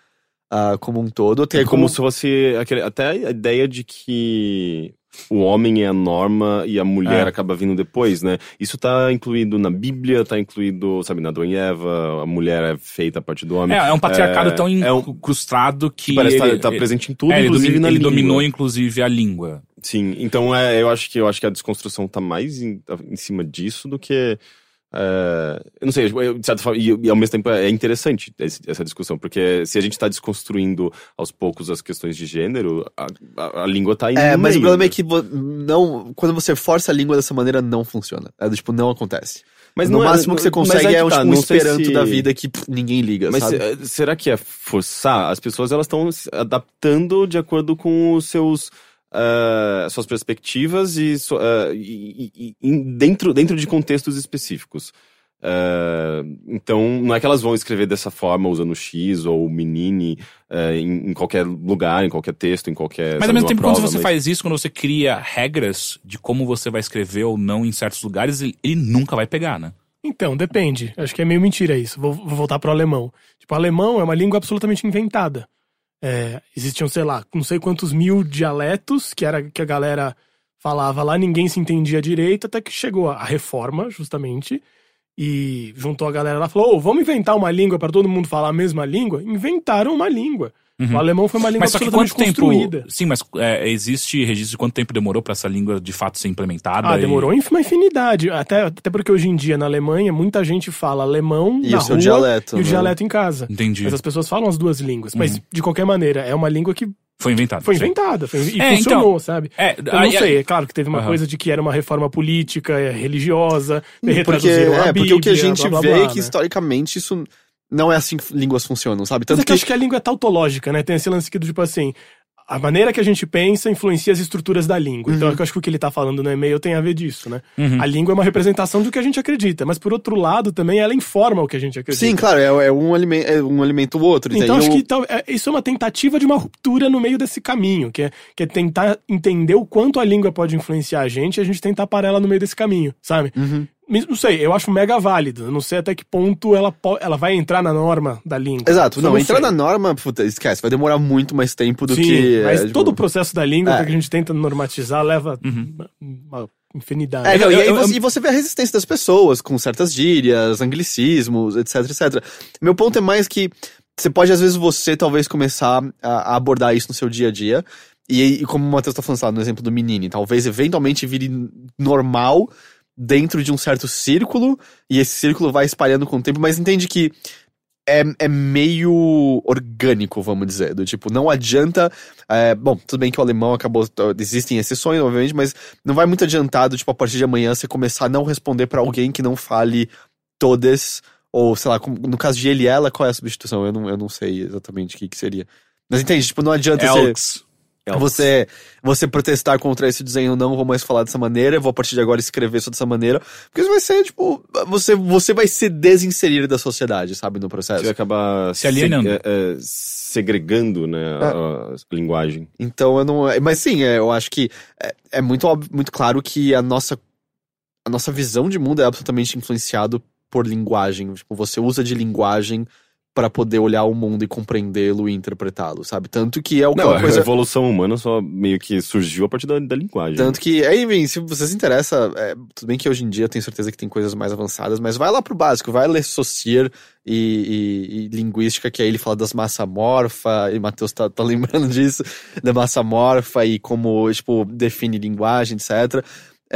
[SPEAKER 1] ah, como um todo. Até
[SPEAKER 3] É como
[SPEAKER 1] como,
[SPEAKER 3] se fosse aquele- até a ideia de que o homem é a norma e a mulher
[SPEAKER 2] É.
[SPEAKER 3] acaba vindo depois, né? Isso tá incluído na Bíblia, tá incluído, sabe, na Adão e Eva, a mulher é feita a partir do homem.
[SPEAKER 2] É, é um patriarcado tão
[SPEAKER 3] é um-
[SPEAKER 2] incrustado que,
[SPEAKER 3] que parece
[SPEAKER 2] ele,
[SPEAKER 3] estar tá,
[SPEAKER 2] ele-
[SPEAKER 3] presente em tudo,
[SPEAKER 2] é, ele
[SPEAKER 3] inclusive
[SPEAKER 2] domi-
[SPEAKER 3] na
[SPEAKER 2] ele
[SPEAKER 3] língua.
[SPEAKER 2] dominou inclusive a língua.
[SPEAKER 3] Sim, então é, eu acho que eu acho que a desconstrução tá mais em, tá em cima disso do que é, eu não sei, eu- de certa forma, e, e ao mesmo tempo é interessante esse- essa discussão, porque se a gente está desconstruindo aos poucos as questões de gênero, a, a- a língua tá indo.
[SPEAKER 1] É,
[SPEAKER 3] no
[SPEAKER 1] mas o
[SPEAKER 3] meio,
[SPEAKER 1] problema é
[SPEAKER 3] né?
[SPEAKER 1] que vo- não, quando você força a língua dessa maneira, não funciona. É, do tipo, não acontece. Mas no
[SPEAKER 3] não é-
[SPEAKER 1] máximo que você
[SPEAKER 3] mas
[SPEAKER 1] consegue
[SPEAKER 3] aí
[SPEAKER 1] é,
[SPEAKER 3] que
[SPEAKER 1] um,
[SPEAKER 3] tá,
[SPEAKER 1] tipo, um
[SPEAKER 3] não sei
[SPEAKER 1] esperanto
[SPEAKER 3] se-
[SPEAKER 1] da vida que pff, ninguém liga,
[SPEAKER 3] Mas
[SPEAKER 5] eh,
[SPEAKER 1] sabe?
[SPEAKER 3] se- será que é forçar? As pessoas elas estão se adaptando de acordo com os seus ah, suas perspectivas e, su- ah, e- e- e- em- dentro dentro de contextos específicos. Ah, então não é que elas vão escrever dessa forma usando X ou menine ah, em, em qualquer lugar, em qualquer texto, em qualquer.
[SPEAKER 2] Mas
[SPEAKER 3] sabe,
[SPEAKER 2] ao mesmo
[SPEAKER 3] numa
[SPEAKER 2] tempo, quando
[SPEAKER 3] é prova,
[SPEAKER 2] você
[SPEAKER 3] mas-
[SPEAKER 2] faz isso, quando você cria regras de como você vai escrever ou não em certos lugares, ele, ele nunca vai pegar, né?
[SPEAKER 5] Então, depende. Acho que é meio mentira isso. Vou, vou voltar pro alemão. Tipo, o alemão é uma língua absolutamente inventada. É, existiam, sei lá, não sei quantos mil dialetos que era que a galera falava lá, ninguém se entendia direito, até que chegou a a reforma, justamente, e juntou a galera lá e falou: "Ô, vamos inventar uma língua para todo mundo falar a mesma língua? Inventaram uma língua.
[SPEAKER 2] Uhum.
[SPEAKER 5] O alemão foi uma língua
[SPEAKER 2] Mas só que
[SPEAKER 5] absolutamente
[SPEAKER 2] quanto tempo.
[SPEAKER 5] construída.
[SPEAKER 2] Sim, mas é, existe registro de quanto tempo demorou pra essa língua de fato ser implementada?
[SPEAKER 5] Ah,
[SPEAKER 2] e-
[SPEAKER 5] demorou inf- uma infinidade. Até, até porque hoje em dia, na Alemanha, muita gente fala alemão
[SPEAKER 1] E
[SPEAKER 5] na
[SPEAKER 1] o seu
[SPEAKER 5] rua
[SPEAKER 1] dialeto,
[SPEAKER 5] e o
[SPEAKER 1] né?
[SPEAKER 5] dialeto em casa.
[SPEAKER 2] Entendi.
[SPEAKER 5] Mas as pessoas falam as duas línguas.
[SPEAKER 1] Uhum.
[SPEAKER 5] Mas, de qualquer maneira, é uma língua que
[SPEAKER 2] Foi inventado.
[SPEAKER 5] foi
[SPEAKER 2] sim.
[SPEAKER 5] inventada. foi- e
[SPEAKER 1] então.
[SPEAKER 2] É,
[SPEAKER 5] funcionou, sabe?
[SPEAKER 2] É,
[SPEAKER 5] Eu não
[SPEAKER 2] aí-
[SPEAKER 5] sei, é claro que teve uma
[SPEAKER 2] Aham.
[SPEAKER 5] coisa de que era uma reforma política, é, religiosa,
[SPEAKER 1] Porque,
[SPEAKER 5] retraduziram a
[SPEAKER 1] é, porque o que a
[SPEAKER 5] Bíblia,
[SPEAKER 1] gente
[SPEAKER 5] blá, blá,
[SPEAKER 1] vê
[SPEAKER 5] blá,
[SPEAKER 1] é que
[SPEAKER 5] né?
[SPEAKER 1] historicamente isso não é assim que línguas funcionam, sabe?
[SPEAKER 5] Mas
[SPEAKER 1] Tanto
[SPEAKER 5] é que eu acho que a língua é tautológica, né? Tem esse lance que do tipo assim. A maneira que a gente pensa influencia as estruturas da língua. Então,
[SPEAKER 1] Uhum.
[SPEAKER 5] eu acho que o que ele tá falando no e-mail tem a ver disso, né?
[SPEAKER 2] uhum.
[SPEAKER 5] A língua é uma representação do que a gente acredita, mas por outro lado também ela informa o que a gente acredita.
[SPEAKER 1] Sim, claro, é, é um, alimento, é um alimento o outro. e
[SPEAKER 5] Então,
[SPEAKER 1] daí
[SPEAKER 5] acho
[SPEAKER 1] o-
[SPEAKER 5] que tal- é- isso é uma tentativa de uma ruptura no meio desse caminho, que é, que é tentar entender o quanto a língua pode influenciar a gente e a gente tentar parar ela no meio desse caminho, sabe?
[SPEAKER 1] Uhum.
[SPEAKER 5] Mas Não sei, eu acho mega válido. eu Não sei até que ponto ela, po- ela vai entrar na norma da língua.
[SPEAKER 1] Exato,
[SPEAKER 5] Eu
[SPEAKER 1] não, entrar
[SPEAKER 5] sei.
[SPEAKER 1] na norma, puta, esquece, vai demorar muito mais tempo do
[SPEAKER 5] Sim,
[SPEAKER 1] que.
[SPEAKER 5] mas
[SPEAKER 1] é, tipo,
[SPEAKER 5] todo o processo da língua
[SPEAKER 1] é. Uhum.
[SPEAKER 5] que a gente tenta normatizar leva uma, uma infinidade.
[SPEAKER 1] É, não, e, aí
[SPEAKER 2] Eu- eu-
[SPEAKER 1] você, e você vê a resistência das pessoas com certas gírias, anglicismos, etc, etc. Meu ponto é mais que você pode, às vezes, você talvez começar a, a abordar isso no seu dia a dia. E, e como o Matheus tá falando, sabe, no exemplo do menino, talvez eventualmente vire normal dentro de um certo círculo, e esse círculo vai espalhando com o tempo, mas entende que é, é meio orgânico, vamos dizer. Do tipo, não adianta. é, bom, tudo bem que o alemão acabou. Existem exceções, obviamente, mas não vai muito adiantado, tipo, a partir de amanhã você começar a não responder pra alguém que não fale todas. Ou, sei lá, como- no caso de ele e ela, qual é a substituição? Eu não, eu não sei exatamente o que, que seria. Mas entende, tipo, não adianta você.
[SPEAKER 2] Elks.
[SPEAKER 3] Elks.
[SPEAKER 1] Você, você protestar contra esse desenho, não vou mais falar dessa maneira, eu vou a partir de agora escrever só dessa maneira. Porque isso vai ser, tipo, você, você vai se desinserir da sociedade, sabe, no
[SPEAKER 3] Você
[SPEAKER 1] processo.
[SPEAKER 3] acaba
[SPEAKER 2] Se alienando.
[SPEAKER 3] seg- é, é, segregando né, a, a linguagem.
[SPEAKER 1] Então eu não. é, Mas sim, é, eu acho que é, é muito, óbvio- muito claro que a nossa, a nossa visão de mundo é absolutamente influenciado por linguagem. Tipo, você usa de linguagem pra poder olhar o mundo e compreendê-lo e interpretá-lo, sabe? Tanto que é
[SPEAKER 3] Não,
[SPEAKER 1] uma
[SPEAKER 3] a
[SPEAKER 1] coisa.
[SPEAKER 3] evolução humana só meio que surgiu a partir da, da linguagem.
[SPEAKER 1] Tanto que, aí, enfim, se você se interessa, é, tudo bem que hoje em dia eu tenho certeza que tem coisas mais avançadas, mas vai lá pro básico, vai ler Saussure e, e- e linguística, que aí ele fala das massa morfa, e Matheus tá, tá lembrando disso, da massa morfa e como, tipo, define linguagem, etc.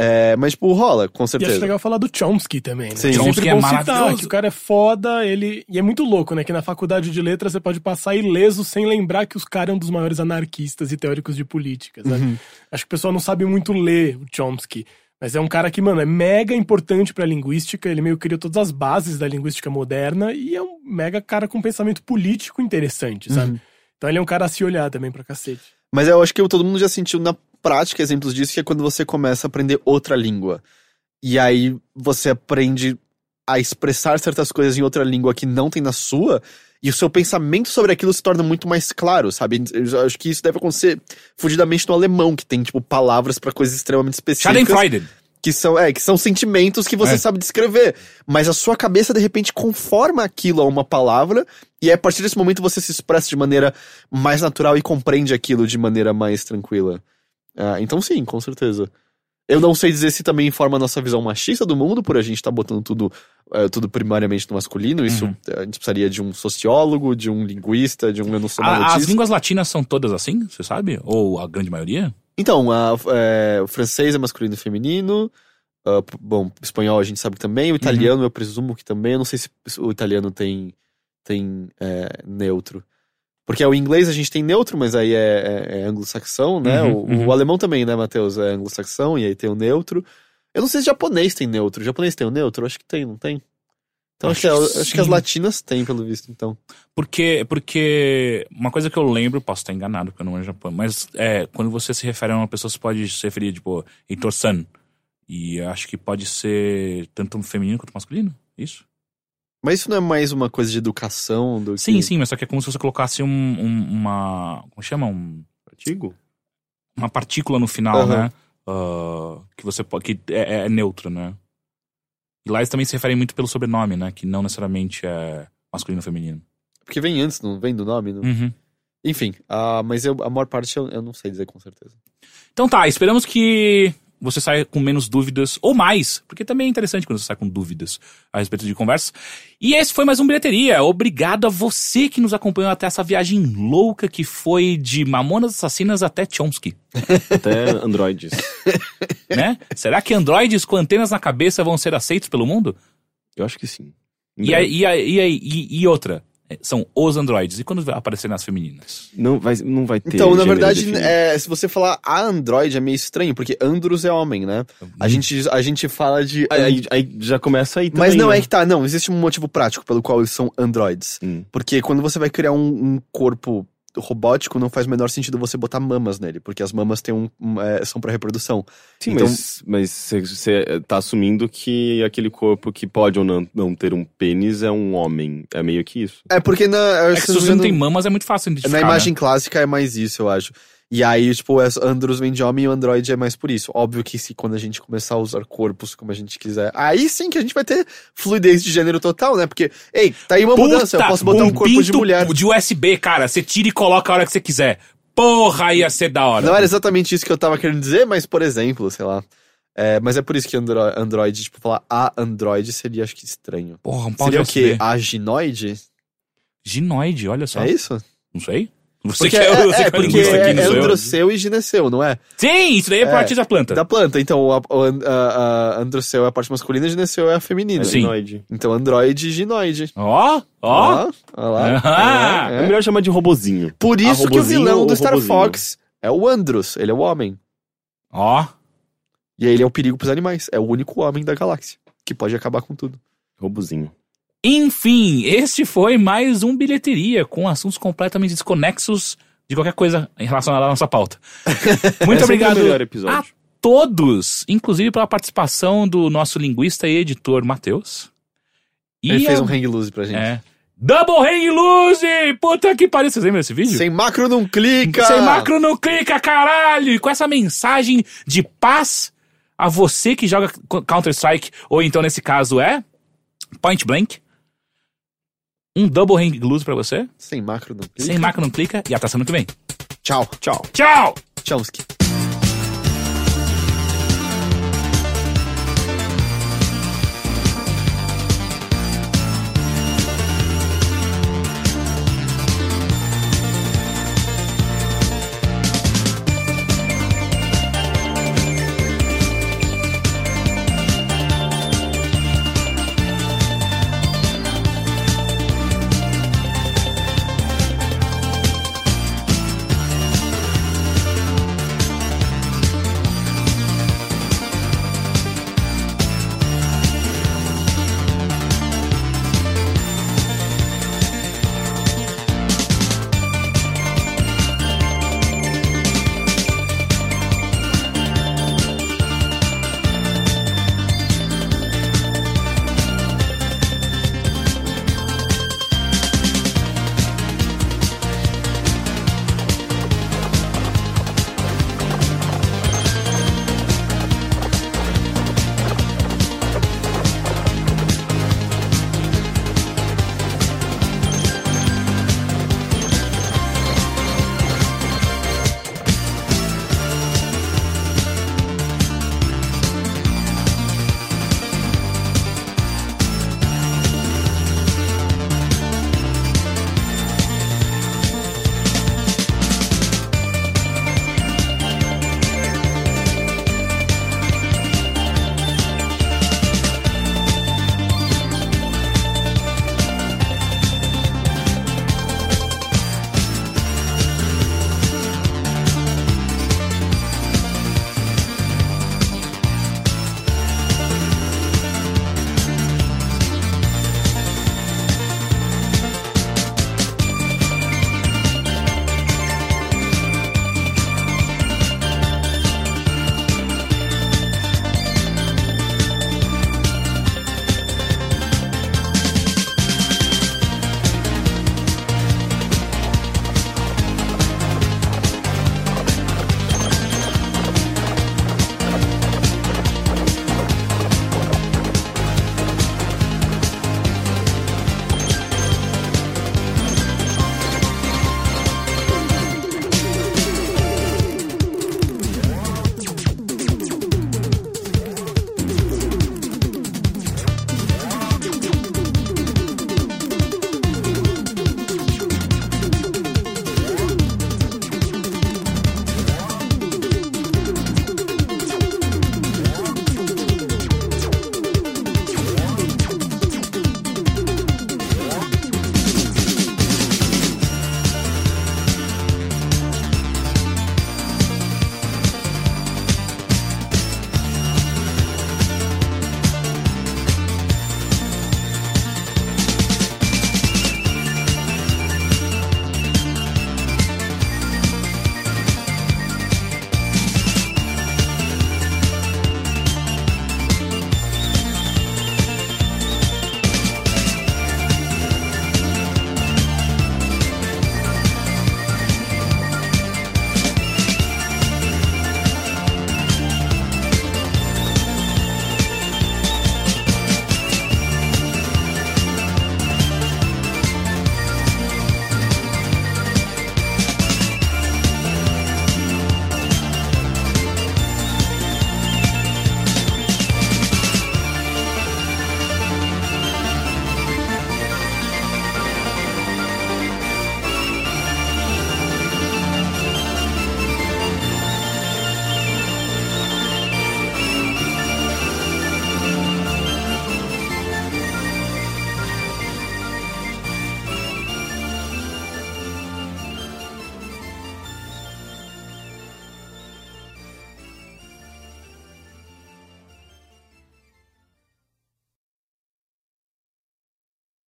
[SPEAKER 1] É, mas, tipo, rola, com
[SPEAKER 5] E acho
[SPEAKER 1] certeza.
[SPEAKER 5] legal falar do Chomsky também, né?
[SPEAKER 1] Sim.
[SPEAKER 5] Sempre
[SPEAKER 2] Chomsky é
[SPEAKER 5] bom
[SPEAKER 2] maravilhoso.
[SPEAKER 5] citar, que o cara é foda, ele... E é muito louco, né? Que na faculdade de letras você pode passar ileso sem lembrar que os caras é um dos maiores anarquistas e teóricos de política, sabe?
[SPEAKER 1] Uhum.
[SPEAKER 5] Acho que o pessoal não sabe muito ler o Chomsky. Mas é um cara que, mano, é mega importante pra linguística, ele meio que criou todas as bases da linguística moderna e é um mega cara com pensamento político interessante,
[SPEAKER 1] Uhum.
[SPEAKER 5] sabe? Então ele é um cara a se olhar também pra cacete.
[SPEAKER 1] Mas eu acho que todo mundo já sentiu na prática exemplos disso, que é quando você começa a aprender outra língua. E aí você aprende a expressar certas coisas em outra língua que não tem na sua, e o seu pensamento sobre aquilo se torna muito mais claro, sabe? Eu acho que isso deve acontecer fudidamente no alemão, que tem, tipo, palavras pra coisas extremamente específicas.
[SPEAKER 2] Schadenfreude.
[SPEAKER 1] Que são, é, que são sentimentos que você
[SPEAKER 2] É.
[SPEAKER 1] sabe descrever. Mas a sua cabeça, de repente, conforma aquilo a uma palavra. E aí, a partir desse momento, você se expressa de maneira mais natural e compreende aquilo de maneira mais tranquila. Ah, então, sim, com certeza. Eu não sei dizer se também informa a nossa visão machista do mundo, por a gente tá botando tudo, eh, tudo primariamente no masculino. Isso
[SPEAKER 2] Uhum.
[SPEAKER 1] eh, a gente precisaria de um sociólogo, de um linguista, de um eu não sou
[SPEAKER 2] A- as
[SPEAKER 1] marotista.
[SPEAKER 2] línguas latinas são todas assim, você sabe? Ou a grande maioria?
[SPEAKER 1] Então, a- é, o francês é masculino e feminino. ah, p- bom, espanhol a gente sabe que
[SPEAKER 2] Uhum.
[SPEAKER 1] também. O italiano eu presumo que também. Eu não sei se o italiano tem, tem é, neutro. Porque é o inglês a gente tem neutro, mas aí é, é- é anglo-saxão, né?
[SPEAKER 2] Uhum,
[SPEAKER 1] O- o,
[SPEAKER 2] uhum.
[SPEAKER 1] alemão também, né, Matheus? É anglo-saxão e aí tem o neutro. Eu não sei se japonês tem neutro. japonês tem o neutro? Acho que tem, não tem? Então acho,
[SPEAKER 2] Acho
[SPEAKER 1] que,
[SPEAKER 2] que
[SPEAKER 1] acho que as
[SPEAKER 2] sim.
[SPEAKER 1] latinas têm, pelo visto, então.
[SPEAKER 2] Porque, porque uma coisa que eu lembro, posso estar enganado porque eu não manjo Japão, mas é, quando você se refere a uma pessoa, você pode se referir, tipo, Heitor-san. E eu acho que pode ser tanto feminino quanto masculino, isso?
[SPEAKER 1] Mas isso não é mais uma coisa de educação do
[SPEAKER 2] Sim,
[SPEAKER 1] que...
[SPEAKER 2] sim, mas só que é como se você colocasse um, um- uma. Como chama? Um,
[SPEAKER 3] né? Artigo?
[SPEAKER 2] uma partícula no final,
[SPEAKER 1] Aham.
[SPEAKER 2] né? Ah, que você pode. que é, é- é neutro, né? E lá eles também se referem muito pelo sobrenome, né? Que não necessariamente é masculino ou feminino.
[SPEAKER 1] Porque vem antes, não vem do nome, não?
[SPEAKER 2] Uhum.
[SPEAKER 1] Enfim, ah, mas eu- a maior parte eu, eu não sei dizer com certeza.
[SPEAKER 2] Então tá, esperamos que você saia com menos dúvidas ou mais, porque também é interessante quando você sai com dúvidas a respeito de conversas. E esse foi mais um Bilheteria. Obrigado a você que nos acompanhou até essa viagem louca que foi de Mamonas Assassinas até Chomsky,
[SPEAKER 3] Até androides.
[SPEAKER 2] né? Será que androides com antenas na cabeça vão ser aceitos pelo mundo?
[SPEAKER 3] Eu acho que sim.
[SPEAKER 2] E, aí- e, aí- e, aí- e, e outra, É, são os androides. E quando vai aparecer nas femininas?
[SPEAKER 3] Não vai, não vai ter.
[SPEAKER 1] Então, na
[SPEAKER 3] gênero
[SPEAKER 1] verdade,
[SPEAKER 3] definido.
[SPEAKER 1] é, se você falar a Android é meio estranho, porque Andros é homem, né? A,
[SPEAKER 2] Hum.
[SPEAKER 1] gente, a gente fala de.
[SPEAKER 3] Aí, aí- aí já começa aí também.
[SPEAKER 1] mas não
[SPEAKER 3] né?
[SPEAKER 1] é que tá, não. Existe um motivo prático pelo qual eles são androides.
[SPEAKER 3] Hum.
[SPEAKER 1] Porque quando você vai criar um, um corpo robótico, não faz o menor sentido você botar mamas nele, porque as mamas têm um, um, é, são pra reprodução.
[SPEAKER 3] Sim,
[SPEAKER 1] Então-
[SPEAKER 3] mas, mas você- você tá assumindo que aquele corpo que pode ou não, não ter um pênis é um homem. É meio que isso.
[SPEAKER 1] É porque na.
[SPEAKER 2] É que se você não tem mamas, é muito fácil
[SPEAKER 1] Na
[SPEAKER 2] identificar.
[SPEAKER 1] imagem clássica é mais isso, eu acho. E aí, tipo, é- Andros vem de homem e o Android é mais por isso. Óbvio que se quando a gente começar a usar corpos como a gente quiser, aí sim que a gente vai ter fluidez de gênero total, né? Porque, ei, tá aí uma
[SPEAKER 2] Puta,
[SPEAKER 1] mudança, eu posso botar um corpo de
[SPEAKER 2] pinto
[SPEAKER 1] mulher.
[SPEAKER 2] De USB, cara, você tira e coloca a hora que você quiser. Porra, ia ser da hora.
[SPEAKER 1] Não é- era exatamente isso que eu tava querendo dizer, mas por exemplo, sei lá. É, mas é por isso que Andro Android, tipo, falar a Android seria, acho que, estranho.
[SPEAKER 2] Porra, um pau
[SPEAKER 1] Seria o
[SPEAKER 2] de USB.
[SPEAKER 1] quê? A ginoide?
[SPEAKER 2] Ginoide, olha só.
[SPEAKER 1] É isso?
[SPEAKER 2] Não sei. Você
[SPEAKER 1] Porque
[SPEAKER 2] que é,
[SPEAKER 1] é,
[SPEAKER 2] você
[SPEAKER 1] é,
[SPEAKER 2] que é
[SPEAKER 1] porque
[SPEAKER 2] linguista aqui,
[SPEAKER 1] é,
[SPEAKER 2] não sou eu.
[SPEAKER 1] androceu e gineceu, não é?
[SPEAKER 2] Sim, isso daí é,
[SPEAKER 1] É,
[SPEAKER 2] parte da planta.
[SPEAKER 1] Da planta. Então, a, o an- a- a androceu é a parte masculina e gineceu é a feminina.
[SPEAKER 2] Sim.
[SPEAKER 3] Humanoide.
[SPEAKER 1] Então, androide e ginoide.
[SPEAKER 2] Ó, ó.
[SPEAKER 1] Ó lá.
[SPEAKER 2] Ah.
[SPEAKER 1] É.
[SPEAKER 3] É melhor chamar de robozinho.
[SPEAKER 1] Por isso que o
[SPEAKER 3] robozinho
[SPEAKER 1] vilão do
[SPEAKER 3] ou
[SPEAKER 1] Star
[SPEAKER 3] robozinho?
[SPEAKER 1] Fox é o Andros, ele é o homem.
[SPEAKER 2] Ó.
[SPEAKER 1] E aí ele é o perigo pros animais. É o único homem da galáxia. Que pode acabar com tudo.
[SPEAKER 3] Robozinho.
[SPEAKER 2] Enfim, este foi mais um bilheteria com assuntos completamente desconexos de qualquer coisa relacionada à nossa pauta. Muito
[SPEAKER 3] É sempre
[SPEAKER 2] obrigado
[SPEAKER 3] o melhor
[SPEAKER 2] a
[SPEAKER 3] episódio.
[SPEAKER 2] todos, inclusive pela participação do nosso linguista e editor Matheus. E
[SPEAKER 1] ele fez
[SPEAKER 2] a-
[SPEAKER 1] um hang loose pra gente.
[SPEAKER 2] é, Double Hang Lose! Puta que pariu, vocês lembram desse vídeo?
[SPEAKER 1] Sem macro não clica!
[SPEAKER 2] Sem macro não clica, caralho! E com essa mensagem de paz a você que joga Counter-Strike, ou então nesse caso é Point Blank. Um double hang loose pra você.
[SPEAKER 1] Sem macro não clica.
[SPEAKER 2] Sem macro não clica e até semana que vem.
[SPEAKER 1] Tchau. Tchau.
[SPEAKER 2] Tchau!
[SPEAKER 1] Tchauski.